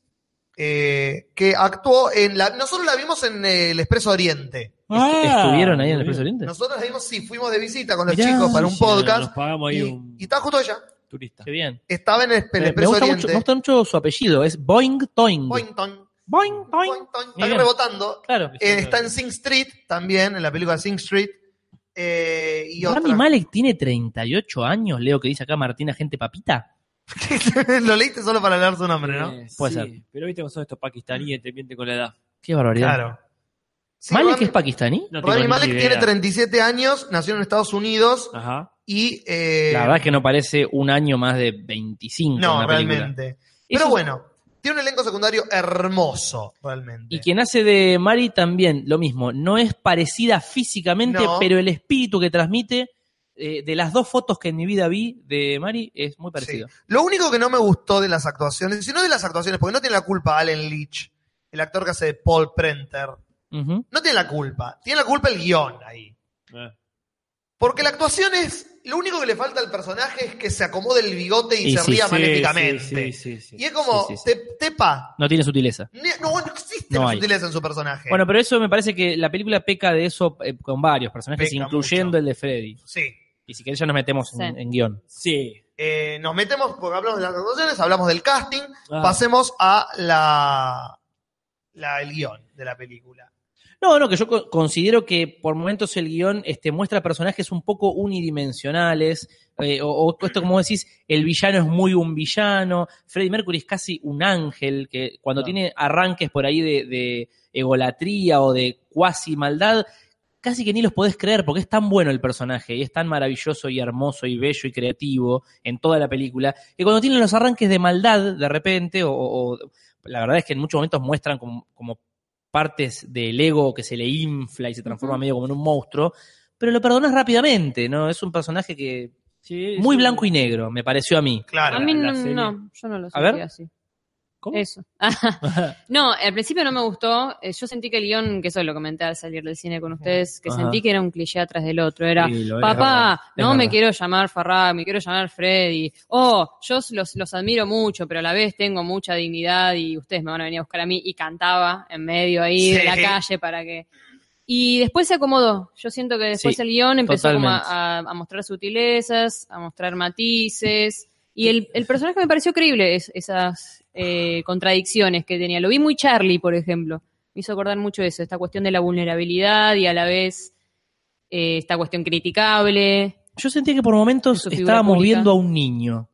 S1: eh, que actuó en la. Nosotros la vimos en eh, El Expreso Oriente.
S2: Ah,
S4: ¿Estuvieron ahí
S2: muy
S4: en el
S2: bien.
S4: Expreso Oriente?
S1: Nosotros la vimos, sí, fuimos de visita con los
S4: Mirá,
S1: chicos para
S2: Sí,
S1: un
S2: sí,
S1: podcast.
S2: Nos pagamos ahí
S1: y,
S2: un
S1: y estaba justo ella.
S2: turista.
S4: Qué bien.
S1: Estaba en el, el
S4: Eh, me, me
S1: Expreso
S4: gusta
S1: Oriente.
S4: mucho, me gusta mucho su apellido, es Boing Toing.
S1: Boynton.
S4: Boing Toing.
S1: Boynton. Está
S4: Mirá.
S1: rebotando.
S4: Claro.
S1: Eh, está en Sing Street también, en la película Sing Street. Eh, y otra.
S4: Rami Malek tiene 38 años, leo que dice acá Martina Gente Papita.
S1: Lo leíste solo para leer su nombre, ¿no?
S2: Eh,
S4: Puede
S2: sí,
S4: ser.
S2: Pero viste cómo son estos pakistaníes, te mienten con la edad.
S4: Qué barbaridad.
S1: Claro. Sí,
S4: ¿Malik
S1: Rami-
S4: es pakistaní?
S2: No tengo
S1: Rami
S2: ni
S1: Malek
S2: idea.
S1: tiene 37 años, nació en Estados Unidos
S2: Ajá.
S1: y... eh,
S4: Ah. La verdad es que no parece un año más de 25. en
S1: No,
S4: la película.
S1: realmente.
S4: Eso-
S1: Pero bueno, tiene un elenco secundario hermoso, realmente.
S4: Y quien hace de Mari también, lo mismo. No es parecida físicamente,
S1: No.
S4: pero el espíritu que transmite, eh, de las dos fotos que en mi vida vi de Mari, es muy parecido.
S1: Sí. Lo único que no me gustó de las actuaciones, sino de las actuaciones, porque no tiene la culpa Allen Leach, el actor que hace de Paul Prenter.
S4: Ujú.
S1: No tiene la culpa. Tiene la culpa el guión ahí.
S2: Eh.
S1: Porque la actuación es. Lo único que le falta al personaje es que se acomode el bigote y,
S4: Y
S1: se
S4: sí,
S1: ría
S2: Sí,
S1: maléficamente.
S2: sí, sí, sí, sí.
S1: Y es como,
S4: Sí, sí, sí.
S1: te- tepa.
S4: No tiene sutileza.
S1: ne- No, no existe
S4: No
S1: la
S4: hay.
S1: sutileza en su personaje.
S4: Bueno, pero eso me parece que la película peca de eso eh, con varios personajes,
S1: Peca
S4: incluyendo
S1: mucho.
S4: el de Freddy.
S1: sí.
S4: Y si querés ya nos metemos en,
S3: Sí.
S4: en guión.
S2: Sí.
S1: Eh, nos metemos, porque hablamos de las actuaciones, hablamos del casting,
S2: Ah.
S1: pasemos a la, la el guión de la película.
S4: No, no, que yo co- considero que por momentos el guión este, muestra personajes un poco unidimensionales, eh, o, o esto como decís, el villano es muy un villano, Freddie Mercury es casi un ángel, que cuando
S2: Claro.
S4: tiene arranques por ahí de, de egolatría o de cuasi maldad, casi que ni los podés creer porque es tan bueno el personaje y es tan maravilloso y hermoso y bello y creativo en toda la película, que cuando tienen los arranques de maldad de repente, o, o- o- la verdad es que en muchos momentos muestran como, como partes del ego que se le infla y se transforma medio como en un monstruo, pero lo perdonas rápidamente, ¿no? Es un personaje que muy blanco y negro, me pareció a mí.
S1: Claro.
S3: A mí
S2: la
S3: no,
S2: serie.
S3: no, yo no lo
S4: A ver.
S3: sentí así.
S2: ¿Cómo?
S3: Eso. no, al principio no me gustó. Eh, Yo sentí que el guión, que eso lo comenté al salir del cine con ustedes, que
S4: Ajá.
S3: sentí que era un cliché atrás del otro. Era,
S4: Sí, lo es,
S3: papá,
S4: es
S3: no me
S4: verdad.
S3: quiero llamar Farrah, me quiero llamar Freddy. Oh, yo los, los admiro mucho, pero a la vez tengo mucha dignidad y ustedes me van a venir a buscar a mí. Y cantaba en medio ahí de
S1: Sí.
S3: la calle para que... Y después se acomodó. Yo siento que después
S4: Sí,
S3: el guión empezó como
S4: totalmente.
S3: a, a- a mostrar sutilezas, a mostrar matices. Y el, el personaje me pareció creíble es- esas eh, contradicciones que tenía. Lo vi muy Charlie, por ejemplo. Me hizo acordar mucho eso, esta cuestión de la vulnerabilidad y a la vez eh, esta cuestión criticable.
S4: Yo sentía que por momentos
S3: Su figura
S4: estábamos
S3: pública.
S4: viendo a un niño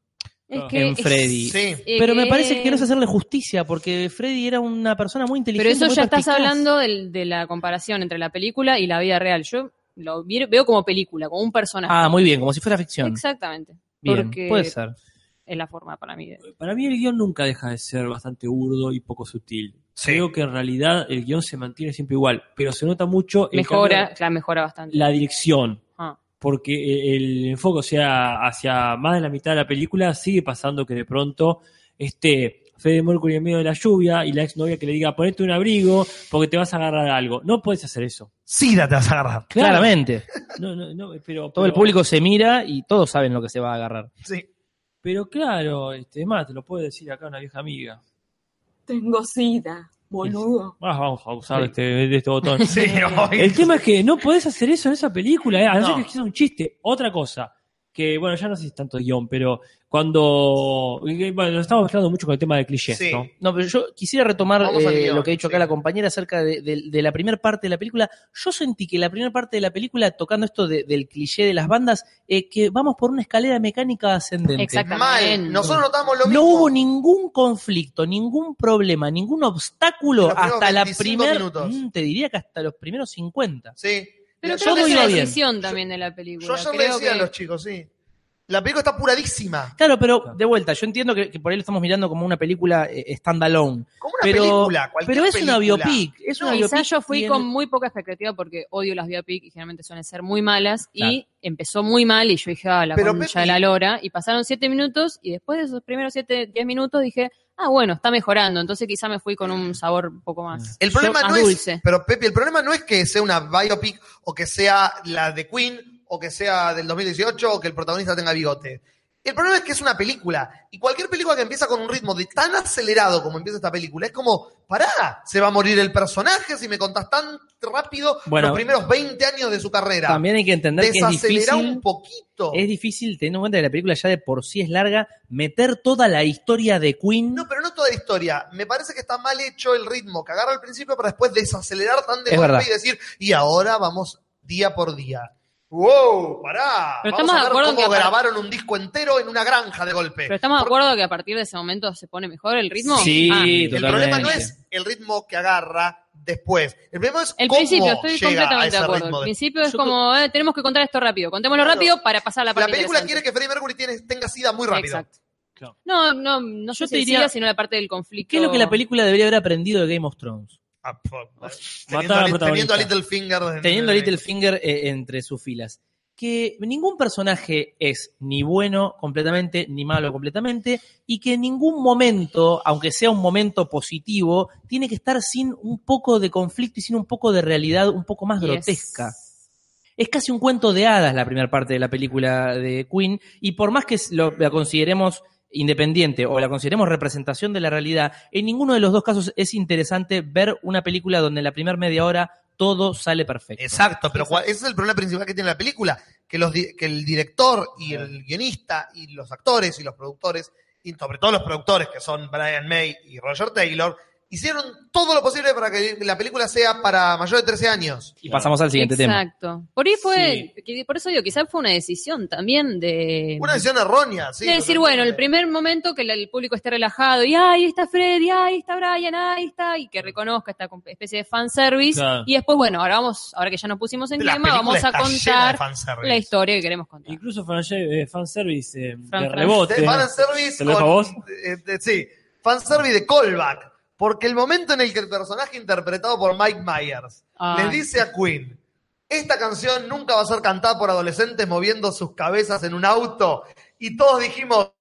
S3: Es
S2: Ah.
S3: que
S4: en
S3: es-
S4: Freddy.
S1: Sí.
S3: eh,
S4: Pero me parece que no es hacerle justicia, porque Freddy era una persona muy
S3: Pero
S4: inteligente.
S3: eso
S4: muy
S3: ya estás
S4: perspicaz.
S3: hablando del- de, la comparación entre la película y la vida real. Yo lo vi- veo como película, como un personaje.
S4: Ah, muy bien, como si fuera ficción.
S3: Exactamente.
S4: Bien,
S3: porque-
S4: puede ser.
S3: Es la forma para mí de...
S2: Para mí el guión nunca deja de ser bastante burdo y poco sutil.
S1: Sí.
S2: Creo que en realidad el guión se mantiene siempre igual, pero se nota mucho el
S3: Mejora,
S2: cambio-
S3: la mejora bastante.
S2: la dirección.
S3: Ah.
S2: Porque e- el enfoque, o sea, hacia más de la mitad de la película, sigue pasando que de pronto este Fede Mercury en medio de la lluvia y la exnovia que le diga ponete un abrigo porque te vas a agarrar algo. No puedes hacer eso.
S1: Sí, la te vas a agarrar.
S2: Claro.
S4: Claramente.
S2: No, no, no, pero,
S4: Todo el
S2: pero-
S4: público se mira y todos saben lo que se va a agarrar.
S1: Sí.
S2: Pero claro, este, es más, te lo puede decir acá una vieja amiga.
S5: Tengo sida, boludo.
S2: Ah, vamos a usar este, de este botón.
S1: Sí,
S2: El
S1: hoy.
S2: tema es que no podés hacer eso en esa película, eh, a no,
S1: No.
S2: ser que sea un chiste. Otra cosa, que bueno, ya no sé si es tanto guión, pero cuando. eh, Bueno, lo estamos mezclando mucho con el tema de clichés,
S1: Sí.
S2: ¿no?
S4: No, pero yo quisiera retomar
S1: Vamos al
S4: eh,
S1: guión,
S4: lo que ha dicho acá
S1: sí.
S4: la compañera acerca de, de- de la primera parte de la película. Yo sentí que la primera parte de la película, tocando esto de- del cliché de las bandas, eh, que vamos por una escalera mecánica ascendente.
S3: Exacto.
S1: Mal. Nosotros notamos lo
S4: No
S1: mismo.
S4: hubo ningún conflicto, ningún problema, ningún obstáculo
S1: Los primeros
S4: hasta la
S1: 25
S4: primera.
S1: minutos.
S4: te diría que hasta los primeros 50.
S1: Sí.
S3: Pero
S4: Yo
S3: creo que es
S4: doy
S3: una
S4: bien.
S3: decisión también de la película.
S1: Yo ayer le
S3: Creo
S1: decía a
S3: que-
S1: los chicos, sí. La película está apuradísima.
S4: Claro, pero de vuelta, yo entiendo que, que por ahí lo estamos mirando como una película eh, standalone.
S1: Como una
S4: Pero,
S1: película, cualquier
S4: pero es una
S1: película.
S4: biopic. Es
S3: No,
S4: una biopic
S3: quizás yo fui
S4: y en-
S3: con muy poca expectativa porque odio las biopic y generalmente suelen ser muy malas.
S4: Claro.
S3: Y empezó muy mal y yo dije, ah, la
S1: Pero,
S3: concha
S1: Pepi-
S3: de la lora. Y pasaron siete minutos y después de esos primeros siete, diez minutos dije, ah, bueno, está mejorando. Entonces quizá me fui con un sabor un poco más.
S4: Ah.
S1: El problema
S3: más
S1: no es,
S3: dulce.
S1: pero Pepe, el problema no es que sea una biopic o que sea la de Queen o que sea del 2018 o que el protagonista tenga bigote. El problema es que es una película y cualquier película que empieza con un ritmo de tan acelerado como empieza esta película es como, pará, se va a morir el personaje si me contás tan rápido
S4: Bueno,
S1: los primeros 20 años de su carrera.
S4: También hay que entender que es
S1: Desacelerá
S4: difícil.
S1: un poquito.
S4: Es difícil, teniendo en cuenta que la película ya de por sí es larga, meter toda la historia de Queen.
S1: No, pero no toda la historia. Me parece que está mal hecho el ritmo que agarra al principio para después desacelerar tan de
S4: Es
S1: golpe
S4: verdad.
S1: y decir, y ahora vamos día por día. ¡Wow! ¡Pará!
S3: Pero
S1: vamos
S3: estamos de
S1: a ver
S3: acuerdo en
S1: cómo
S3: que-
S1: grabaron un disco entero en una granja de golpe.
S3: Pero estamos de
S1: Por-
S3: acuerdo que a partir de ese momento se pone mejor el ritmo.
S4: Sí,
S3: Ah,
S1: El
S4: totalmente.
S1: problema no es el ritmo que agarra después. El problema es
S3: El
S1: cómo
S3: principio, estoy
S1: llega a
S3: completamente
S1: ese
S3: de acuerdo.
S1: ritmo.
S3: El
S1: de-
S3: principio es
S4: Yo
S3: como, eh, tenemos que contar esto rápido. Contémoslo
S1: Claro.
S3: rápido para pasar a la
S1: La
S3: parte
S1: película quiere
S3: interesante.
S1: que Freddie Mercury tiene- tenga sida muy rápido.
S3: Exacto.
S4: Claro.
S3: No, no, no
S4: Yo
S3: yo
S4: te
S3: te
S4: diría-
S3: diría, sino la parte del conflicto.
S4: ¿Qué es lo que la película debería haber aprendido de Game of Thrones?
S1: Ah, por-
S2: a la
S1: Teniendo,
S2: protagonista.
S1: teniendo a Littlefinger. en-
S4: Teniendo a Littlefinger eh, entre sus filas. Que ningún personaje es ni bueno completamente, ni malo completamente, y que en ningún momento, aunque sea un momento positivo, tiene que estar sin un poco de conflicto y sin un poco de realidad un poco más
S3: Yes.
S4: grotesca. Es casi un cuento de hadas la primera parte de la película de Queen, y por más que lo- la consideremos independiente o la consideremos representación de la realidad, en ninguno de los dos casos es interesante ver una película donde en la primera media hora todo sale perfecto.
S1: Exacto, pero cua- ese es el problema principal que tiene la película, que, los di- que el director y el guionista y los actores y los productores, y sobre todo los productores que son Brian May y Roger Taylor, hicieron todo lo posible para que la película sea para mayor de 13 años.
S4: Y pasamos al siguiente tema.
S3: Exacto. Por ahí fue, que- por eso digo, quizás fue una decisión también de.
S1: Una decisión errónea, sí.
S3: de decir, bueno, el primer momento que el- el público esté relajado y ahí está Freddy, ahí está Brian, ahí está, y que reconozca esta com- especie de fanservice.
S2: Claro.
S3: Y después, bueno, ahora vamos, ahora que ya nos pusimos en
S1: La
S3: tema, vamos
S1: película
S3: a
S1: está llena de
S3: contar
S1: fanservice.
S3: la historia que queremos contar.
S2: Incluso fan- eh, fanservice eh,
S3: Fran-
S2: de
S3: Fran-
S2: rebote.
S1: De fanservice
S2: ¿Te lo dejo
S1: con-
S2: a vos?
S1: eh, de- sí, fanservice de callback. Porque el momento en el que el personaje interpretado por Mike Myers
S3: Ay.
S1: le dice a Queen, esta canción nunca va a ser cantada por adolescentes moviendo sus cabezas en un auto. Y todos dijimos,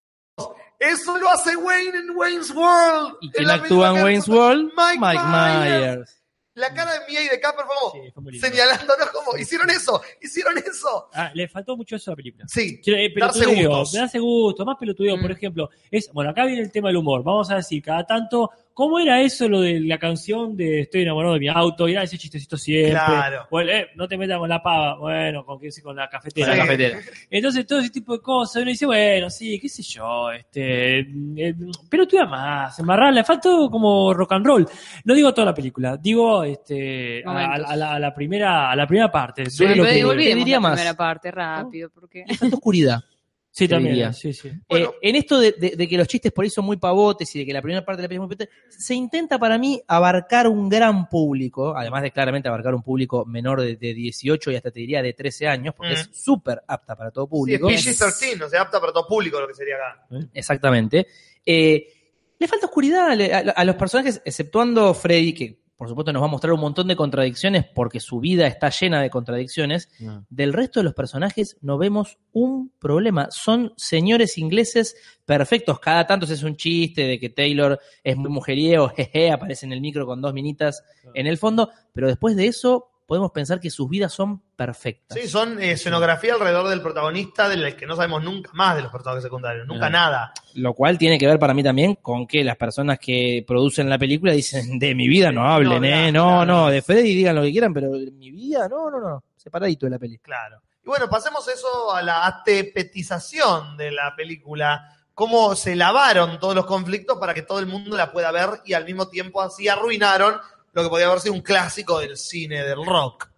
S1: eso lo hace Wayne en Wayne's World.
S4: Y quien
S1: En la
S4: actúa en
S1: película
S4: Wayne's
S1: que-
S4: World, Mike,
S1: Mike
S4: Myers.
S1: Myers. La cara de Mia y de Capper fue como
S2: Sí, fue muy lindo.
S1: señalándonos como, hicieron eso, hicieron eso.
S2: Ah, le faltó mucho eso a la película.
S1: Sí,
S2: Quiero- eh,
S1: Darse
S2: pelotudeo,
S1: gustos.
S2: darse gusto, más pelotudeo,
S3: Mm.
S2: por ejemplo. Es, bueno, acá viene el tema del humor. Vamos a decir, cada tanto, ¿cómo era eso lo de la canción de Estoy enamorado de mi auto? Y era ese chistecito siempre.
S1: Claro.
S2: Bueno, eh, no te metas con la pava. Bueno, con, qué sé, con la
S4: Con
S2: cafetera.
S4: la
S1: Sí.
S4: cafetera.
S2: Entonces, todo ese tipo de cosas. Uno dice, bueno, sí, qué sé yo, este. eh, pelotudea más, embarrarla. Le faltó como rock and roll. No digo toda la película, digo este, a,
S3: Momentos.
S2: a la, a la primera, a la primera parte.
S4: Sí,
S2: Sobre lo
S3: Pero
S4: que-
S3: olvidemos
S4: te diría
S3: la
S4: más.
S3: primera parte rápido, porque
S4: Le falta oscuridad.
S2: Sí,
S4: te
S2: también.
S4: diría.
S2: Sí, sí.
S1: Bueno.
S4: Eh, en esto de, de- de que los chistes por ahí son muy pavotes y de que la primera parte de la película es muy pavote, se intenta para mí abarcar un gran público, además de claramente abarcar un público menor de, de 18 y hasta te diría de 13 años, porque
S1: Mm.
S4: es súper apta para todo
S1: sí es
S4: público.
S1: PG-13, o sea, apta para todo público lo que sería acá.
S4: Exactamente. Eh, le falta oscuridad le- a, a los personajes, exceptuando Freddy, que por supuesto nos va a mostrar un montón de contradicciones porque su vida está llena de contradicciones. Del resto de los personajes no vemos un problema. Son señores ingleses perfectos. Cada tanto se hace un chiste de que Taylor es muy mujeriego, jeje, aparece en el micro con dos minitas en el fondo, pero después de eso podemos pensar que sus vidas son perfectas.
S1: Sí, son eh, escenografía alrededor del protagonista, del que no sabemos nunca más de los personajes secundarios, nunca nada.
S4: Lo cual tiene que ver para mí también con que las personas que producen la película dicen, de mi vida no hablen,
S1: No,
S4: ¿eh?
S1: claro,
S4: No,
S1: claro.
S4: no, de Freddy digan lo que quieran, pero de mi vida, no, no, no. Separadito de la peli.
S1: Claro. Y bueno, pasemos eso a la atepetización de la película. Cómo se lavaron todos los conflictos para que todo el mundo la pueda ver y al mismo tiempo así arruinaron lo que podía haber sido un clásico del cine, del rock.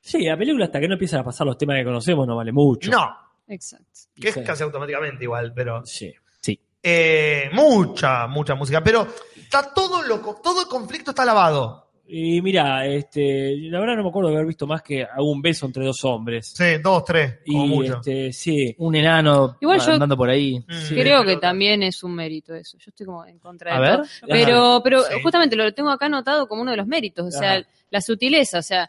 S2: Sí, la película hasta que no empiezan a pasar los temas que conocemos no vale mucho.
S1: No,
S3: exacto.
S1: que es
S2: Sí.
S1: casi automáticamente igual, pero...
S2: Sí.
S1: eh, mucha, mucha música, pero está todo loco, todo el conflicto está lavado.
S2: Y mira, este, la verdad no me acuerdo de haber visto más que algún beso entre dos hombres.
S1: Sí, dos, tres, como
S2: y
S1: mucho.
S2: este, sí.
S4: Un enano
S3: Igual yo-
S4: andando por ahí.
S1: Mm.
S3: Creo que
S1: pero-
S3: también es un mérito eso. Yo estoy como en contra de
S4: A ver.
S3: todo. Pero, pero
S1: Sí.
S3: justamente lo tengo acá anotado como uno de los méritos, o sea,
S2: Ajá.
S3: la sutileza, o sea,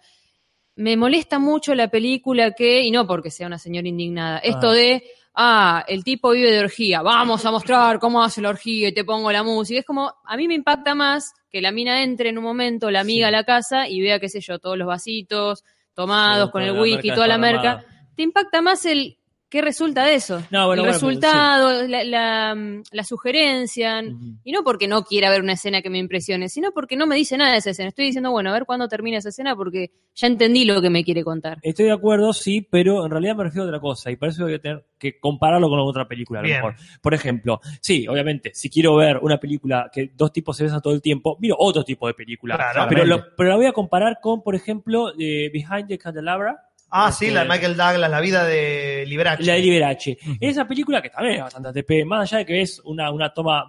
S3: me molesta mucho la película que, y no porque sea una señora indignada, esto
S2: Ah.
S3: de, ah, el tipo vive de orgía, vamos a mostrar cómo hace la orgía y te pongo la música. Es como, a mí me impacta más que la mina entre en un momento, la amiga a la casa y vea, qué sé yo, todos los vasitos tomados
S2: Sí,
S3: con
S2: toda
S3: el
S2: la
S3: wiki,
S2: merca
S3: toda la merca.
S2: desparramada.
S3: Te impacta más el... ¿Qué resulta de eso?
S2: No, bueno,
S3: el
S2: bueno,
S3: resultado, la, la- mm, la sugerencia,
S2: Ujú.
S3: y no porque no quiera ver una escena que me impresione, sino porque no me dice nada de esa escena. Estoy diciendo, bueno, a ver cuándo termina esa escena porque ya entendí lo que me quiere contar.
S2: Estoy de acuerdo, sí, pero en realidad me refiero a otra cosa y para eso voy a tener que compararlo con otra película. A lo
S1: Bien.
S2: mejor. Por ejemplo, sí, obviamente, si quiero ver una película que dos tipos se besan todo el tiempo, miro otro tipo de película.
S1: Claro.
S2: Pero, lo- pero la voy a comparar con, por ejemplo, eh, Behind the Candelabra.
S1: Ah, sí, la de
S2: Este,
S1: Michael Douglas, la vida de Liberace.
S2: La de Liberace. Esa película que también es bastante ATP, más allá de que es una, una toma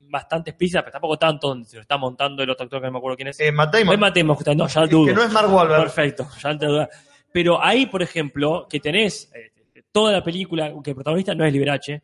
S2: bastantes pistas, pero tampoco tanto, donde se lo está montando el otro actor que no me acuerdo quién es.
S1: Eh, Matt
S2: No
S1: Damon.
S2: es Matt Damon, justamente, no, ya
S1: que
S2: dudo.
S1: no es Mark Wahlberg.
S2: Perfecto, ya antes de dudar. Pero ahí, por ejemplo, que tenés eh, toda la película, que el protagonista no es Liberace,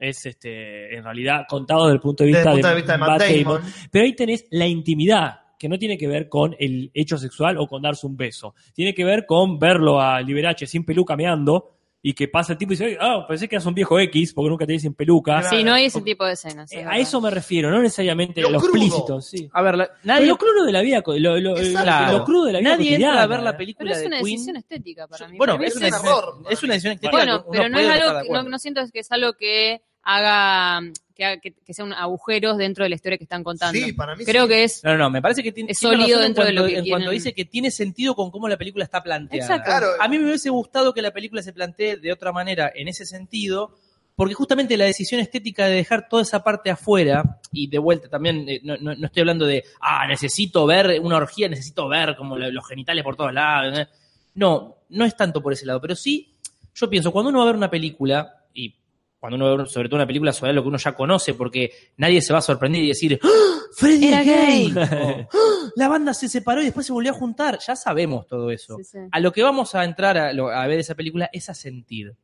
S2: es este, en realidad contado desde el punto de
S1: Desde el
S2: vista,
S1: punto de vista de Matt Damon.
S2: Pero ahí tenés la intimidad, que no tiene que ver con el hecho sexual o con darse un beso. Tiene que ver con verlo a Liberace sin peluca meando y que pasa el tipo y dice, ah, pensé que eras un viejo X porque nunca te dicen peluca.
S1: Claro.
S3: Sí, no hay ese tipo de escenas.
S2: Eh,
S3: es
S2: a
S3: verdad.
S2: eso me refiero, no necesariamente
S1: Lo
S2: lo,
S1: crudo.
S2: explícito. Sí.
S4: A ver, la-
S2: Pero
S4: nadie,
S2: lo crudo de la vida, co- lo, lo-
S1: Exacto.
S2: lo crudo de la vida
S4: nadie entra a ver
S2: cotidiana.
S4: la película
S3: Pero es
S4: de
S3: una
S4: Queen.
S3: decisión estética para mí.
S4: Bueno,
S3: Para mí
S4: es
S1: es
S4: una,
S1: un error.
S4: es una decisión estética.
S3: Bueno,
S4: que uno
S3: pero no es
S4: puede estar
S3: algo
S4: de
S3: que, no,
S4: acuerdo.
S3: no siento que es algo que haga que, que- que sea un agujero dentro de la historia que están contando.
S1: Sí, para mí
S3: Creo
S1: sí.
S3: que es
S4: No, no, no, me parece que tiene,
S3: Es
S4: tiene
S3: sólido
S4: razón
S3: dentro de
S4: en cuanto,
S3: lo que
S4: en cuanto
S3: quieren.
S4: dice que tiene sentido con cómo la película está planteada.
S3: Exacto.
S1: Claro,
S4: A mí me hubiese gustado que la película se plantee de otra manera en ese sentido, porque justamente la decisión estética de dejar toda esa parte afuera, y de vuelta también, eh, no, no- no estoy hablando de, ah, necesito ver una orgía, necesito ver como lo- los genitales por todos lados. eh. No, no es tanto por ese lado, pero sí, yo pienso, cuando uno va a ver una película, y cuando uno va a ver sobre todo una película sobre lo que uno ya conoce, porque nadie se va a sorprender y decir, ¡Ah! ¡Freddy
S3: Era
S4: es gay!
S2: gay.
S4: O, ¡Ah! La banda se separó y después se volvió a juntar. Ya sabemos todo eso.
S3: sí, sí.
S4: A lo que vamos a entrar a, lo- a ver esa película es a sentir,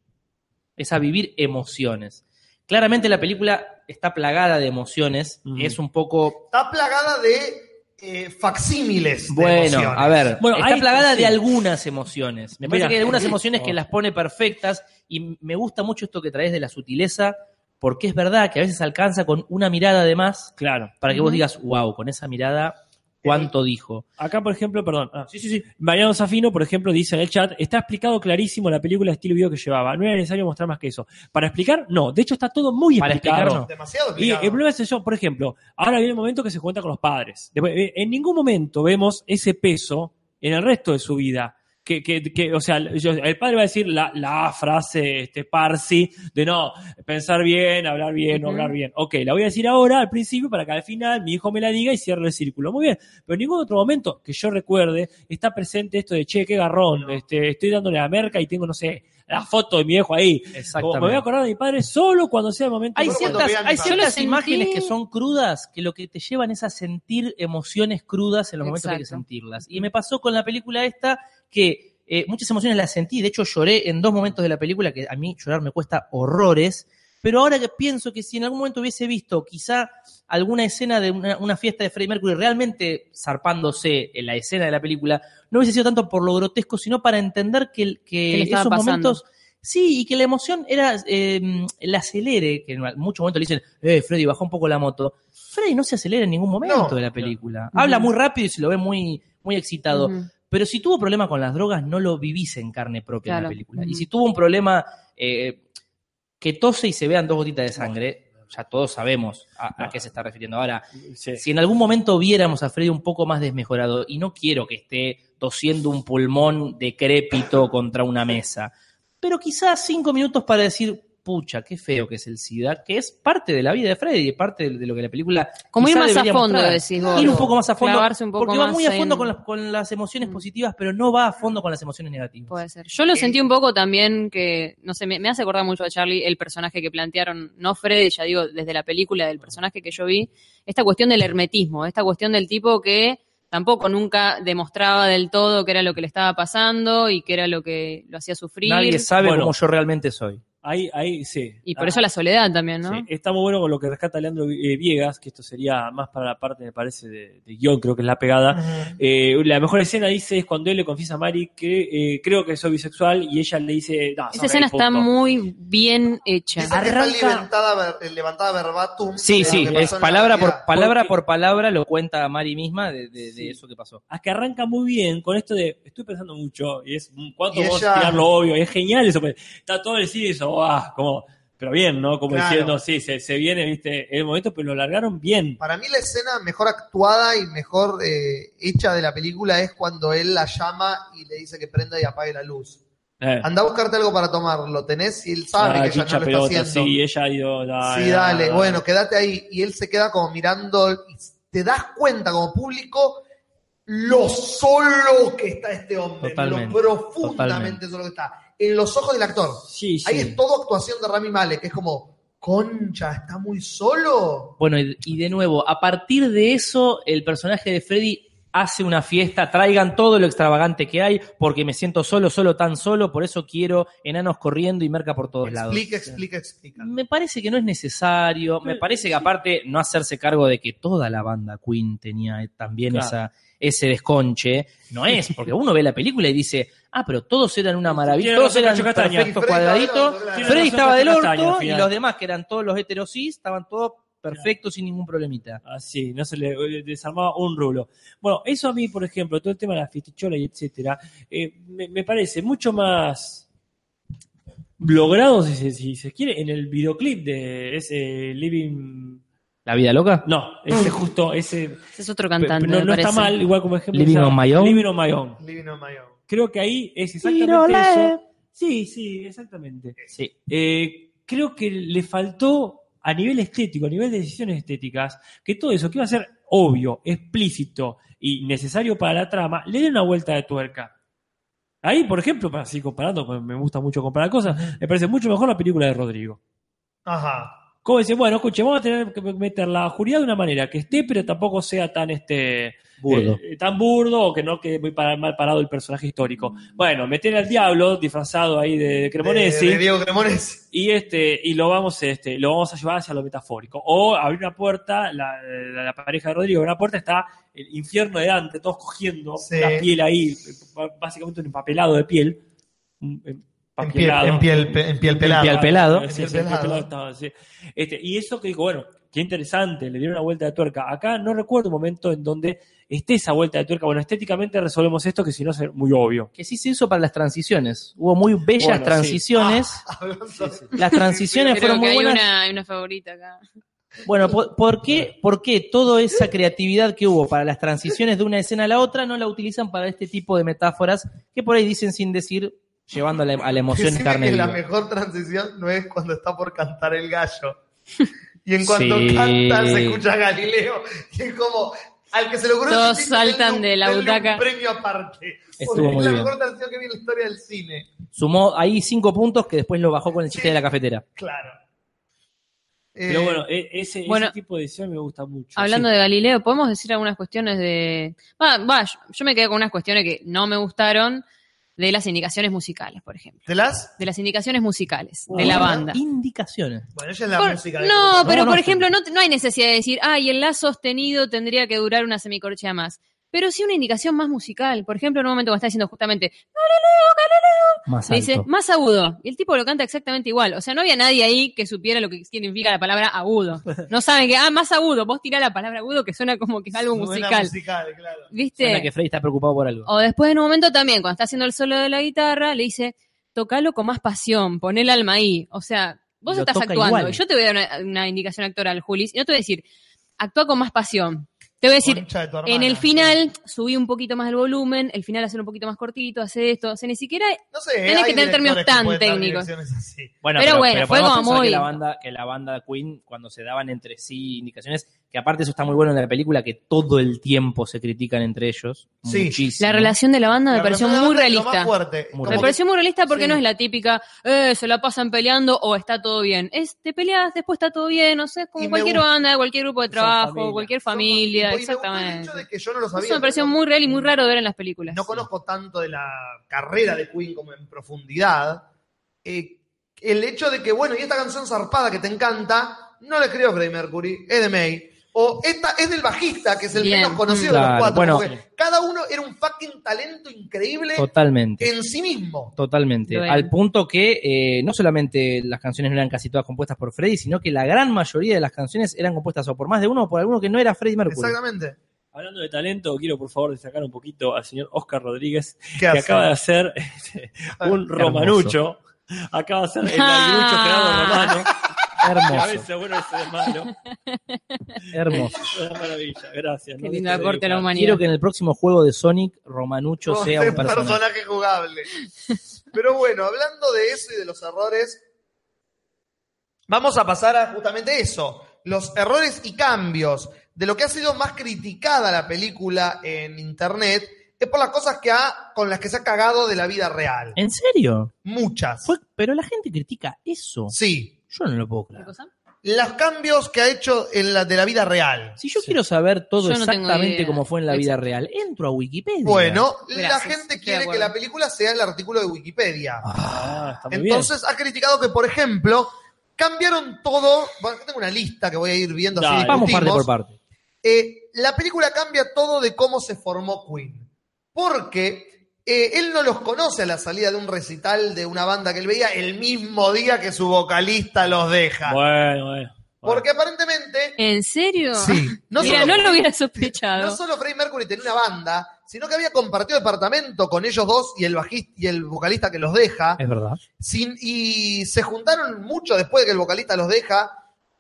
S4: es a vivir emociones. Claramente la película está plagada de emociones,
S2: Ujú.
S4: es un poco...
S1: Está plagada de eh, facsímiles. de
S4: Bueno,
S1: emociones.
S4: a ver,
S2: Bueno,
S4: está
S2: ahí-
S4: plagada
S2: sí.
S4: de algunas emociones. Me parece
S2: Mira.
S4: que hay algunas emociones que
S2: Oh.
S4: las pone perfectas y me gusta mucho esto que traes de la sutileza, porque es verdad que a veces alcanza con una mirada de más
S2: Claro.
S4: para que vos
S3: Ujú.
S4: digas, wow, con esa mirada, ¿cuánto dijo?
S2: Acá, por ejemplo, perdón. ah, sí, sí, sí. Mariano Safino, por ejemplo, dice en el chat, está explicado clarísimo la película estilo y video que llevaba. No era necesario mostrar más que eso. Para explicar, no. De hecho, está todo muy
S4: Para
S2: explicado.
S4: explicar, no.
S1: Demasiado
S2: Y el
S1: obligado.
S2: problema es eso, por ejemplo, ahora viene el momento que se cuenta con los padres. Después, eh, en ningún momento vemos ese peso en el resto de su vida. Que, que, que, o sea, yo- el padre va a decir la, la frase este, parsi de no, pensar bien, hablar bien, no
S3: Ujú.
S2: hablar bien. Ok, la voy a decir ahora al principio para que al final mi hijo me la diga y cierre el círculo. Muy bien, pero en ningún otro momento que yo recuerde está presente esto de che, qué garrón, este, estoy dándole la merca y tengo, no sé, la foto de mi viejo ahí. Como me voy a acordar de mi padre solo cuando sea el momento.
S4: Hay
S1: Yo cuando
S4: ciertas,
S1: vea a mi
S4: hay
S1: padre-
S4: ciertas
S3: Yo lo
S4: imágenes
S3: sentí-
S4: que son crudas que lo que te llevan es a sentir emociones crudas en los momentos que hay que
S3: Exacto.
S4: sentirlas. Y me pasó con la película esta que eh, muchas emociones las sentí. De hecho, lloré en dos momentos de la película que a mí llorar me cuesta horrores. Pero ahora que pienso que si en algún momento hubiese visto quizá alguna escena de una, una fiesta de Freddie Mercury realmente zarpándose en la escena de la película, no hubiese sido tanto por lo grotesco, sino para entender que, el-
S3: Que
S4: que
S3: le estaba
S4: esos
S3: pasando.
S4: momentos... Sí, y que la emoción era eh, el acelere, que en muchos momentos le dicen, eh, Freddy, bajó un poco la moto. Freddy no se acelera en ningún momento
S1: No,
S4: de la película. Habla
S3: Ujú.
S4: muy rápido y se lo ve muy, muy excitado.
S3: Ujú.
S4: Pero si tuvo problema con las drogas, no lo vivís en carne propia en la
S3: Claro.
S4: película. Y
S3: Ujú.
S4: si tuvo un problema eh, que tose y se vean dos gotitas de sangre, ya todos sabemos a, a qué se está refiriendo. Ahora,
S2: Sí.
S4: Eh, si en algún momento viéramos a Freddy un poco más desmejorado, y no quiero que esté tosiendo un pulmón decrépito contra una mesa, pero quizás cinco minutos para decir, pucha, qué feo que es el SIDA, que es parte de la vida de Freddy, es parte de lo que la película.
S3: Como ir
S4: quizá
S3: más a
S4: debería
S3: fondo,
S4: mostrar.
S3: decís vos.
S4: Ir un poco más a fondo.
S3: Clavarse un poco
S4: porque va
S3: más
S4: muy a fondo
S3: en-
S4: con, las, con las emociones
S3: Mm.
S4: positivas, pero no va a fondo con las emociones negativas.
S3: Puede ser. Yo lo sentí un poco también que, no sé, me, me hace acordar mucho a Charlie el personaje que plantearon, no Freddy, ya digo, desde la película del personaje que yo vi, esta cuestión del hermetismo, esta cuestión del tipo que tampoco nunca demostraba del todo qué era lo que le estaba pasando y qué era lo que lo hacía sufrir.
S4: Nadie sabe
S2: Bueno.
S4: cómo yo realmente soy.
S2: Ahí, ahí, sí.
S3: Y por
S2: Ah,
S3: eso la soledad también, ¿no?
S2: sí. Está muy bueno con lo que rescata Leandro eh, Viegas, que esto sería más para la parte, me parece, de, de guión, creo que es la pegada.
S4: ah,
S1: Ujú.
S2: Eh, la mejor escena dice es cuando él le confiesa a Mari que eh, creo que soy bisexual y ella le dice, no, sos
S3: Esa
S2: gay,
S3: escena está
S2: punto".
S3: muy bien hecha.
S1: Dicen que está levantada, ver- eh, levantada verbatim. de
S4: Sí,
S1: lo
S4: sí,
S1: que
S4: es
S1: pasó en la
S4: palabra
S1: realidad.
S4: por palabra
S2: Porque-
S4: por palabra lo cuenta Mari misma de, de- de
S2: Sí.
S4: eso que pasó.
S2: A que arranca muy bien con esto de, estoy pensando mucho, y es, mm, ¿cuánto
S1: Y
S2: vos
S1: ella-
S2: tirar lo obvio? Y es genial eso, pues, está todo el cine eso, ah, como, pero bien, ¿no? Como
S1: Claro.
S2: diciendo, sí, se, se viene, viste, el momento, pero lo largaron bien.
S1: Para mí la escena mejor actuada y mejor eh, hecha de la película es cuando él la llama y le dice que prenda y apague la luz.
S2: Eh.
S1: Anda a buscarte algo para tomar, lo tenés y él Ah, sabe
S2: Ah,
S1: que ya
S2: pincha
S1: no lo
S2: pelota,
S1: está haciendo.
S2: sí, ella dio, dale,
S1: Sí, dale, bueno, quédate ahí. Y él se queda como mirando, y te das cuenta como público lo solo que está este hombre,
S4: Totalmente,
S1: lo profundamente
S4: totalmente.
S1: solo que está. En los ojos del actor.
S2: Sí, sí.
S1: Ahí es todo actuación de Rami Malek, es como, concha, está muy solo.
S4: Bueno, y, y de nuevo, a partir de eso, el personaje de Freddy hace una fiesta, traigan todo lo extravagante que hay, porque me siento solo, solo, tan solo, por eso quiero enanos corriendo y merca por todos lados.
S1: Explica, explica, explica.
S4: Me parece que no es necesario, me parece que aparte no hacerse cargo de que toda la banda Queen tenía eh, también
S2: Claro.
S4: esa, ese desconche, no es, porque uno ve la película y dice, ah, pero todos eran una maravilla,
S2: Tiene
S4: todos
S2: razón
S4: eran
S2: Cacho Castaña.
S4: perfectos
S1: Freddy
S4: cuadraditos,
S1: estaba del orto,
S4: Freddy
S2: claro.
S4: estaba del
S2: Tiene razón Cacho Castaña
S4: orto
S2: al
S4: y
S2: final.
S4: los demás que eran todos los heterosis estaban todos perfectos sin ningún problemita.
S2: Así, Ah, no se le le desarmaba un rulo. Bueno, eso a mí, por ejemplo, todo el tema de la fiestichola y etcétera, eh, me, me parece mucho más logrado, si se, si se quiere, en el videoclip de ese Living.
S4: ¿La vida loca?
S2: No, ese
S4: Mm.
S2: justo, ese.
S3: Ese es otro cantante.
S2: pe- no
S3: me
S2: no está
S3: parece.
S2: mal, igual como ejemplo.
S4: Living
S2: o sea,
S4: on My Own.
S2: Living on My Own.
S1: Living on my own.
S2: Creo que ahí es
S4: Tiro
S2: exactamente
S4: la-
S2: eso. Sí, sí, exactamente.
S4: Sí.
S2: Eh, creo que le faltó a nivel estético, a nivel de decisiones estéticas, que todo eso que iba a ser obvio, explícito y necesario para la trama, le dé una vuelta de tuerca. Ahí, por ejemplo, para seguir comparando, porque me gusta mucho comparar cosas, me parece mucho mejor la película de Rodrigo.
S1: Ajá.
S2: Como dice, bueno, escuche, vamos a tener que meter la oscuridad de una manera que esté, pero tampoco sea tan este
S4: Burdo.
S2: eh, tan burdo o que no quede muy para- mal parado el personaje histórico. Bueno, meter al diablo disfrazado ahí de, de Cremonesi
S1: Eh, De, de Diego Cremonesi.
S2: y este y lo vamos este lo vamos a llevar hacia lo metafórico o abrir una puerta la, la- la pareja de Rodrigo en una puerta está el infierno de Dante todos cogiendo
S1: Sí.
S2: la piel ahí básicamente un empapelado de piel un
S1: En piel,
S2: empapelado.
S1: en piel, pe- en piel pelada.
S4: piel pelado.
S2: Sí, sí,
S1: En piel
S2: sí, en piel
S1: pelado.
S2: pelado estaba, sí. Este, y eso que digo bueno qué interesante le dieron una vuelta de tuerca acá no recuerdo un momento en donde esté esa vuelta de tuerca bueno estéticamente resolvemos esto que si no es muy obvio
S4: Que sí se hizo para las transiciones. Hubo muy bellas
S2: Bueno, sí.
S4: transiciones.
S1: Hablando de-
S4: Las transiciones
S3: Creo
S4: fueron
S3: que
S4: muy
S3: hay
S4: buenas.
S3: una, hay una favorita acá.
S4: Bueno, ¿por, por qué, ¿por qué toda esa creatividad que hubo para las transiciones de una escena a la otra no la utilizan para este tipo de metáforas que por ahí dicen sin decir, llevando a la, a la emoción
S1: Decime
S4: carne
S1: que la
S4: viva?
S1: mejor transición no es cuando está por cantar el gallo. Y en cuanto
S4: Sí.
S1: canta, se escucha a Galileo. Y es como, al que se le ocurrió.
S3: Todos
S1: ese chiste,
S3: saltan
S1: denle un-
S3: de la
S1: denle
S3: butaca.
S1: Un premio aparte.
S4: Estuvo
S1: Porque
S4: muy
S1: es la
S4: bien.
S1: mejor transición que vi en la historia del cine.
S4: Sumó ahí cinco puntos que después lo bajó con el chiste de la cafetera.
S1: Claro.
S2: pero
S1: Eh,
S2: bueno e- ese, ese
S3: bueno,
S2: tipo de decisión me gusta mucho
S3: Hablando
S2: Sí.
S3: de Galileo, ¿podemos decir algunas cuestiones de. Va, va, yo, yo me quedé con unas cuestiones que no me gustaron de las indicaciones musicales, por ejemplo.
S1: ¿De las?
S3: De las indicaciones musicales de la
S4: Hubo
S3: banda.
S4: Indicaciones.
S1: Bueno, ella es la
S3: Por-
S1: música. de-
S3: no, pero
S4: no,
S3: por
S4: sí.
S3: ejemplo, no, te- no hay necesidad de decir, ay, el la sostenido tendría que durar una semicorchea más. Pero sí una indicación más musical. Por ejemplo, en un momento cuando está diciendo justamente,
S4: Más
S3: le dice,
S4: alto.
S3: más agudo. Y el tipo lo canta exactamente igual. O sea, no había nadie ahí que supiera lo que significa la palabra agudo. No saben que, ah, más agudo. Vos tirá la palabra agudo que suena como que es algo
S1: Suena
S3: musical.
S1: musical, claro.
S3: ¿Viste?
S4: Suena que Freddy está preocupado por algo.
S3: O después en un momento también, cuando está haciendo el solo de la guitarra, le dice, tocalo con más pasión, pon el alma ahí. O sea, vos
S4: Lo
S3: estás
S4: toca
S3: actuando.
S4: igual.
S3: Y yo te voy a dar una, una indicación actoral, Julis, y no te voy a decir, actúa con más pasión. Te voy a decir,
S1: Concha de tu
S3: en
S1: hermana.
S3: el final, subí un poquito más el volumen, el final hacer un poquito más cortito, hace esto, o sea, ni siquiera...
S1: No sé,
S3: Tenés
S1: hay
S3: que tener términos
S1: directores que
S3: tan
S1: pueden dar
S3: técnicos.
S1: direcciones así.
S4: Bueno,
S3: Pero bueno, fue
S4: podemos
S3: como
S4: pensar
S3: muy-
S4: Que la, banda, que la banda Queen, cuando se daban entre sí indicaciones, que aparte eso está muy bueno en la película, que todo el tiempo se critican entre ellos.
S1: Sí.
S4: Muchísimo.
S3: La relación de la banda me
S1: La
S3: pareció
S1: persona
S3: muy
S1: de lo más
S3: realista.
S1: fuerte.
S4: Muy
S1: Como
S3: Me
S1: que-
S3: pareció muy realista porque
S1: Sí.
S3: no es la típica, eh, se la pasan peleando o está todo bien. Es, te peleas, después está todo bien, o sea, es
S1: Y
S3: como
S1: me
S3: cualquier
S1: gusta.
S3: banda, cualquier grupo de
S2: Son
S3: trabajo,
S2: familia.
S3: cualquier
S1: Somos-
S3: familia,
S1: y me gustó el
S3: exactamente.
S1: hecho de que yo no lo sabía.
S3: Eso me pareció
S1: Yo no-
S3: muy real y muy raro de ver en las películas.
S1: No conozco tanto de la carrera de Queen como en profundidad. Eh, el hecho de que, bueno, y esta canción zarpada que te encanta, no la escribió Freddie Mercury, es de May. O esta es del bajista, que es el
S3: Bien.
S1: menos conocido de los
S4: Claro,
S1: cuatro.
S4: bueno.
S1: porque cada uno era un fucking talento increíble
S4: Totalmente.
S1: en sí mismo.
S4: Totalmente.
S3: Bueno.
S4: Al punto que eh, no solamente las canciones no eran casi todas compuestas por Freddy, sino que la gran mayoría de las canciones eran compuestas o por más de uno o por alguno que no era Freddy Mercury.
S1: Exactamente.
S2: Hablando de talento, quiero por favor destacar un poquito al señor Oscar Rodríguez,
S1: ¿Qué
S2: que
S1: hace? Ah,
S2: acaba de hacer este, un
S4: Hermoso.
S2: romanucho. Acaba de hacer el algrucho Gerardo Romano. Que a
S4: Hermoso,
S2: veces bueno, ese es malo.
S4: hermoso.
S2: Una maravilla, gracias.
S3: Qué
S2: ¿no?
S3: lindo
S2: Esto de
S3: aporte a la
S2: dibujar.
S3: humanidad.
S4: Quiero que en el próximo juego de Sonic, Romanucho sea
S1: Con
S4: un personaje.
S1: jugable. Pero bueno, hablando de eso y de los errores, vamos a pasar a justamente eso, los errores y cambios de lo que ha sido más criticada la película en internet es por las cosas que ha con las que se ha cagado de la vida real.
S4: ¿En serio?
S1: Muchas.
S4: Fue- pero la gente critica eso.
S1: Sí.
S4: Yo no lo puedo creer.
S3: ¿Qué cosa?
S1: Los cambios que ha hecho en la, de la vida real.
S4: Si yo quiero saber todo
S3: Yo no tengo
S4: exactamente
S3: idea.
S4: cómo fue en la vida
S3: Exacto.
S4: real, entro a Wikipedia.
S1: Bueno, la
S3: Gracias, estoy
S1: gente
S3: de
S1: quiere que
S3: acuerdo.
S1: la película sea el artículo de Wikipedia.
S4: Ah, está muy
S1: Entonces ha criticado que, por ejemplo, cambiaron todo. Bueno, yo tengo una lista que voy a ir viendo así.
S2: Dale.
S4: bien. Vamos parte por
S1: discutimos.
S4: parte.
S1: Eh, la película cambia todo de cómo se formó Queen. Porque eh, él no los conoce a la salida de un recital de una banda que él veía el mismo día que su vocalista los deja.
S2: Bueno, bueno.
S1: Porque aparentemente.
S3: ¿En serio?
S1: Sí. No
S3: Mira,
S1: solo-
S3: no lo hubiera
S1: no
S3: sospechado.
S1: solo Freddie Mercury tenía una banda, sino que había compartido departamento con ellos dos y el bajista y el vocalista que los deja.
S4: Es verdad.
S1: Sin- y se juntaron mucho después de que el vocalista los deja.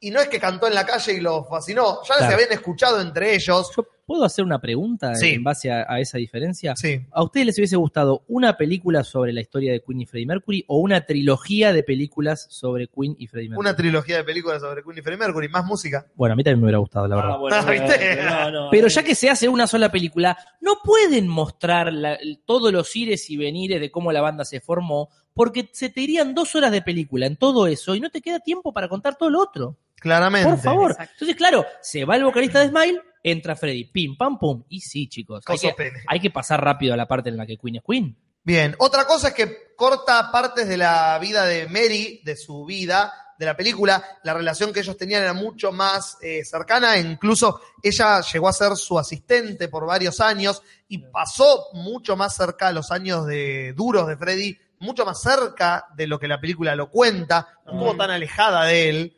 S1: Y no es que cantó en la calle y los fascinó. Ya
S4: Claro.
S1: se habían escuchado entre ellos.
S4: Yo puedo hacer una pregunta
S1: Sí.
S4: en base a, a esa diferencia.
S1: Sí.
S4: ¿A ustedes les hubiese gustado una película sobre la historia de Queen y Freddie Mercury o una trilogía de películas sobre Queen y Freddie Mercury?
S1: Una trilogía de películas sobre Queen y Freddie Mercury, más música.
S4: Bueno, a mí también me hubiera gustado, la verdad.
S2: Ah, bueno,
S1: Ah, ¿viste?
S2: no, no, eh,
S4: Pero
S2: no.
S4: ya que se hace una sola película, no pueden mostrar la- el- todos los ires y venires de cómo la banda se formó, porque se te irían dos horas de película en todo eso y no te queda tiempo para contar todo lo otro.
S1: Claramente.
S4: Por favor.
S3: Exacto.
S4: Entonces, claro, se va el vocalista de Smile, entra Freddy, pim, pam, pum. Y sí, chicos. Hay
S1: Coso
S4: que,
S1: pene.
S4: hay que pasar rápido a la parte en la que Queen es Queen.
S1: Bien, otra cosa es que corta partes de la vida de Mary, de su vida, de la película. La relación que ellos tenían era mucho más eh, cercana. Incluso ella llegó a ser su asistente por varios años y pasó mucho más cerca a los años de duros de Freddy, mucho más cerca de lo que la película lo cuenta. No estuvo tan alejada de él.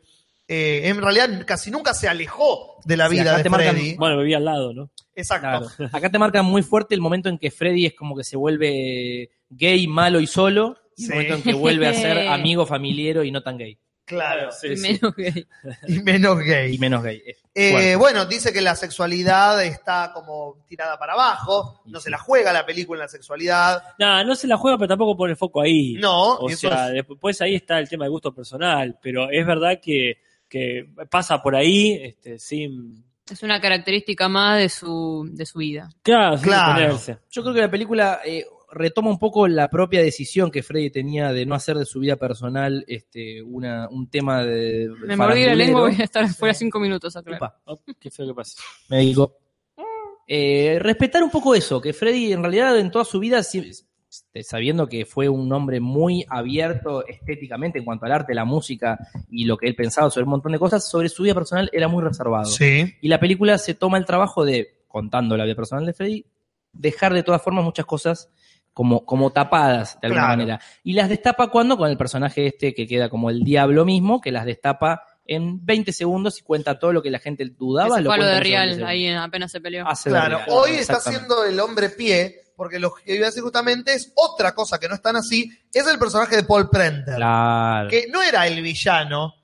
S1: Eh, en realidad, casi nunca se alejó de la
S4: Sí,
S1: vida
S4: acá
S1: de
S4: te marcan-
S1: Freddy.
S2: Bueno, bebí al lado, ¿no?
S1: Exacto.
S4: Claro. Acá te marcan muy fuerte el momento en que Freddy es como que se vuelve gay, malo y solo. Y
S1: Sí.
S4: el momento en que vuelve a ser amigo, familiero y no tan gay.
S1: Claro.
S2: Sí, sí.
S3: Menos que-
S1: Y menos gay.
S4: Y menos gay. Es
S1: Eh,
S4: fuerte.
S1: bueno. dice que la sexualidad está como tirada para abajo, no se la juega la película en la sexualidad.
S2: Nah, no se la juega, pero tampoco pone el foco ahí.
S1: No,
S2: O
S1: eso
S2: sea,
S1: es-
S2: después pues ahí está el tema de gusto personal, pero es verdad que, que pasa por ahí este, sin.
S3: Es una característica más de su, de su vida.
S2: Claro, sin
S1: Claro.
S2: detenerse.
S4: Yo creo que la película eh, retoma un poco la propia decisión que Freddy tenía de no hacer de su vida personal este, una, un tema de.
S3: Me mordí la
S4: farandulero.
S3: lengua, voy a estar afuera cinco minutos aclaro.
S4: Upa,
S2: Oh, qué feo que pasa.
S4: me dijo. Eh, respetar un poco eso, que Freddy en realidad en toda su vida, si- este, sabiendo que fue un hombre muy abierto estéticamente en cuanto al arte, la música y lo que él pensaba sobre un montón de cosas, sobre su vida personal era muy reservado.
S1: Sí.
S4: Y la película se toma el trabajo de, contando la vida personal de Freddy, dejar de todas formas muchas cosas como, como tapadas de alguna
S1: Claro.
S4: manera. Y las destapa cuando con el personaje este que queda como el diablo mismo, que las destapa en 20 segundos y cuenta todo lo que la gente
S3: Que
S4: dudaba.
S3: se fue a lo
S4: cuenta
S3: de
S4: en 20
S3: Real,
S4: segundos.
S3: ahí apenas se peleó.
S4: Hace de
S1: Claro,
S4: Real,
S1: hoy está
S4: exactamente.
S1: siendo el hombre pie, porque lo que iba a decir justamente es otra cosa que no es tan así, es el personaje de Paul Prender,
S4: Claro.
S1: que no era el villano,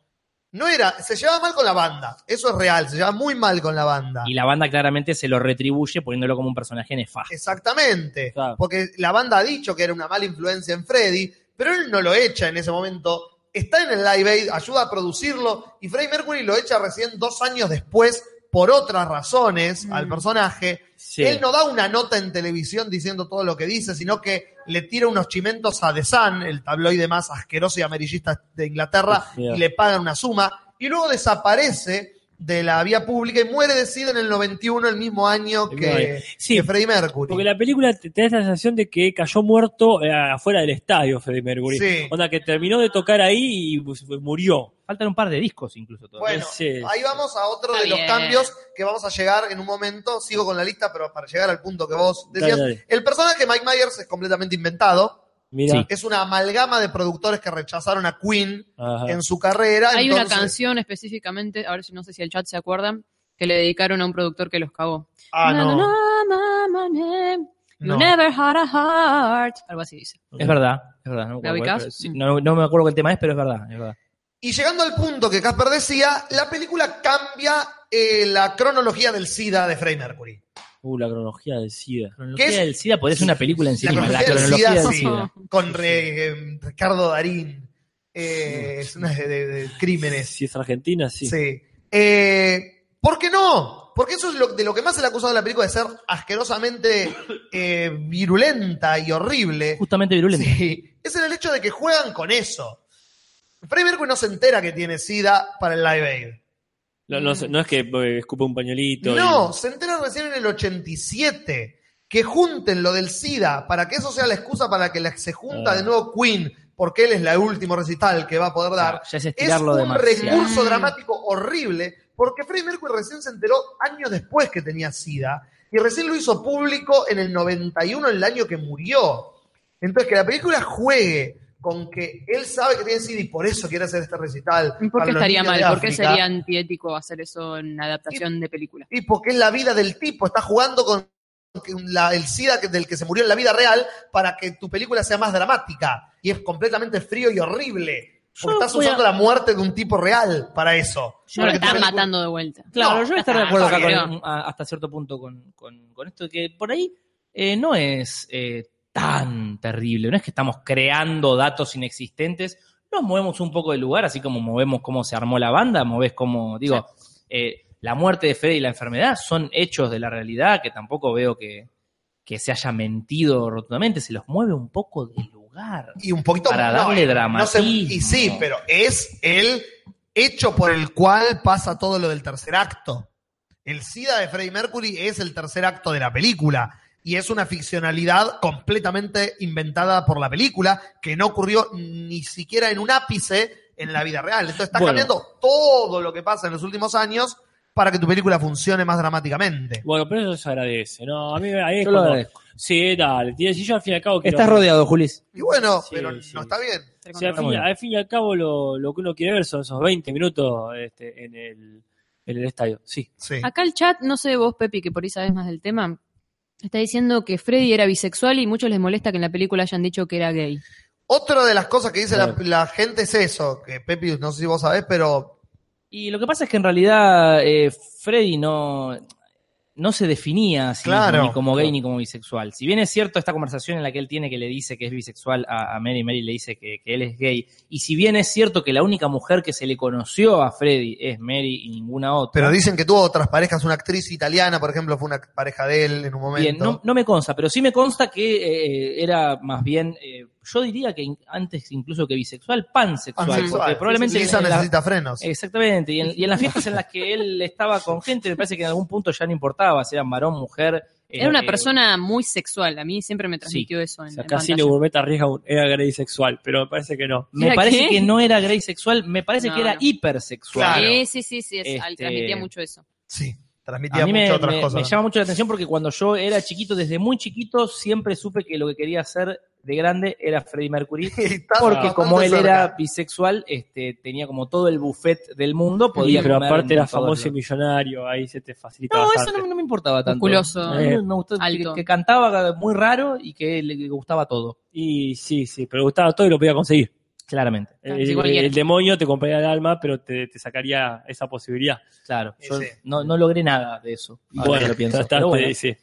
S1: no era, se llevaba mal con la banda, eso es real, se llevaba muy mal con la banda.
S4: Y la banda claramente se lo retribuye poniéndolo como un personaje nefasto.
S1: Exactamente.
S2: Claro.
S1: Porque la banda ha dicho que era una mala influencia en Freddy, pero él no lo echa en ese momento. Está en el Live Aid, ayuda a producirlo, y Freddie Mercury lo echa recién dos años después por otras razones al personaje.
S2: Mm. Sí.
S1: Él no da una nota en televisión diciendo todo lo que dice, sino que le tira unos chimentos a The Sun, el tabloide más asqueroso y amarillista de Inglaterra,
S2: Uf, mira.
S1: y le pagan una suma, y luego desaparece de la vía pública y muere de SIDA en el 91, el mismo año
S2: El
S1: que,
S2: mismo año. Sí,
S1: que Freddie Mercury.
S2: Porque la película te, te da esa sensación de que cayó muerto eh, afuera del estadio, Freddie Mercury.
S1: Sí.
S2: Onda, que terminó de tocar ahí y pues, murió.
S4: Faltan un par de discos incluso todavía.
S1: Bueno,
S2: Sí.
S1: ahí vamos a otro de
S3: Está
S1: los
S3: bien.
S1: cambios que vamos a llegar en un momento. Sigo con la lista, pero para llegar al punto que vos decías.
S2: Dale, dale.
S1: El personaje Mike Myers es completamente inventado.
S2: Mira.
S4: Sí.
S1: Es una amalgama de productores que rechazaron a Queen
S2: Ajá.
S1: en su carrera.
S3: Hay una
S1: entonces-
S3: canción específicamente, ahora no sé si el chat se acuerdan, que le dedicaron a un productor que los cagó.
S1: Ah,
S3: Na,
S1: no.
S3: na, na, na, na, na. You
S1: No.
S3: never had a heart. Algo así dice.
S4: Es verdad, es verdad.
S3: ¿La
S4: No me, acuerdo, cuál,
S3: ubicás?
S4: pero sí, no- no me acuerdo qué tema es, pero es verdad, es verdad.
S1: Y llegando al punto que Casper decía, la película cambia eh, la cronología del SIDA de Freddie Mercury.
S2: Uh, la cronología del SIDA.
S4: cronología
S1: ¿Qué es?
S4: del SIDA podría ser una película en sí misma. La cronología del SIDA.
S1: Con re- eh, Ricardo Darín. Eh, es una de- de- de crímenes.
S2: Si es Argentina, sí.
S1: Sí. Eh, ¿Por qué no? Porque eso es lo, de lo que más se le ha acusado a la película de ser asquerosamente eh, virulenta y horrible.
S4: Justamente virulento.
S1: Sí. Es en el hecho de que juegan con eso. Freddie Mercury no se entera que tiene SIDA para el Live Aid.
S2: No, no sé, no es que eh, escupe un pañuelito. y-
S1: No, se entera recién en el 87. Que junten lo del SIDA para que eso sea la excusa para que la- se junta
S2: Ah.
S1: de nuevo Queen, porque él es la último recital que va a poder dar.
S4: Ya es
S1: Es
S4: estirarlo
S1: un
S4: demasiado.
S1: recurso
S3: Mm.
S1: dramático horrible, porque Freddie Mercury recién se enteró años después que tenía SIDA, y recién lo hizo público en el 91, el año que murió. Entonces, que la película juegue con que él sabe que tiene SIDA y por eso quiere hacer este recital.
S3: ¿Y ¿Por
S1: para
S3: qué
S1: los
S3: estaría
S1: niños
S3: mal?
S1: de
S3: ¿Por qué
S1: África.
S3: sería antiético hacer eso en adaptación de película?
S1: Y porque es la vida del tipo, está jugando con la- el SIDA que- del que se murió en la vida real para que tu película sea más dramática. Y es completamente frío y horrible. Porque
S4: Yo
S1: estás
S4: voy a-
S1: usando la muerte de un tipo real para eso.
S3: No lo
S1: Para que tu
S3: están
S1: película-
S3: matando de vuelta.
S4: Claro, yo voy a estar de acuerdo acá
S1: está
S4: con- a- hasta cierto punto con, con- con esto, que por ahí eh, no es eh, tan terrible, no es que estamos creando datos inexistentes, nos movemos un poco del lugar, así como movemos cómo se armó la banda, moves cómo, digo, eh, la muerte de Fede y la enfermedad son hechos de la realidad que tampoco veo que, que se haya mentido rotundamente, se los mueve un poco del lugar.
S1: y un poquito
S4: Para darle dramatismo.
S1: y sí, pero es el hecho por el cual pasa todo lo del tercer acto. El SIDA de Freddie Mercury es el tercer acto de la película y es una ficcionalidad completamente inventada por la película que no ocurrió ni siquiera en un ápice en la vida real. Entonces está
S2: Bueno.
S1: cambiando todo lo que pasa en los últimos años para que tu película funcione más dramáticamente.
S2: Bueno, pero eso se agradece. No, a mí ahí es
S4: Yo lo
S2: cuando-
S4: agradezco.
S2: Sí, dale. tiene- Si yo al fin y al cabo quiero-
S4: Estás rodeado, Julis.
S1: Y bueno,
S2: Sí,
S1: pero
S2: sí.
S1: no está bien.
S2: Sí, al,
S4: Está
S2: fin,
S4: bueno.
S2: al fin y al cabo lo, lo que uno quiere ver son esos 20 minutos este, en, el, en el estadio. Sí.
S1: Sí.
S3: Acá el chat, no sé vos, Pepi, que por ahí sabes más del tema, está diciendo que Freddy era bisexual y muchos les molesta que en la película hayan dicho que era gay.
S1: Otra de las cosas que dice la,
S2: Claro.
S1: la gente es eso, que Pepi, no sé si vos sabés, pero
S4: Y lo que pasa es que en realidad eh, Freddy no, no se definía así,
S1: Claro.
S4: ni como gay ni como bisexual. Si bien es cierto esta conversación en la que él tiene que le dice que es bisexual a, a Mary, Mary le dice que, que él es gay, y si bien es cierto que la única mujer que se le conoció a Freddy es Mary y ninguna otra,
S1: pero dicen que tuvo otras parejas, una actriz italiana, por ejemplo, fue una pareja de él en un momento.
S4: Bien, no, no me consta, pero sí me consta que eh, era más bien, eh, yo diría que in- antes incluso que bisexual, pansexual,
S1: Pansexual.
S4: porque probablemente
S1: Ah, Lisa
S4: en la- eh,
S1: necesita frenos.
S4: Exactamente, y en, y en las fiestas en las que él estaba con gente, me parece que en algún punto ya no importaba si era varón, mujer. eh,
S3: Era una
S4: eh,
S3: persona muy sexual, a mí siempre me transmitió eso. En,
S2: O sea,
S3: en
S2: Casino
S3: pantalla.
S2: Gourmet arriesga un, era gay sexual, pero me parece que no.
S4: Me
S3: ¿Era
S4: parece
S3: qué?
S4: que no era gay sexual, me parece
S3: No,
S4: que era
S3: no.
S4: hipersexual.
S1: Claro.
S3: Sí, sí, sí, sí, es- al-
S4: Este-
S3: transmitía mucho eso.
S1: Sí, transmitía
S4: A mí
S1: muchas
S4: me,
S1: otras
S4: me-
S1: cosas.
S4: me llama mucho la atención porque cuando yo era chiquito, desde muy chiquito, siempre supe que lo que quería hacer de grande era Freddie Mercury.
S1: Y está
S4: Porque
S1: Ah, bastante
S4: como él
S1: cerca.
S4: era bisexual, este, tenía como todo el buffet del mundo, podía
S2: pero
S4: comer
S2: aparte
S4: en
S2: era
S4: todos
S2: famoso y
S4: lados.
S2: millonario, ahí se te facilita
S4: No, eso
S2: bastante.
S4: no, no me importaba tanto.
S3: Musculoso.
S4: A mí me- me gustó que-
S3: Alto.
S4: Que, cantaba muy raro y que le gustaba todo,
S2: Y sí, sí, pero gustaba todo y lo podía conseguir.
S4: claramente.
S3: Claro,
S2: el,
S3: si cualquiera.
S2: el demonio te compraría el alma, pero te, te sacaría esa posibilidad.
S4: Claro,
S1: Sí,
S4: yo
S1: sí.
S4: no, no logré nada de eso. ahora que lo pienso.
S2: ya está,
S4: Pero bueno,
S2: sí, sí.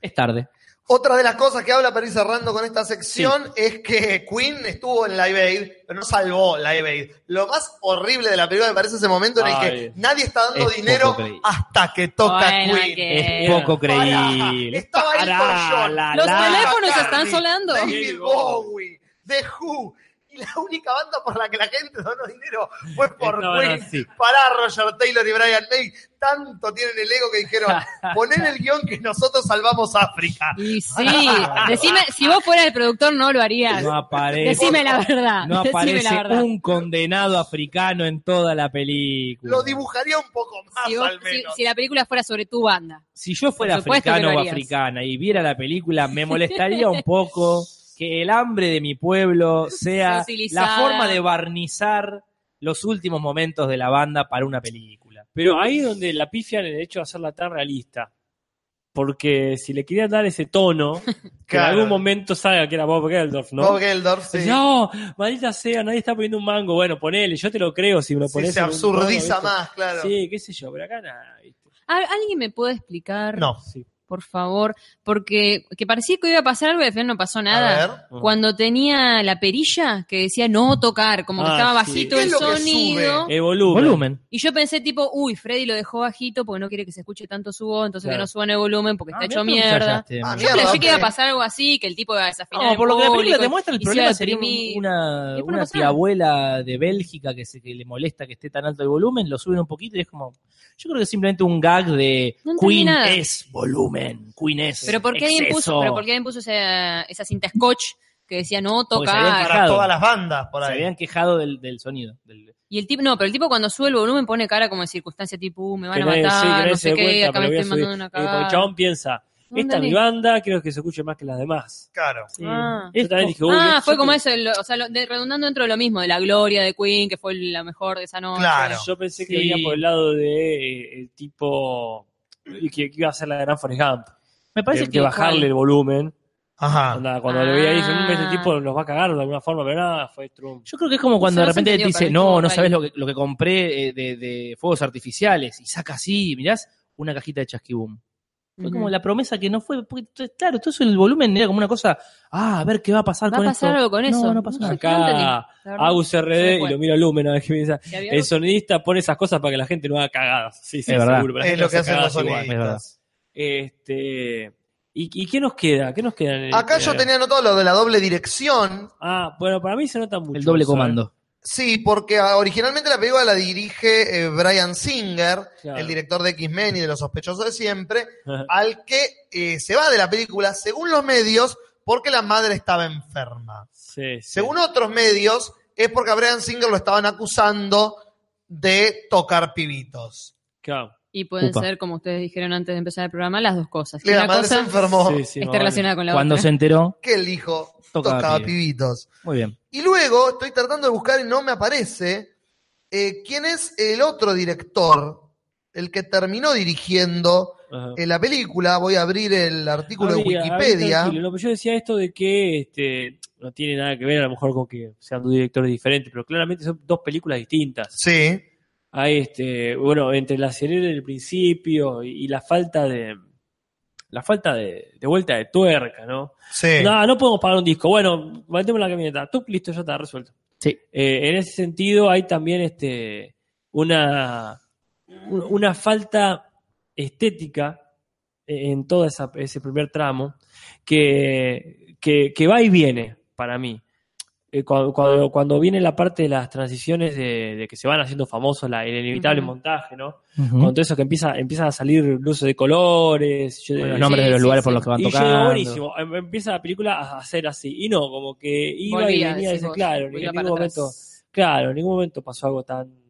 S4: es tarde.
S1: Otra de las cosas que habla para ir cerrando con esta sección es que Queen estuvo en Live Aid, pero no salvó Live Aid. Lo más horrible de la película me parece ese momento en el
S2: Ay.
S1: que nadie está dando
S4: Es
S1: dinero
S4: poco creíble.
S1: hasta que toca
S3: Bueno,
S1: Queen.
S3: que-
S4: Es
S3: Eh,
S4: poco
S1: Pará,
S4: creíble.
S1: Estaba ahí
S4: Pará,
S1: con John.
S4: la,
S3: Los
S4: la.
S3: teléfonos están
S1: McCartney,
S3: sonando.
S1: David Bowie, The Who. Y la única banda por la que la gente donó dinero fue por
S2: No, no,
S1: Queen.
S2: sí.
S1: Pará, Roger Taylor y Brian May. Tanto tienen el ego que dijeron, poner el guión que nosotros salvamos África.
S3: Y sí, decime, si vos fueras el productor no lo harías.
S4: No aparece.
S3: decime la verdad.
S4: No
S3: decime
S4: aparece
S3: la verdad.
S4: un condenado africano en toda la película.
S1: Lo dibujaría un poco más,
S3: Si, vos-
S1: al
S3: si-
S1: menos.
S3: si la película fuera sobre tu banda.
S4: Si yo fuera
S3: Por supuesto
S4: africano
S3: que lo
S4: o
S3: harías.
S4: africana y viera la película, me molestaría un poco que el hambre de mi pueblo sea
S3: Se utilizara.
S4: la forma de barnizar los últimos momentos de la banda para una película.
S2: Pero ahí es donde la pifian en el hecho de hacerla tan realista. Porque si le querían dar ese tono, que en
S1: Claro.
S2: algún momento salga que era Bob Geldof, ¿no?
S1: Bob Geldof, sí.
S2: No, maldita sea, nadie está poniendo un mango. Bueno, ponele, yo te lo creo si me lo
S1: Sí,
S2: pones.
S1: se
S2: en un tono,
S1: absurdiza
S2: ¿viste?
S1: más, claro.
S2: Sí, qué sé yo, pero acá nada. ¿viste?
S3: ¿Al- ¿Alguien me puede explicar?
S1: No.
S2: Sí.
S3: por favor, porque que parecía que iba a pasar algo y al final no pasó nada.
S1: A ver.
S3: Cuando tenía la perilla que decía no tocar, como que
S2: Ah,
S3: estaba
S2: sí.
S3: bajito
S1: ¿Qué
S3: el
S1: es lo que
S3: sonido.
S4: Eh,
S2: El volumen.
S4: Volumen.
S3: Y yo pensé tipo, uy, Freddy lo dejó bajito porque no quiere que se escuche tanto su voz, entonces
S2: Claro.
S3: que no suban el volumen porque
S4: Ah,
S3: está hecho
S4: mirá cómo
S3: mierda.
S4: chayaste,
S1: Ah,
S4: man.
S3: Yo
S1: mierda,
S3: pensé que iba a
S1: ok.
S3: pasar algo así, que el tipo iba a desafinar
S4: No,
S3: al
S4: por lo que la película te
S3: público.
S4: muestra, el
S3: y se
S4: problema
S3: iba a
S4: sería un-
S3: deprimir.
S4: una,
S3: Y fue
S4: una
S3: una
S4: tía
S3: pasada.
S4: abuela de Bélgica que, se, que le molesta que esté tan alto el volumen, lo suben un poquito y es como. Yo creo que es simplemente un gag de
S3: No entendí
S4: Queen
S3: nada.
S4: es volumen, Queen es.
S3: Pero ¿por qué alguien puso,
S4: exceso".
S3: pero por qué alguien puso esa, esa cinta scotch que decía no
S4: Porque se habían
S3: tocar?
S1: Para
S4: Claro.
S1: todas las bandas, por
S4: Se
S1: ahí.
S4: habían quejado del, del sonido. del-
S3: Y el tipo, no, pero el tipo cuando sube el volumen pone cara como en circunstancia tipo, uh, me van
S2: Que
S3: a
S2: nadie- sí, que
S3: matar,
S2: nadie
S3: no
S2: se
S3: sé
S2: dé
S3: qué,
S2: cuenta,
S3: acá
S2: pero
S3: me
S2: voy a
S3: estoy mandando
S2: subir.
S3: una
S2: Eh, Porque el
S3: cagada.
S2: chabón piensa, esta es mi
S3: Ándale.
S2: banda, creo que se escuche más que las demás.
S1: Claro.
S3: Ah.
S2: Yo también dije, uy,
S3: Ah,
S2: yo
S3: fue como
S2: pe-
S3: eso, el- o sea, lo- de- redundando dentro de lo mismo, de la gloria de Queen, que fue la mejor de esa noche.
S1: Claro.
S2: Yo pensé que
S4: Sí.
S2: venía por el lado de eh, el tipo y que, que iba a ser la gran Forrest Gump.
S3: Ah.
S4: Me parece
S2: de,
S4: que.
S2: de bajarle el volumen.
S1: Ajá.
S2: Onda, cuando lo veía ahí, dije, "Mm,
S3: Ah.
S2: este tipo nos va a cagar de alguna forma, pero nada, fue Trump.
S4: Yo creo que es como cuando
S3: Eso
S4: de
S3: no se
S4: repente te
S3: entendió,
S4: dice,
S3: para mí estuvo
S4: no, no
S3: re
S4: sabes
S3: bien".
S4: lo que, lo que compré eh, de, de fuegos artificiales. Y saca así, mirás, una cajita de chasquibum. Fue
S3: Ujú.
S4: como la promesa que no fue. Porque, t- claro, todo eso, el volumen era como una cosa. Ah, a ver qué va a pasar
S3: Va a
S4: con
S3: pasar
S4: esto.
S3: algo con
S4: No,
S3: eso.
S4: no pasó
S3: sé,
S4: nada.
S3: entendí,
S2: Acá
S3: la verdad.
S2: Agus RD y lo miro a Lumen a ver qué piensa.
S3: Si había
S2: El
S3: algo-
S2: sonidista pone esas cosas para que la gente no haga cagadas. Sí, sí,
S4: Es verdad.
S2: seguro. pero la
S1: Es
S2: gente
S1: lo
S2: hace
S1: que hacen los
S2: cagadas igual.
S4: es verdad.
S1: solistas.
S2: Este, ¿y, y qué nos queda? ¿Qué nos queda? en el-
S1: Acá yo
S2: eh,
S1: tenía anotado lo de la doble dirección.
S2: Ah, bueno, para mí se nota mucho.
S4: El doble
S2: eso, ¿eh?
S4: comando.
S1: Sí, porque ah, originalmente la película la dirige eh, Brian Singer,
S2: Claro.
S1: el director de X-Men y de Los Sospechosos de Siempre, al que eh, se va de la película, según los medios, porque la madre estaba enferma.
S2: Sí, sí.
S1: Según otros medios, es porque a Brian Singer lo estaban acusando de tocar pibitos.
S2: Claro.
S3: Y pueden
S4: Upa.
S3: ser, como ustedes dijeron antes de empezar el programa, las dos cosas. Que
S1: La
S3: una
S1: madre se
S3: cosa
S1: enfermó,
S2: Sí, sí, más
S3: está
S2: vale.
S3: relacionada con la
S4: Cuando
S3: otra.
S4: se enteró,
S1: que el hijo
S4: Tocaba
S1: tocaba,
S4: pibes.
S1: pibitos.
S4: muy bien.
S1: Y luego estoy tratando de buscar y no me aparece eh, quién es el otro director, el que terminó dirigiendo
S2: Ajá.
S1: en la película, voy a abrir el artículo de
S2: Habría- habría
S1: Wikipedia.
S2: tranquilo. No, pero yo decía esto de que este, no tiene nada que ver a lo mejor con que sean dos directores diferentes, pero claramente son dos películas distintas.
S1: sí,
S2: Hay este, bueno, entre la sirena del principio y, y la falta de la falta de, de vuelta de tuerca, ¿no?
S1: sí.
S2: No, no podemos pagar un disco. Bueno, mantemos la camioneta. Tú, listo, ya está resuelto.
S4: Sí.
S2: Eh, en ese sentido, hay también este, una, un- una falta estética eh, en todo esa- ese primer tramo que, que, que va y viene para mí. Eh, cuando, cuando, cuando viene la parte de las transiciones de, de que se van haciendo famosos, la, el inevitable
S3: Ujú.
S2: montaje, ¿no? Con
S4: Ujú.
S2: todo eso que empieza, empiezan a salir luces de colores. yo-
S4: Con
S2: eh,
S4: los nombres
S3: Sí,
S4: de los
S3: sí,
S4: lugares
S3: sí.
S4: por los que van
S2: y yo
S4: tocando.
S2: digo, buenísimo, em- empieza la película a hacer así. Y no, como que iba
S3: Volvía,
S2: y venía
S3: decís
S2: ese-
S3: vos,
S2: claro, ni-
S3: volvía
S2: en
S3: para
S2: ningún
S3: atrás.
S2: momento, claro, en ningún momento pasó algo tan,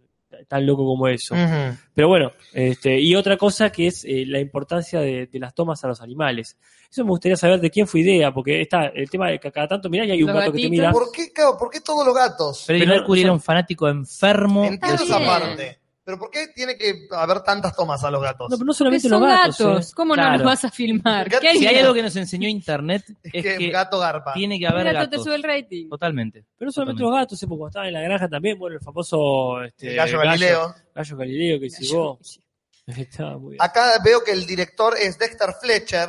S2: tan loco como eso.
S3: Mm.
S1: Ujú.
S2: Pero bueno, este, y otra cosa que es eh, la importancia de, de las tomas a los animales. Eso me gustaría saber de quién fue idea, porque está el tema de que cada tanto mirás y hay un
S3: Los
S2: gato que te
S3: gatitos.
S2: mira.
S1: ¿Por, qué, claro, ¿Por qué todos los gatos?
S4: Freddie
S2: Pero-
S4: Mercury era un fanático enfermo.
S1: Entiendo
S4: de
S1: esa
S4: su-
S3: bien.
S1: parte. Pero ¿por qué tiene que haber tantas tomas a los gatos?
S2: No, pero no
S3: Que
S2: solamente
S3: son
S2: los gatos.
S3: gatos,
S2: ¿eh?
S3: ¿cómo no
S4: Claro.
S3: los vas a filmar?
S1: Gato-
S3: ¿Qué
S4: Si hay
S3: harías?
S4: algo que nos enseñó internet
S1: es,
S4: es
S1: que el
S4: que
S1: gato garpa.
S4: tiene que
S3: Un
S4: haber
S3: gato te
S4: gatos.
S3: sube el rating.
S4: Totalmente.
S2: Pero no solamente los gatos, ¿eh? porque cuando estaba en la granja también, bueno, el famoso este,
S1: el gallo Galileo.
S2: gallo Galileo que si vos. Estaba muy bien.
S1: Acá veo que el director es Dexter Fletcher,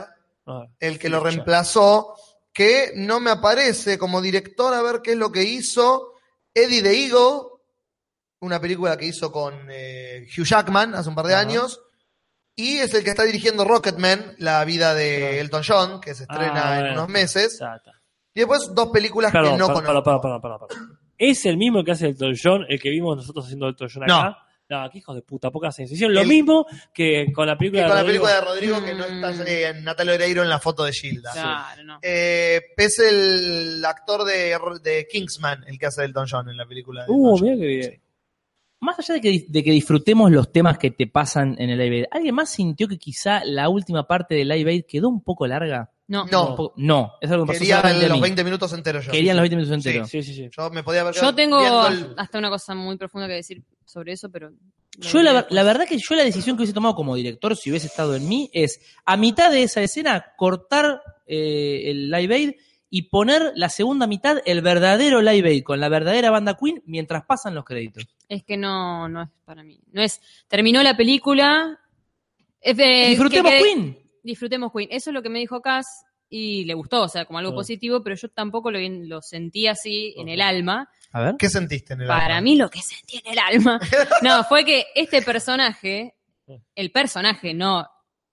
S2: Ah,
S1: el que lo
S2: Fletcher.
S1: reemplazó, que no me aparece como director a ver qué es lo que hizo. Eddie the Eagle, una película que hizo con eh, Hugh Jackman hace un par de
S2: Ajá.
S1: años. Y es el que está dirigiendo Rocketman, la vida de Elton John, que se estrena
S2: Ah,
S1: en
S2: bueno.
S1: unos meses.
S2: Ya está.
S1: Y después dos películas que
S2: Perdón,
S1: no
S2: para,
S1: conozco.
S2: para, para, para, para. ¿Es el mismo que hace el John, el que vimos nosotros haciendo el John
S1: No.
S2: acá? No. qué hijos de puta, poca hacen. Hicieron lo
S1: El-
S2: mismo que con la película
S1: Y con la
S2: de Rodrigo. Mm.
S1: película de Rodrigo que no está eh, Natalia Oreiro en la foto de Gilda.
S3: Claro, no.
S1: Eh, es el actor de, de Kingsman, el que hace Elton John en la película. de
S2: Uh,
S1: Elton John.
S2: mira qué bien.
S4: Más allá de que, de que disfrutemos los temas que te pasan en el Live Aid, ¿alguien más sintió que quizá la última parte del Live Aid quedó un poco larga?
S3: No.
S1: No.
S4: Un poco- no, es algo que pasó
S1: Quería
S4: solamente a
S1: los
S4: mí.
S1: 20 minutos enteros yo.
S4: Querían los 20 minutos
S1: Sí,
S4: enteros.
S2: Sí, sí, sí.
S1: Yo me podía haber
S3: Yo
S1: quedado
S3: tengo
S1: viendo el-
S3: hasta una cosa muy profunda que decir sobre eso, pero...
S4: Yo la, ver- la verdad que yo la decisión que hubiese tomado como director si hubiese estado en mí es a mitad de esa escena cortar eh, el Live Aid y poner la segunda mitad el verdadero Live Aid con la verdadera banda Queen mientras pasan los créditos.
S3: Es que no, no es para mí. No es... Terminó la película... Es de-
S4: disfrutemos
S3: Eh, que- que-
S4: Queen.
S3: disfrutemos Queen. Eso es lo que me dijo Cass y le gustó, o sea, como algo
S2: Ah.
S3: positivo, pero yo tampoco lo, lo sentí así en el alma.
S4: A ver.
S1: ¿Qué sentiste en el
S3: Para
S1: alma?
S3: mí lo que sentí en el alma. No, fue que este personaje, el personaje, no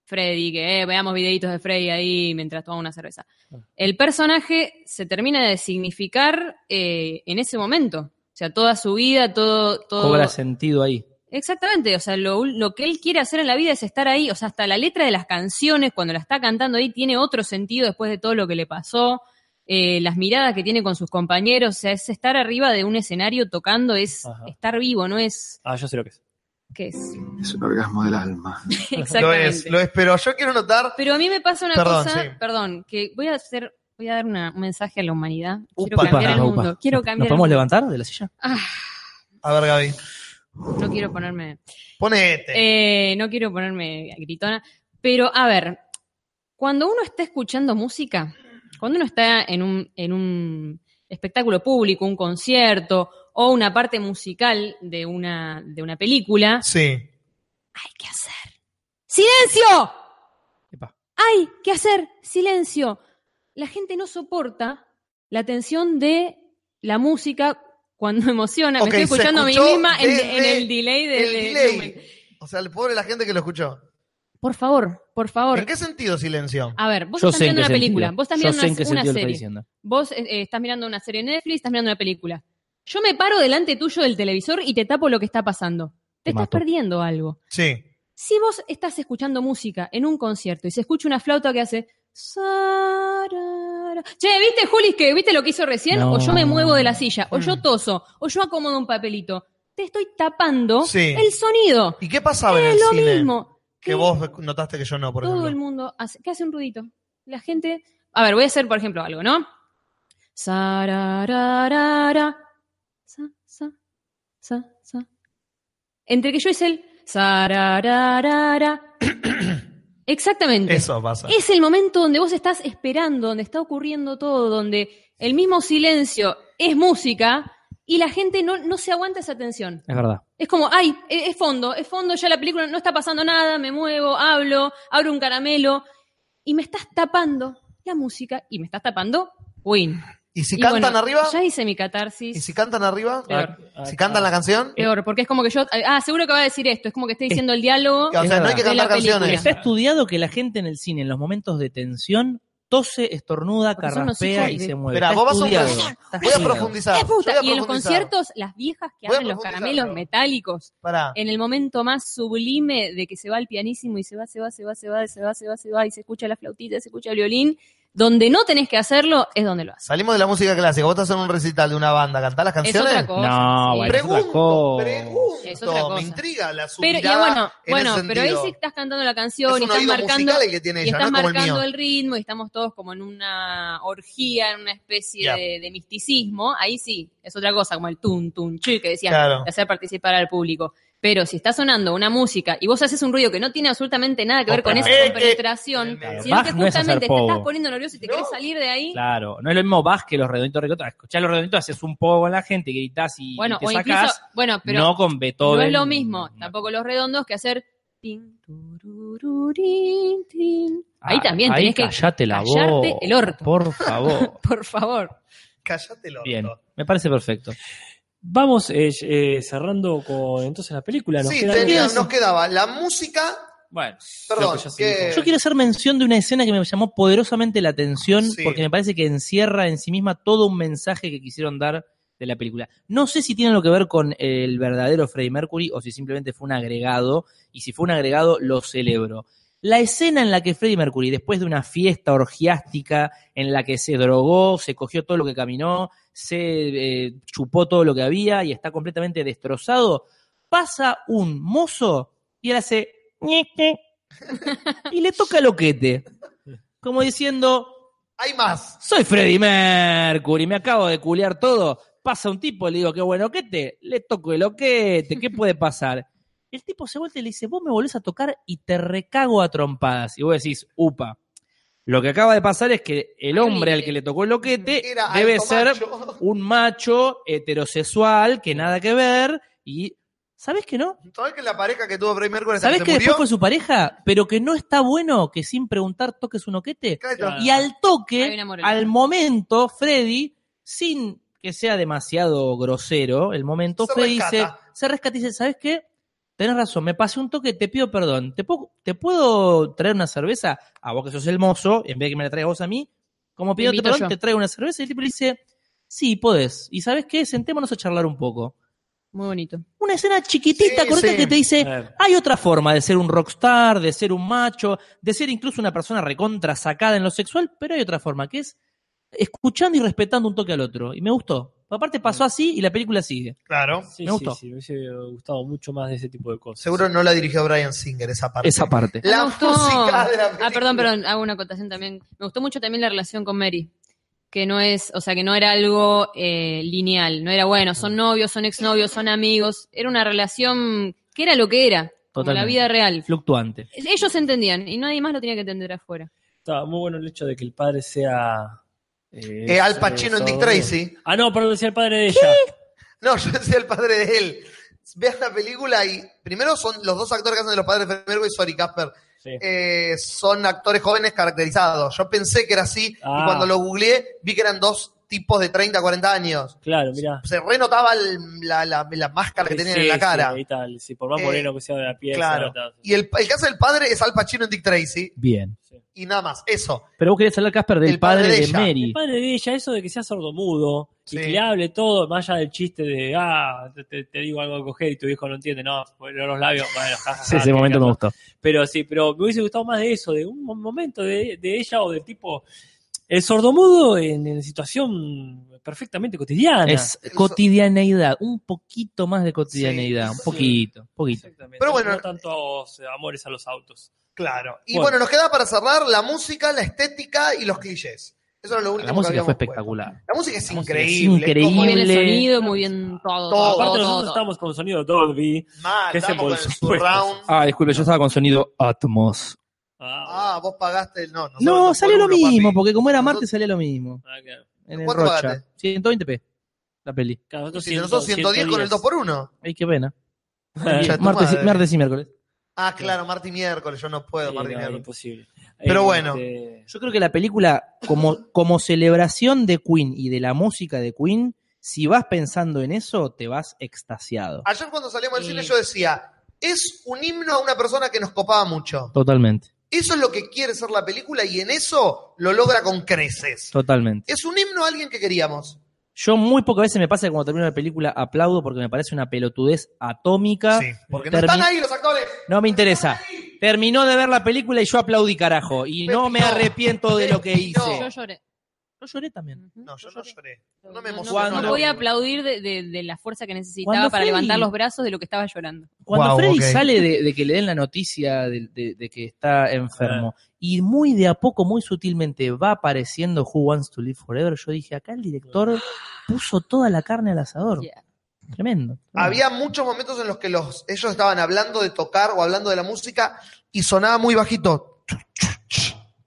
S3: Freddy, que eh, veamos videitos de Freddy ahí mientras toma una cerveza.
S1: Ah.
S3: El personaje se termina de significar eh, en ese momento. O sea, toda su vida, todo, todo.
S4: Cobra sentido ahí.
S3: Exactamente, o sea, lo, ul- lo que él quiere hacer en la vida es estar ahí, o sea, hasta la letra de las canciones, cuando la está cantando ahí, tiene otro sentido después de todo lo que le pasó, eh, las miradas que tiene con sus compañeros, o sea, es estar arriba de un escenario tocando, es
S2: Ajá.
S3: estar vivo, no es...
S2: Ah, yo sé lo que es.
S3: ¿Qué es?
S13: Es un orgasmo del alma.
S3: Exactamente.
S1: Lo es, lo es, pero yo quiero notar.
S3: Pero a mí me pasa una
S1: Perdón,
S3: cosa,
S1: sí.
S3: perdón, que voy a hacer... Voy a dar una- un mensaje a la humanidad. Quiero
S4: Upa,
S3: cambiar el
S4: upa,
S3: mundo.
S4: upa.
S3: Quiero
S4: ¿Nos-
S3: cambiar
S4: ¿Nos
S3: el
S4: podemos
S3: mundo.
S4: levantar de la silla?
S1: A ver, Gaby.
S3: No quiero ponerme...
S1: Ponete.
S3: Eh, no quiero ponerme gritona, pero a ver, cuando uno está escuchando música, cuando uno está en un, en un espectáculo público, un concierto o una parte musical de una, de una película,
S1: sí.
S3: eh, hay que hacer silencio.
S4: Epa.
S3: Hay que hacer silencio. La gente no soporta la tensión de la música cuando emociona.
S1: Ok,
S3: Me
S1: se
S3: estoy escuchando a mí
S1: escuchó
S3: misma en, en
S1: desde
S3: el delay de,
S1: El
S3: de-
S1: delay. O sea, el pobre la gente que lo escuchó.
S3: Por favor, por Ah. favor.
S1: ¿En qué sentido silencio?
S3: A ver, vos
S4: Yo
S3: estás
S4: sé en
S3: mirando
S4: qué
S3: una película,
S4: sentido.
S3: vos estás
S4: Yo
S3: mirando
S4: sé en
S3: una,
S4: qué
S3: una
S4: sentido lo estoy
S3: serie,
S4: diciendo.
S3: vos eh, eh, estás mirando una serie en Netflix, estás mirando una película. Yo me paro delante tuyo del televisor y te tapo lo que está pasando. Te,
S4: Te
S3: estás
S4: mato.
S3: perdiendo algo.
S1: Sí.
S3: Si vos estás escuchando música en un concierto y se escucha una flauta que hace... sarara. Che, ¿viste, Julis, que viste lo que hizo recién?
S4: No.
S3: O yo me muevo de la silla, o yo
S1: Mm.
S3: toso, o yo acomodo un papelito. Te estoy tapando
S1: Sí.
S3: el sonido.
S1: ¿Y qué pasaba en
S3: Es
S1: el
S3: lo
S1: cine?
S3: mismo.
S1: Que
S3: ¿Qué-
S1: vos notaste que yo no, por
S3: todo
S1: ejemplo.
S3: el mundo hace, que hace un ruidito. La gente. A ver, voy a hacer, por ejemplo, algo, ¿no? Sarararara. Sa, sa, sa, sa. Entre que yo hice el. sarararara. Exactamente.
S1: Eso pasa.
S3: Es el momento donde vos estás esperando, donde está ocurriendo todo, donde el mismo silencio es música y la gente no, no se aguanta esa tensión.
S4: Es verdad.
S3: Es como, ay, e-, es es fondo, es fondo, ya la película no está pasando nada, me muevo, hablo, abro un caramelo y me estás tapando la música y me estás tapando Win.
S1: ¿Y si cantan arriba?
S3: Ya hice mi
S1: ¿Y
S3: catarsis.
S1: si cantan arriba?
S3: Peor.
S1: ¿Si cantan Ah, la canción?
S3: Peor, porque es como que yo, ah, seguro que va a decir esto, es como que estoy diciendo el diálogo.
S1: O sea, no hay que
S3: De la
S1: cantar canciones.
S4: Está estudiado que la gente en el cine, en los momentos de tensión, tose, estornuda,
S3: Porque son los
S4: carraspea
S3: hijos
S4: y
S3: de-
S4: se mueve.
S1: Espera,
S4: Está
S1: vos vas a un
S4: estudiado.
S1: concierto.
S4: Está
S1: Voy a
S4: estudiado.
S1: profundizar.
S3: ¡Qué puta!
S1: yo voy a
S3: Y en los
S1: profundizar.
S3: conciertos, las viejas que
S1: Voy a
S3: hacen los
S1: profundizar,
S3: caramelos
S1: bro.
S3: metálicos,
S1: Pará.
S3: en el momento más sublime de que se va el pianísimo y se va, se va, se va, se va, se va, se va, se va, y se escucha la flautita, se escucha el violín, donde no tenés que hacerlo es donde lo haces.
S1: Salimos de la música clásica. Vos estás en un recital de una banda. ¿Cantás las
S3: Es
S1: canciones?
S3: otra cosa.
S4: No,
S3: sí.
S4: bueno.
S1: Pregunto,
S4: Es otra cosa.
S1: pregunto.
S3: Es otra cosa.
S1: Me intriga la su
S3: Pero, y
S1: mirada
S3: bueno,
S1: en
S3: bueno,
S1: ese
S3: pero ahí
S1: sentido.
S3: sí estás cantando la
S1: Es
S3: canción
S1: un
S3: y estás
S1: oído
S3: marcando,
S1: musical el que tiene
S3: y
S1: ella,
S3: estás
S1: no como el
S3: marcando
S1: mío.
S3: el, ritmo y estamos todos como en una orgía, en una especie
S1: Ya.
S3: de, de misticismo. Ahí sí, es otra cosa, como el tun, tun, chi, que decían,
S1: Claro.
S3: de hacer participar al público. Pero si está sonando una música y vos haces un ruido que no tiene absolutamente nada que ver con esa
S1: Opera. Eh, eh.
S3: penetración,
S1: Claro,
S3: sino que
S4: Bach no es hacer
S3: justamente te
S4: pogo.
S3: estás poniendo nervioso y te querés salir de ahí,
S4: Claro, no es lo mismo Vaz que los redonditos ricotas. Escuchás los redonditos, haces un poco con la gente, gritás y,
S3: bueno,
S4: y te
S3: o
S4: sacás.
S3: incluso, bueno, pero
S4: no con Beethoven.
S3: No es lo mismo,
S4: No.
S3: tampoco los redondos, que hacer. tin, turururirín, tin. Ahí
S4: Ah,
S3: también tenés que.
S4: callate la
S3: callarte
S4: voz,
S3: el orto.
S4: Por favor.
S3: Por favor.
S1: Cállate el orto.
S4: Bien, me parece perfecto.
S1: Eh.
S2: Vamos eh, eh, cerrando con entonces la película. Nos
S1: Sí,
S2: queda-
S1: tenía-
S2: queda-
S1: nos quedaba la música.
S4: Bueno,
S1: Perdón.
S2: Creo que ya se
S1: que-
S2: dijo.
S4: yo quiero hacer mención de una escena que me llamó poderosamente la atención
S1: Sí.
S4: porque me parece que encierra en sí misma todo un mensaje que quisieron dar de la película. No sé si tiene algo que ver con el verdadero Freddie Mercury o si simplemente fue un agregado y si fue un agregado lo celebro. La escena en la que Freddie Mercury, después de una fiesta orgiástica en la que se drogó, se cogió todo lo que caminó, se eh, chupó todo lo que había y está completamente destrozado, pasa un mozo y él hace ñeque y le toca el oquete, como diciendo,
S1: Hay más.
S4: soy Freddie Mercury, me acabo de culear todo. Pasa un tipo, le digo, qué bueno oquete, le toco el oquete, ¿qué puede pasar? El tipo se vuelve y le dice, vos me volvés a tocar y te recago a trompadas. Y vos decís, upa. Lo que acaba de pasar es que el hombre al que le tocó el oquete
S1: Era
S4: debe
S1: alto
S4: ser
S1: macho.
S4: un macho heterosexual que nada que ver y ¿Sabes que no?
S1: ¿Sabés que la pareja que tuvo Freddie Mercury hasta
S4: ¿Sabes
S1: se
S4: que
S1: murió?
S4: después fue su pareja? Pero que no está bueno que sin preguntar toques un oquete.
S1: Claro.
S4: Y al
S3: Hay
S4: toque,
S3: una moralidad.
S4: al momento, Freddy, sin que sea demasiado grosero el momento,
S1: Se
S4: Freddy
S1: rescata.
S4: dice, se rescata y dice, ¿sabes qué? Tenés razón, me pasé un toque, te pido perdón. ¿Te puedo, ¿Te puedo traer una cerveza? A vos que sos el mozo, en vez de que me la traigas vos a mí, como pidiéndote
S3: invito
S4: perdón,
S3: yo.
S4: te traigo una cerveza. Y el tipo le dice, sí, podés. ¿Y sabes qué? Sentémonos a charlar un poco.
S3: Muy bonito.
S4: Una escena chiquitita,
S1: Sí,
S4: cortita,
S1: sí.
S4: que te dice,
S2: Eh,
S4: hay otra forma de ser un rockstar, de ser un macho, de ser incluso una persona recontra sacada en lo sexual, pero hay otra forma, que es escuchando y respetando un toque al otro. Y me gustó. Aparte pasó así y la película sigue.
S1: Claro.
S2: sí,
S4: Me gustó.
S2: sí, sí, me hubiese gustado mucho más de ese tipo de cosas.
S1: Seguro no la dirigió Brian Singer esa parte.
S4: parte.
S1: La
S3: Me gustó-
S1: música de la
S3: Ah, perdón,
S1: película.
S3: perdón, hago una acotación también. Me gustó mucho también la relación con Mary, que no es, o sea, que no era algo eh, lineal, no era bueno, son novios, son exnovios, son amigos, era una relación que era lo que era, como la
S4: Totalmente.
S3: vida real.
S4: Fluctuante.
S3: Ellos se entendían y nadie más lo tenía que entender afuera.
S2: Estaba muy bueno el hecho de que el padre sea.
S1: Eh, Al Pacino en Dick Tracy.
S2: Ah, no, perdón, decía el padre de ella.
S1: No, yo decía el padre de él. Veas la película y primero son los dos actores que hacen de los padres de Fermergo y Sorry Casper.
S2: Sí.
S1: eh, son actores jóvenes caracterizados. Yo pensé que era así
S2: Ah.
S1: y cuando lo googleé vi que eran dos tipos de 30, 40 años.
S2: Claro, mirá.
S1: Se renotaba el- la, la- la máscara que tenían en la
S2: Sí,
S1: cara.
S2: Sí, y tal, sí, por más
S1: Eh,
S2: moreno que sea de la piel.
S1: claro.
S2: se nota.
S1: Y el, el caso del padre es Al Pacino en Dick Tracy
S4: Bien.
S1: y nada más. Eso.
S4: Pero vos querías hablar, Casper, del
S1: El padre
S4: padre,
S1: de
S4: de,
S1: ella.
S2: El
S4: Mary.
S2: padre de ella, eso de que sea sordomudo
S1: Sí.
S2: y que le hable todo, más allá del chiste de, ah, te- te, te digo algo a coger y tu viejo no entiende, no, bueno, los labios, bueno, ja, ja, ja, que- que-
S4: gustó.
S2: Pero sí, pero me hubiese gustado más de eso, de un mo- momento de, de ella o del tipo. El sordomudo en, en situación perfectamente cotidiana.
S4: Es cotidianeidad, un poquito más de cotidianeidad,
S1: Sí,
S4: un poquito, un poquito.
S2: Exactamente.
S1: Pero bueno,
S2: no tantos eh, amores a los autos.
S1: Claro. Y bueno.
S2: Bueno.
S1: nos queda para cerrar la música, la estética y los clichés. Eso era lo último
S4: La
S1: que
S4: música
S1: habíamos
S4: fue espectacular.
S1: puesto. La música es
S4: La música es
S1: increíble. es como
S3: Muy bien el
S4: Increíble.
S3: sonido, muy bien
S1: Todo.
S3: todo. todo,
S2: Aparte,
S3: todo,
S2: nosotros
S3: todo.
S2: estamos con sonido Dolby.
S1: mal,
S2: Que se
S1: estamos con el
S2: embolsó.
S1: surround.
S4: Ah, disculpe, yo estaba con sonido Atmos.
S2: Ah,
S1: Ah, vos pagaste el no. nosotros
S4: No, salió lo
S1: podemos, papi.
S4: mismo, porque como era
S1: Nosotros-
S4: martes salía lo mismo.
S2: ah, claro.
S4: En el
S1: ¿Cuánto
S4: Rocha.
S1: pagaste?
S4: 120p. La peli.
S2: Claro, nosotros
S1: Si nosotros
S2: 100,
S1: 110 con el 2x1.
S4: Ay, qué pena.
S1: Concha de tu
S4: martes, y-
S1: madre.
S4: martes y miércoles.
S1: Ah, claro, martes y miércoles, yo no puedo,
S2: Sí,
S1: martes y
S2: no,
S1: miércoles.
S2: imposible.
S1: Pero bueno.
S2: este,
S4: Yo creo que la película, como, como celebración de Queen y de la música de Queen, si vas pensando en eso, te vas extasiado.
S1: Ayer cuando salíamos del
S3: Sí.
S1: cine yo decía, es un himno a una persona que nos copaba mucho.
S4: Totalmente,
S1: Eso es lo que quiere ser la película y en eso lo logra con creces.
S4: totalmente.
S1: Es un himno a alguien que queríamos.
S4: Yo muy pocas veces me pasa que cuando termino la película aplaudo porque me parece una pelotudez atómica.
S1: porque no
S4: Termi-
S1: están ahí los actores.
S4: No me interesa. Terminó de ver la película y yo aplaudí, carajo. Y no me
S1: No.
S4: arrepiento de lo que hice.
S3: Yo lloré.
S4: Yo lloré también.
S3: Ujú.
S1: No, yo no lloré.
S3: No,
S1: No me
S3: no,
S1: emocionó.
S4: Cuando-
S3: no podía aplaudir de, de- de la fuerza que necesitaba
S4: Cuando
S3: para
S4: Freddy-
S3: levantar los brazos de lo que estaba llorando.
S4: Cuando
S1: Guau,
S4: Freddy
S1: ok.
S4: sale de, de que le den la noticia de, de- de que está enfermo
S1: Eh.
S4: y muy de a poco, muy sutilmente va apareciendo Who Wants to Live Forever, yo dije, acá el
S3: Ah.
S4: director puso toda la carne al asador.
S3: Yeah.
S4: Tremendo.
S1: Había muchos momentos en los que los, ellos estaban hablando de tocar o hablando de la música y sonaba muy bajito.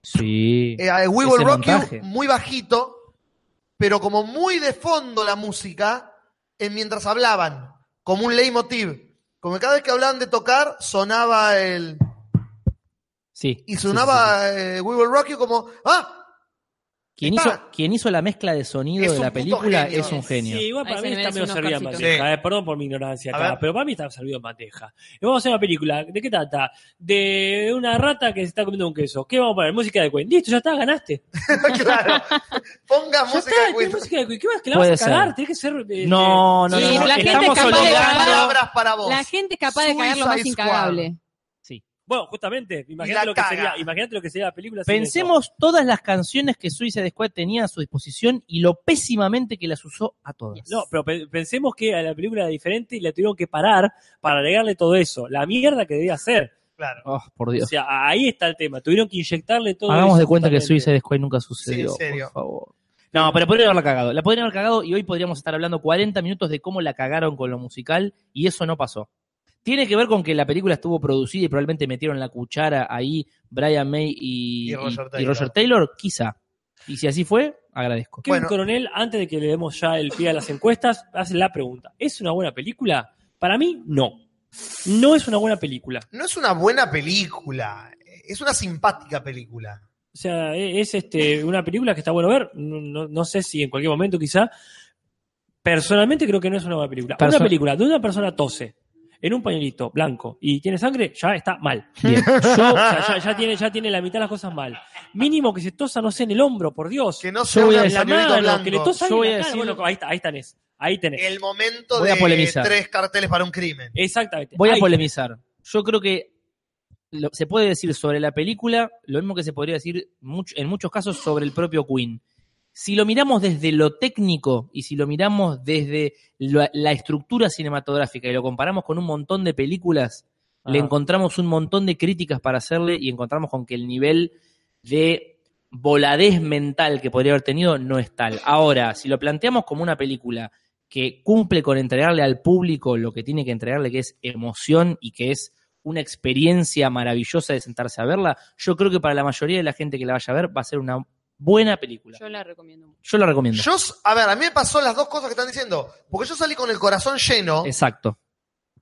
S4: Sí.
S1: Eh, eh, We Will
S4: Ese
S1: Rock You,
S4: montaje.
S1: muy bajito, pero como muy de fondo la música eh, mientras hablaban, como un leitmotiv. Como que cada vez que hablaban de tocar, sonaba el.
S4: Sí.
S1: Y
S4: Sí, sí, sí.
S1: sonaba eh, We Will Rock You como. ¡Ah!
S4: Quien,
S1: está.
S4: hizo, quien hizo la mezcla de sonido
S1: Es
S4: de
S1: un
S4: la
S1: puto
S4: película
S1: genio.
S4: es un genio.
S2: Sí, igual para
S3: Ahí
S2: mí
S3: se me
S2: está medio
S3: merecen
S2: servido en
S3: unos
S2: bandeja. eh, Perdón por mi ignorancia
S1: A
S2: acá,
S1: ver.
S2: pero para mí está servido en bandeja. Y Vamos a hacer una película. ¿De qué trata? De una rata que se está comiendo un queso. ¿Qué vamos a poner? Música de Queen. Listo, ya está, ganaste.
S1: claro. Ponga
S2: Ya
S1: música de
S2: está, tenés
S1: Queen.
S2: música de Queen. ¿Qué más? ¿Que la
S4: Puede
S2: vas a cagar?
S4: ser.
S2: Tenés que ser... eh,
S4: No, no,
S3: Sí,
S4: no. no.
S3: la gente
S4: Estamos
S3: es capaz
S1: Ponga
S3: de
S4: obligando.
S1: palabras para vos.
S3: La gente es capaz de cagar lo más
S1: Suicide Squad.
S3: incagable.
S2: Bueno, justamente,
S1: la
S2: imagínate lo, que
S1: caga.
S2: sería, imagínate lo que sería la película. sin eso.
S4: Pensemos todas las canciones que Suicide Squad tenía a su disposición y lo pésimamente que las usó a todas.
S2: No, pero pe- pensemos que a la película era diferente y la tuvieron que parar para agregarle todo eso. La mierda que debía ser.
S1: Claro.
S4: Oh, por
S2: O
S4: Dios.
S2: sea, ahí está el tema. Tuvieron que inyectarle todo
S4: Hagamos
S2: eso eh.
S4: de cuenta que
S2: justamente.
S4: Suicide Squad nunca sucedió,
S1: Sí, en serio.
S4: por favor. No, pero podrían haberla cagado. La podrían haber cagado y hoy podríamos estar hablando 40 minutos de cómo la cagaron con lo musical y eso no pasó. Tiene que ver con que la película estuvo producida y probablemente metieron la cuchara ahí Brian May y,
S1: Y Roger
S4: y- y
S1: Taylor.
S4: Roger Taylor, quizá. Y si así fue, agradezco.
S2: Kevin
S1: Bueno.
S2: Coronel, antes de que le demos ya el pie a las encuestas, hace la pregunta. ¿Es una buena película? Para mí, no. No es una buena película.
S1: No es una buena película, es una simpática película.
S2: O sea, e- es este, una película que está bueno ver. No, no- no sé si en cualquier momento, quizá. Personalmente creo que no es una buena película.
S4: Perso-
S2: una película donde una persona tose en un pañuelito blanco y tiene sangre, ya está mal.
S4: Bien.
S2: Yo, o sea, ya, ya tiene, ya tiene la mitad de las cosas mal. Mínimo que se tosa, no sé, en el hombro, por Dios.
S1: Que no
S4: Yo
S1: sea
S4: voy
S1: un
S4: a-
S2: en la
S1: pañuelito
S2: mano,
S1: blanco.
S2: que le tosa
S4: Yo
S2: alguien
S4: voy
S2: en
S4: a
S2: la cara.
S4: decir-
S2: Bueno, ahí, está- ahí tenés. Ahí tenés.
S4: Eh,
S1: El momento
S4: Voy a
S1: de
S4: polemizar.
S1: tres carteles para un crimen.
S2: Exactamente.
S4: Voy a
S2: Ahí.
S4: polemizar. Yo creo que lo- se puede decir sobre la película lo mismo que se podría decir mucho- en muchos casos sobre el propio Queen. Si lo miramos desde lo técnico y si lo miramos desde la, la estructura cinematográfica y lo comparamos con un montón de películas,
S2: Ajá.
S4: le encontramos un montón de críticas para hacerle y encontramos con que el nivel de voladez mental que podría haber tenido no es tal. Ahora, si lo planteamos como una película que cumple con entregarle al público lo que tiene que entregarle, que es emoción y que es una experiencia maravillosa de sentarse a verla, yo creo que para la mayoría de la gente que la vaya a ver va a ser una buena película.
S3: Yo la recomiendo mucho.
S4: Yo la recomiendo.
S1: Yo, a ver, a mí me pasó las dos cosas que están diciendo. Porque yo salí con el corazón lleno,
S4: Exacto.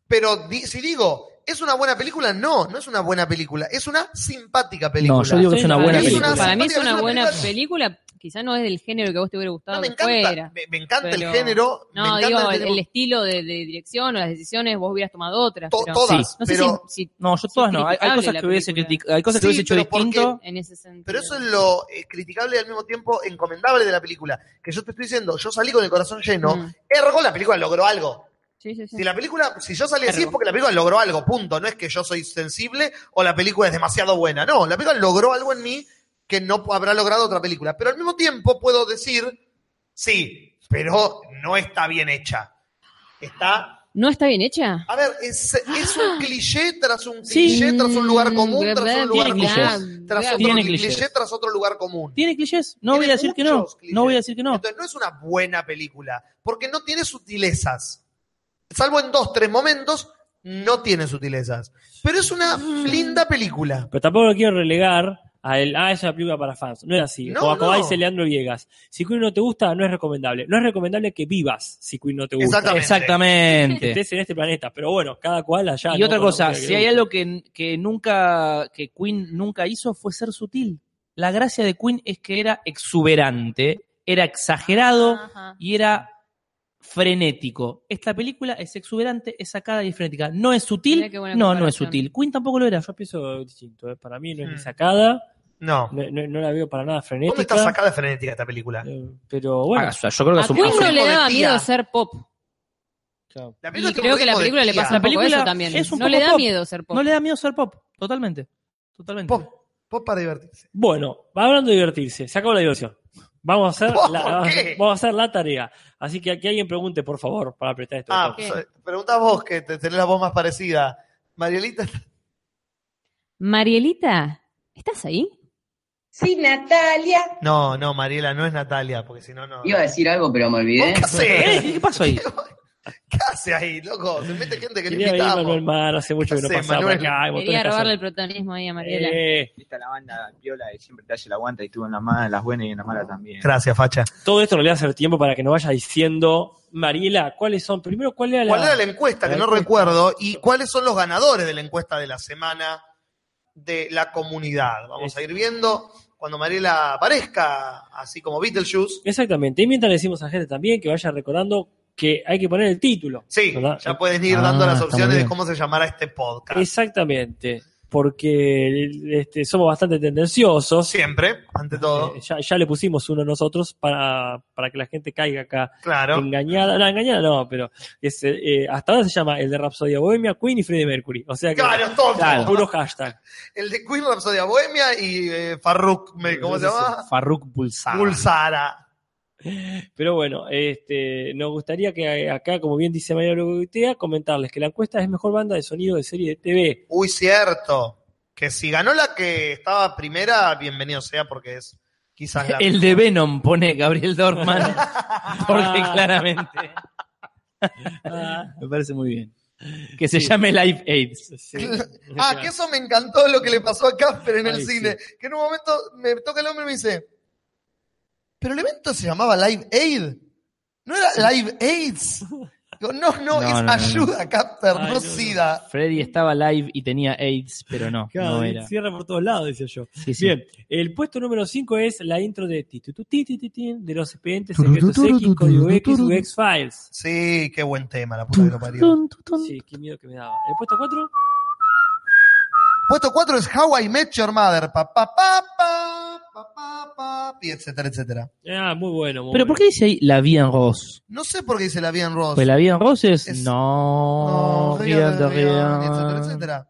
S1: pero di- si digo, ¿es una buena película? No, no es una buena película. Es una simpática película.
S4: No, yo digo que es una
S3: Para
S4: buena
S3: mí es una-
S4: película.
S3: Para mí es
S1: simpática,
S3: una
S1: es una
S3: buena película, quizá no es del género que a vos te hubiera gustado
S1: No, me
S3: que
S1: encanta,
S3: fuera.
S1: me, me encanta
S3: Pero-
S1: el género. me
S3: No,
S1: encanta
S3: digo,
S1: el-
S3: el, el estilo de, de dirección o las decisiones, vos hubieras tomado otras.
S1: to-
S3: pero-
S1: todas,
S3: no sé
S1: pero,
S3: si, si
S4: No, yo todas
S3: es
S4: no. Hay, hay cosas
S3: criticable
S4: que
S3: la
S4: hubiese,
S3: película.
S4: critic- hay cosas que
S1: Sí,
S4: hubiese hecho
S1: pero porque-
S4: distinto.
S3: en ese sentido.
S1: pero eso es lo eh, criticable y al mismo tiempo encomendable de la película. Que yo te estoy diciendo, yo salí con el corazón lleno.
S3: Mm.
S1: Ergo, la película logró algo.
S3: Sí, sí, sí.
S1: Si la película, si yo salí así
S3: Ergo.
S1: es porque la película logró algo, punto. No es que yo soy sensible o la película es demasiado buena. No, la película logró algo en mí que no habrá logrado otra película. Pero al mismo tiempo puedo decir, sí, pero no está bien hecha. Está
S3: ¿No está bien hecha?
S1: A ver, es, es un cliché tras un
S4: Sí.
S1: cliché, tras un lugar común,
S3: Mm,
S1: tras
S3: verdad,
S1: un lugar
S4: tiene
S1: común,
S4: clichés.
S1: tras otro
S4: Tiene
S1: cliché,
S4: clichés.
S1: tras otro lugar común.
S4: ¿Tiene clichés? No
S1: Tiene
S4: voy a decir que no.
S1: muchos clichés.
S4: No voy a decir que no.
S1: Entonces no es una buena película, porque no tiene sutilezas. Salvo en dos, tres momentos, no tiene sutilezas. Pero es una linda película.
S2: Pero tampoco lo quiero relegar a el, ah, es una película para fans. No es así.
S1: No,
S2: Como acabá
S1: no.
S2: dice Leandro Viegas. Si Queen no te gusta, no es recomendable. No es recomendable que vivas si Queen no te gusta.
S1: Exactamente.
S2: Que
S4: Exactamente.
S2: estés en este planeta. Pero bueno, cada cual allá.
S4: Y
S2: ¿no?
S4: otra
S2: Con la
S4: cosa,
S2: música que
S4: si
S2: le
S4: hay
S2: gusta.
S4: algo que, que nunca, que Queen nunca hizo fue ser sutil. La gracia de Queen es que era exuberante, era exagerado
S3: Ajá.
S4: y era frenético. Esta película es exuberante, es sacada y es frenética. No es sutil,
S3: Mirá qué buena
S4: no, no es
S3: comparación.
S4: sutil. Queen tampoco lo era.
S2: Yo pienso distinto. ¿eh? Para mí no es ni
S1: Mm.
S2: sacada.
S1: No.
S2: No, no- no la veo para nada frenética.
S1: ¿Dónde está sacada de frenética esta película?
S2: eh, Pero bueno.
S4: Ah, yo creo que
S3: A
S4: es un-
S3: Queen no le
S1: de
S3: daba
S1: tía.
S3: miedo ser pop.
S2: claro.
S1: La
S3: Y
S1: tiene un
S3: creo que
S1: ritmo
S3: la
S1: de
S3: película le
S1: tía.
S3: pasa un
S4: La
S3: poco
S4: película
S3: eso también.
S4: es un
S3: No le
S4: poco
S3: da
S4: pop.
S3: miedo ser pop.
S4: no le da miedo ser pop, totalmente. Totalmente.
S1: Pop, pop para divertirse.
S2: Bueno, hablando de divertirse. Se acabó la diversión. Vamos a hacer,
S1: ¿Por
S2: la,
S1: qué?
S2: vamos a hacer la tarea. Así que aquí alguien pregunte, por favor, para apretar esto.
S1: Ah,
S3: ¿Qué?
S1: so- pregunta vos que te- tenés la voz más parecida. Marielita está
S3: Marielita, ¿estás ahí?
S5: Sí, Natalia.
S1: No, no, Mariela, no es Natalia, porque si no, no.
S14: Iba a decir algo, pero me olvidé.
S1: ¿Vos ¿Qué hace?
S4: ¿Eh? ¿Qué pasó ahí?
S1: ¿Qué hace ahí, loco? Se mete gente que no
S2: Quería venir Manuel
S1: invitamos.
S2: Mar, hace mucho que no
S1: Sí,
S2: pasaba por
S1: Manuel.
S2: acá. hay montones
S3: Quería
S2: que hacer.
S3: robarle el protagonismo ahí a Mariela.
S2: Eh,
S14: Está la banda viola que siempre te hace la aguanta y estuvo en las malas, las buenas y en las malas también.
S1: Gracias, Facha.
S2: todo esto no le va a hacer tiempo para que nos vaya diciendo, Mariela, ¿cuáles son? Primero, ¿cuál era la...?
S1: ¿Cuál era la encuesta? Que no recuerdo. ¿Y cuáles son los ganadores de la encuesta de la semana de la comunidad? Vamos a ir viendo cuando Mariela aparezca, así como Beetlejuice.
S2: Exactamente. Y mientras le decimos a la gente también que vaya recordando que hay que poner el título.
S1: Sí,
S2: ¿verdad?
S1: ya pueden ir
S4: Ah,
S1: dando las
S4: está muy
S1: opciones de
S4: bien.
S1: cómo se llamará este podcast.
S2: Exactamente. Porque este, somos bastante tendenciosos.
S1: Siempre, ante todo.
S2: Eh, ya, ya le pusimos uno nosotros para, para que la gente caiga acá
S1: Claro.
S2: engañada. No, engañada no, pero es, eh, hasta ahora se llama el de Rapsodia Bohemia, Queen y Freddie Mercury. O sea que...
S1: Claro, tonto.
S2: Claro, puro hashtag.
S1: El de Queen Rhapsody a Bohemia y eh, Farruk, me- ¿cómo se llama?
S4: Farruk Bulsara.
S1: Pulsara.
S2: Pero bueno, este, nos gustaría que acá, como bien dice María Logoitea, comentarles que la encuesta es mejor banda de sonido de serie de TV.
S1: Uy, cierto. Que si ganó la que estaba primera, bienvenido sea, porque es quizás la.
S4: El de Venom pone Gabriel Dorman. Porque
S2: Ah,
S4: claramente. Me parece muy bien. Que se llame Life Aids.
S1: Ah, que eso me encantó lo que le pasó a Casper en el
S2: Ay,
S1: cine. Que en un momento me toca el hombre y me dice: ¿Pero el evento se llamaba Live Aid? ¿No era Live AIDS? Digo, no, no,
S4: No,
S1: es
S4: no, no,
S1: ayuda, Capter,
S2: Ay,
S1: no,
S2: no, no.
S1: sida.
S4: Freddy estaba live y tenía AIDS, pero no,
S2: Claro,
S4: no era.
S2: Cierra por todos lados, decía yo.
S4: Sí, sí.
S2: Bien, el puesto número 5 es la intro de ti, tu, tu, ti, ti, ti, ti, de los expedientes
S1: Turu,
S2: secretos
S1: turu,
S2: X,
S1: turu,
S2: Código
S1: turu,
S2: X,
S1: turu.
S2: UX Files.
S1: Sí, qué buen tema, la puta que lo parió.
S2: Sí, qué miedo que me daba. El puesto 4,
S1: Puesto 4 es How I Met Your Mother. Pa, pa, pa, pa, pa, pa, pa, y etcétera, etcétera.
S2: ah, muy bueno. Muy
S4: Pero
S2: bueno.
S4: ¿por qué dice ahí la vida en Ross?
S1: No sé por qué dice la Bien Ross.
S4: Pues la vida en Ross es,
S1: Es- Oh,
S4: no,
S1: No, Rian,
S4: riendo,
S1: Rian,
S4: riendo.
S1: etcétera, etcétera.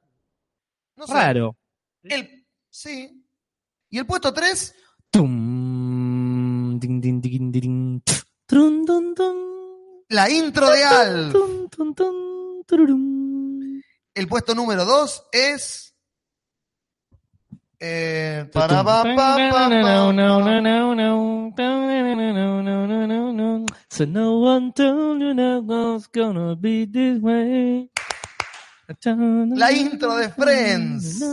S1: No sé.
S4: Raro.
S1: El, sí. ¿Y el puesto 3?
S4: Tum, din, din, din, din, din, tf, trun, dun, dun,
S1: La intro de Al.
S4: tun, tun, tun, tururum.
S1: El puesto número 2 es. Eh, para, pa, pa, pa, pa.
S4: So no one told you that was gonna be this way.
S1: La intro de Friends.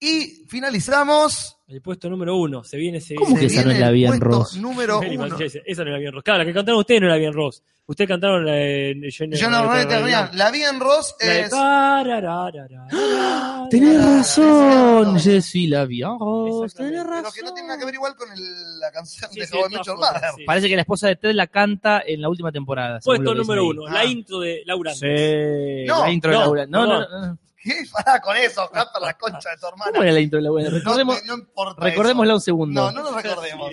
S1: Y finalizamos.
S2: El puesto número 1, se viene ese.
S4: ¿Cómo
S1: Se
S4: que esa no
S1: viene
S4: es la
S1: el
S4: Bien
S1: puesto
S4: Ross?
S1: Número
S2: Meli
S1: uno.
S2: Mancilla dice, Esa no era bien Ross. Claro, la que cantaron ustedes no era bien Ross. Ustedes cantaron la de- Yo
S1: Yo no, no Rian. La bien Ross
S2: La de
S1: es.
S2: tararararara.
S4: Tenés
S1: Ah,
S4: razón,
S1: es cierto.
S4: Jessy la Laviaros.
S2: Exactamente.
S4: Tenés
S1: Pero que no
S4: razón.
S1: tiene nada que ver igual con el- la canción
S2: Sí,
S1: de
S2: sí,
S1: How I
S2: está
S1: Met Your
S2: fuerte,
S1: Mother.
S2: sí.
S4: Parece que la esposa de Ted la canta en la última temporada. según
S2: Puesto
S4: lo que dicen
S2: número
S4: ahí.
S2: 1, la
S1: Ah.
S2: intro de Laura.
S4: Sí,
S1: No,
S4: la intro de
S2: no,
S4: Laura. No, no,
S2: perdón.
S4: no, no.
S1: ¿Qué? Pará con eso, Capa, la concha de tu
S4: ¿Cómo
S1: hermana.
S4: era la intro de Laura?
S1: No,
S4: Recordemos,
S1: no importa
S4: recordémosla un
S1: eso.
S4: segundo.
S1: No, no lo recordemos.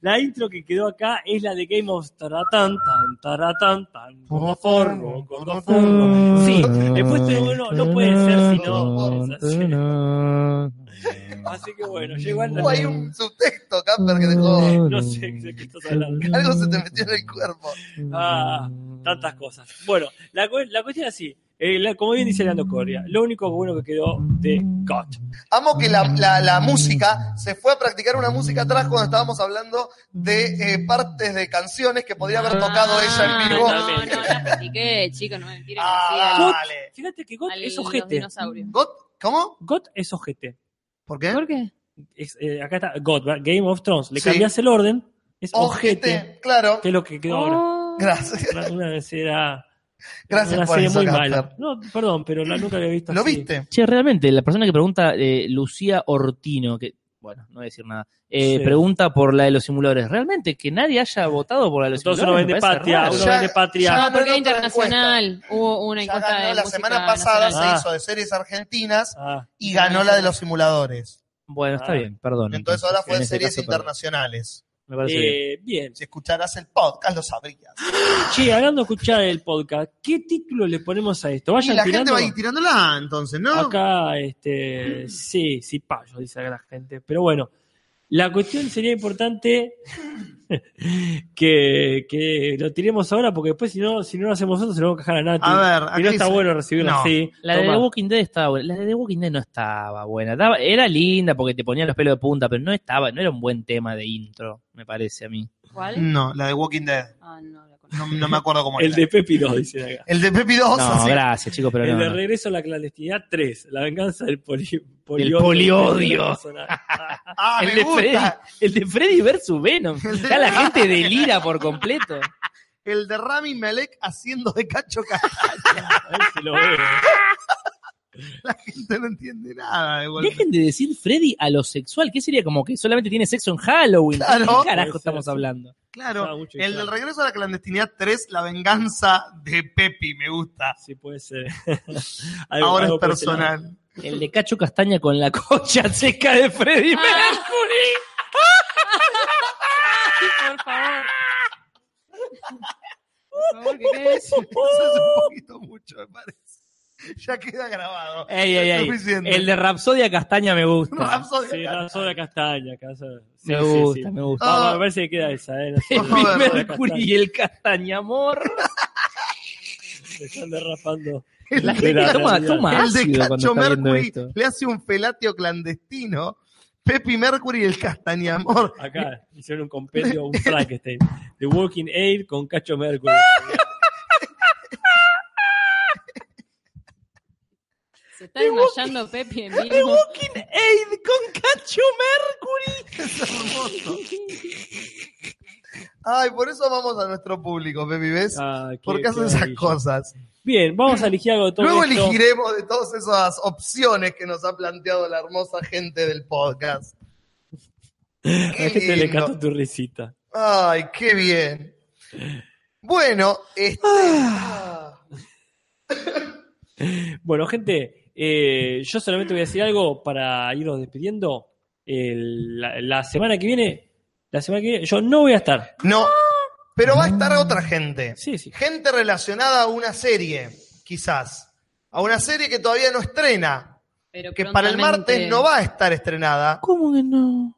S2: La intro que quedó acá es la de Game of Taratán, tan, taratán, tan, como formo, como formo. Sí, el puesto número uno no puede ser si no. es así. Así que bueno, llegó al
S1: Uh, hay un subtexto, Camper, que dejó.
S2: No sé de qué estás hablando.
S1: Algo se te metió en el cuerpo.
S2: Ah, tantas cosas. Bueno, la, cu- la cuestión es así. Eh, la- como bien dice Leandro Correa, lo único bueno que quedó de God.
S1: Amo que la, la- la música se fue a practicar una música atrás cuando estábamos hablando de eh, partes de canciones que podría haber tocado ella en vivo.
S3: Ah, No, no, la practiqué, chicos, no me tiren así
S1: Ah,
S3: a-
S1: dale.
S2: Fíjate que God
S3: al-
S2: es
S3: los
S2: ojete.
S3: dinosaurios.
S1: ¿Got? ¿Cómo?
S2: God es ojete.
S1: ¿Por qué?
S3: ¿Por qué?
S2: Es, eh, acá está God, ¿verdad? Game of Thrones. Le
S1: Sí.
S2: cambias el orden, es
S1: Ojete,
S2: ojete.
S1: Oh, este, claro.
S2: que es lo que quedó ahora.
S3: Oh,
S1: Gracias.
S2: Una, una serie, era-
S1: Gracias
S2: una
S1: por
S2: serie
S1: eso,
S2: muy
S1: Casper.
S2: mala. No, perdón, pero la, nunca la había visto
S1: ¿Lo
S2: así.
S1: viste?
S4: Che, realmente, la persona que pregunta, eh, Lucía Ortino, que, bueno, no voy a decir nada,
S2: Sí.
S4: eh, pregunta por la de los simuladores. Realmente, que nadie haya votado por la de los
S2: Entonces uno
S4: simuladores.
S2: vende
S4: me parece
S2: patria,
S4: raro.
S2: uno
S1: Ya-
S2: vende patria.
S1: ya-
S3: no, Ah, porque
S1: otra
S3: era internacional. Hubo una
S1: Ya
S3: encuesta
S1: ganó
S3: de
S1: la
S3: música
S1: semana pasada
S3: nacional.
S2: nacional.
S1: se hizo de series argentinas
S2: Ah,
S1: y ganó la de los simuladores.
S4: Bueno, está
S2: Ah.
S4: bien, perdón.
S1: Entonces ahora fue
S4: en
S1: de
S4: este
S1: series
S4: caso, perdón.
S1: internacionales.
S4: Me parece bien.
S2: eh, bien.
S1: Si escucharas el podcast lo sabrías.
S2: Che, hablando de escuchar el podcast, ¿qué título le ponemos a esto?
S1: Y
S2: Vayan
S1: la gente
S2: tirando.
S1: va a ir tirándola entonces, ¿no?
S2: Acá, este, sí, sí, payo, dice la gente. Pero bueno, la cuestión sería importante que, que lo tiremos ahora, porque después si no, si no lo hacemos nosotros se lo vamos a cajar a Nati.
S1: A ver,
S2: y
S1: acá
S2: no está
S1: dice-
S2: bueno recibirlo
S1: No.
S2: así.
S4: La de
S2: Tomá.
S4: The Walking Dead estaba buena. La de The Walking Dead no estaba buena. Daba- era linda porque te ponían los pelos de punta, pero no estaba, no era un buen tema de intro, me parece a mí.
S3: ¿Cuál?
S1: No, la de Walking Dead.
S3: Ah, no, la
S1: No,
S3: conozco.
S1: no me acuerdo cómo
S2: El
S1: era.
S2: de Pepi 2, dicen acá.
S1: el de Pepi 2.
S4: No,
S1: así.
S4: gracias, chicos, pero
S2: el
S4: no.
S2: de
S4: no.
S2: regreso a la clandestinidad 3, la venganza del poli, poliodio.
S4: poliodio.
S1: Ah,
S4: El
S1: me
S4: de, Freddy,
S1: gusta.
S4: el de Freddy versus Venom.
S1: El de-
S4: Ya la gente delira por completo.
S1: El de Rami Malek haciendo de cacho cacho.
S2: A ver si lo veo.
S1: La gente no entiende nada de Walking Dead.
S4: Dejen de decir Freddy a lo sexual. ¿Qué sería? Como que solamente tiene sexo en Halloween.
S1: Claro.
S4: ¿Qué
S2: Puede ser
S4: carajo estamos
S2: así.
S4: hablando?
S2: Estaba
S1: Claro.
S2: mucho
S1: El del
S2: claro.
S1: regreso a la clandestinidad 3, la venganza de Pepi, me gusta.
S2: Sí, puede ser.
S1: Ahora es
S2: por ese lado.
S1: personal.
S4: El de Cacho Castaña con la cocha seca de Freddy
S1: Ah,
S4: Mercury.
S3: Ay, por favor. Por favor, que quede eso.
S1: Eso es un poquito mucho, me parece. Ya queda grabado.
S4: Ey, ey,
S1: Es
S4: ey.
S1: suficiente.
S4: El de Rapsodia Castaña me gusta.
S1: No, Rhapsody
S2: Ah, Sí,
S1: acá.
S2: la soda castaña. casa- sí,
S4: me
S2: sí,
S4: gusta,
S2: sí.
S4: me gusta.
S2: Vamos,
S1: Ah.
S2: me parece que queda esa, ¿eh? La
S1: Por
S4: El
S2: soda-
S1: favor.
S4: Freddie
S2: soda
S4: Mercury y el Castañamor.
S2: castaña. Se están derrapando.
S1: El
S4: La
S1: de
S4: gente
S2: Era
S4: toma,
S2: realidad.
S4: toma
S1: El de
S4: ácido cuando
S1: Cacho
S4: está viendo
S1: Mercury
S4: esto.
S1: le hace un felatio clandestino. Pepi Mercury y el Castañamor.
S2: Acá hicieron un compendio, un Frankenstein. The Walking Aid con Cacho Mercury.
S3: Se está desmayando Pepi en vivo.
S4: Aid con Cacho Mercury.
S1: Es hermoso. Ay, por eso vamos a nuestro público, baby, ¿ves?
S2: Ah, qué-
S1: Porque hacen
S2: qué
S1: esas
S2: maravilla.
S1: cosas.
S2: Bien, vamos a elegir algo de todo
S1: Luego
S2: esto.
S1: elegiremos de todas esas opciones que nos ha planteado la hermosa gente del podcast.
S2: A la gente le encantó tu risita.
S1: Ay, qué bien. Bueno, este.
S2: Ah. Bueno, gente, eh, yo solamente voy a decir algo para irnos despidiendo. El- la, la semana que viene, la semana que viene, yo no voy a estar.
S1: No, pero va a estar otra gente.
S2: Sí, sí.
S1: Gente relacionada a una serie, quizás. A una serie que todavía no estrena.
S3: Pero
S1: Que para el martes
S3: prontamente-
S1: no va a estar estrenada.
S4: ¿Cómo que no?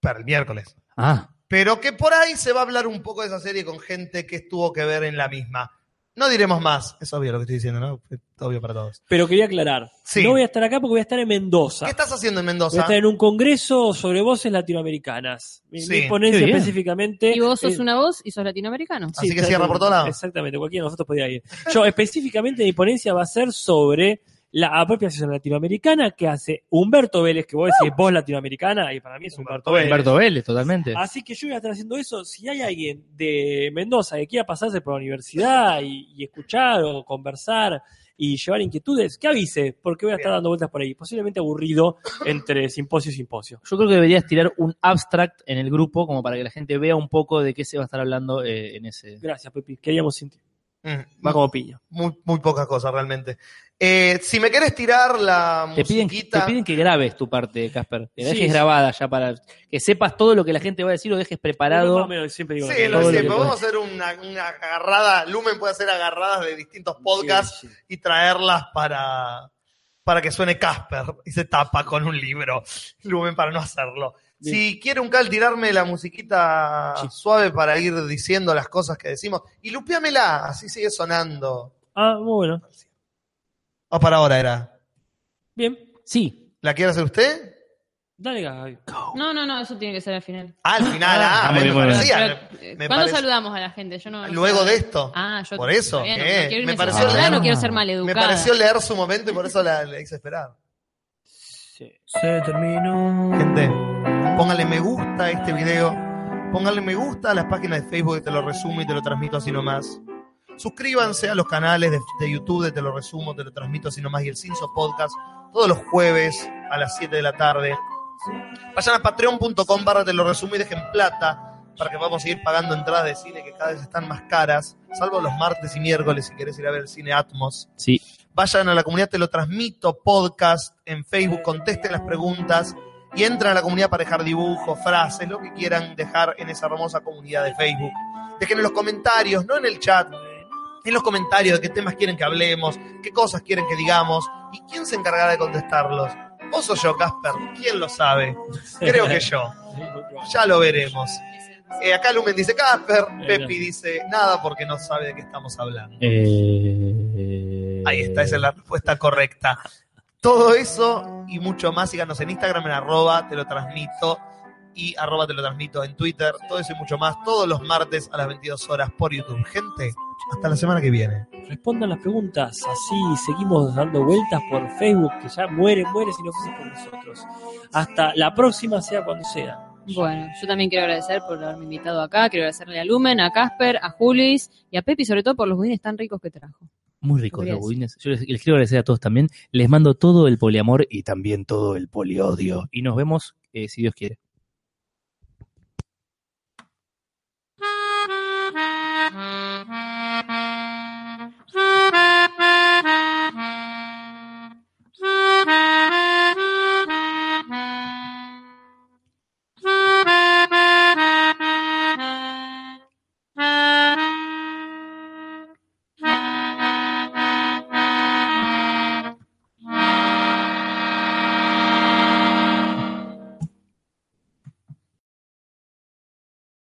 S1: Para el miércoles.
S4: Ah.
S1: Pero que por ahí se va a hablar un poco de esa serie con gente que estuvo que ver en la misma. No diremos más. Es obvio lo que estoy diciendo, ¿no? Es obvio para todos.
S2: Pero quería aclarar,
S1: Sí.
S2: no voy a estar acá porque voy a estar en Mendoza.
S1: ¿Qué estás haciendo en
S2: Voy a
S1: Mendoza?
S2: estar en un congreso sobre voces latinoamericanas. Mi,
S1: Sí.
S2: mi ponencia
S4: Qué bien.
S2: específicamente.
S3: Y vos sos
S2: es-
S3: una voz y sos latinoamericano.
S1: Así que cierra por todos lados.
S2: Exactamente, cualquiera de nosotros podría ir. Yo, específicamente, mi ponencia va a ser sobre la apropiación latinoamericana que hace Humberto Vélez, que vos decís vos latinoamericana, y para mí es Humberto, Vélez.
S4: Humberto Vélez, totalmente.
S2: Así que yo voy a estar haciendo eso. Si hay alguien de Mendoza que quiera pasarse por la universidad y, y escuchar o conversar y llevar inquietudes, que avise, porque voy a estar dando vueltas por ahí. Posiblemente aburrido entre simposio y simposio.
S4: Yo creo que deberías tirar un abstract en el grupo como para que la gente vea un poco de qué se va a estar hablando eh, en ese.
S2: Gracias, Pepi. Queríamos sentir.
S1: Mm,
S2: Va como piña.
S1: muy, muy pocas cosas realmente. Eh, si me querés tirar la
S4: Te piden,
S1: musiquita.
S4: te piden que grabes tu parte, Casper. Que la
S2: Sí,
S4: dejes
S2: sí.
S4: grabada ya para que sepas todo lo que la gente va a decir o dejes preparado.
S2: Más o menos, siempre digo lo
S1: Sí,
S2: mismo.
S1: lo
S4: Todo
S1: sé,
S4: lo que
S1: pero
S4: pueda.
S1: vamos a hacer una, una agarrada. Lumen puede hacer agarradas de distintos podcasts
S2: Sí, sí.
S1: y traerlas para, para que suene Casper y se tapa con un libro. Lumen para no hacerlo.
S2: Bien.
S1: Si quiere un cal tirarme la musiquita
S2: Sí.
S1: suave para ir diciendo las cosas que decimos, y lupeamela, así sigue sonando.
S2: Ah, muy bueno.
S1: O para ahora era.
S2: Bien.
S4: Sí.
S1: ¿La quiere hacer usted?
S2: Dale, Gaby.
S3: No, no, no, eso tiene que ser al final.
S1: Ah, al final, ah,
S4: Ah,
S1: me
S4: muy bien, muy bien.
S1: parecía.
S3: Pero, eh,
S1: me
S3: ¿Cuándo
S1: parece-
S3: saludamos a la gente? Yo no,
S1: Luego de esto.
S3: Ah, yo
S1: Por eso,
S3: todavía no,
S1: ¿qué?
S3: no quiero irme
S1: Me pareció
S3: sin saludar, no
S4: raro.
S3: quiero ser
S1: Me
S3: maleducada.
S1: pareció leer su momento y por eso la, la hice esperar.
S2: Sí.
S4: Se terminó.
S1: Gente, póngale me gusta a este video. Póngale me gusta a las páginas de Facebook de Te lo resumo y te lo transmito así nomás. Suscríbanse a los canales de, de YouTube de Te lo resumo, te lo transmito así nomás y el Cinso Podcast todos los jueves a las 7 de la tarde. Vayan a patreon.com barra te lo resumo y dejen plata para que vamos a seguir pagando entradas de cine que cada vez están más caras, salvo los martes y miércoles si querés ir a ver el cine Atmos.
S4: Sí.
S1: Vayan a la comunidad Te lo transmito podcast en Facebook, contesten las preguntas y entren a la comunidad para dejar dibujos, frases, lo que quieran dejar en esa hermosa comunidad de Facebook. Dejen en los comentarios, no en el chat, en los comentarios de qué temas quieren que hablemos, qué cosas quieren que digamos y quién se encargará de contestarlos. ¿Vos o yo, Casper? ¿Quién lo sabe? Creo que yo. Ya lo veremos. Eh, acá Lumen dice Casper, Pepi dice nada porque no sabe de qué estamos hablando.
S2: Eh,
S1: Ahí está, esa es la respuesta correcta. Todo eso y mucho más, síganos en Instagram en arroba, te lo transmito y arroba te lo transmito en Twitter, todo eso y mucho más, todos los martes a las 22 horas por YouTube. Gente, hasta la semana que viene.
S2: Respondan las preguntas, así seguimos dando vueltas por Facebook, que ya muere, muere si no fuese por nosotros. Hasta la próxima, sea cuando sea.
S3: Bueno, yo también quiero agradecer por haberme invitado acá, quiero agradecerle a Lumen, a Casper, a Julis y a Pepi, sobre todo por los budines tan ricos que trajo.
S4: Muy rico,
S3: Podría
S4: los
S3: ser.
S4: budines. Yo les, les quiero agradecer a todos también. Les mando todo el poliamor y también todo el poliodio. Y nos vemos, eh, si Dios quiere.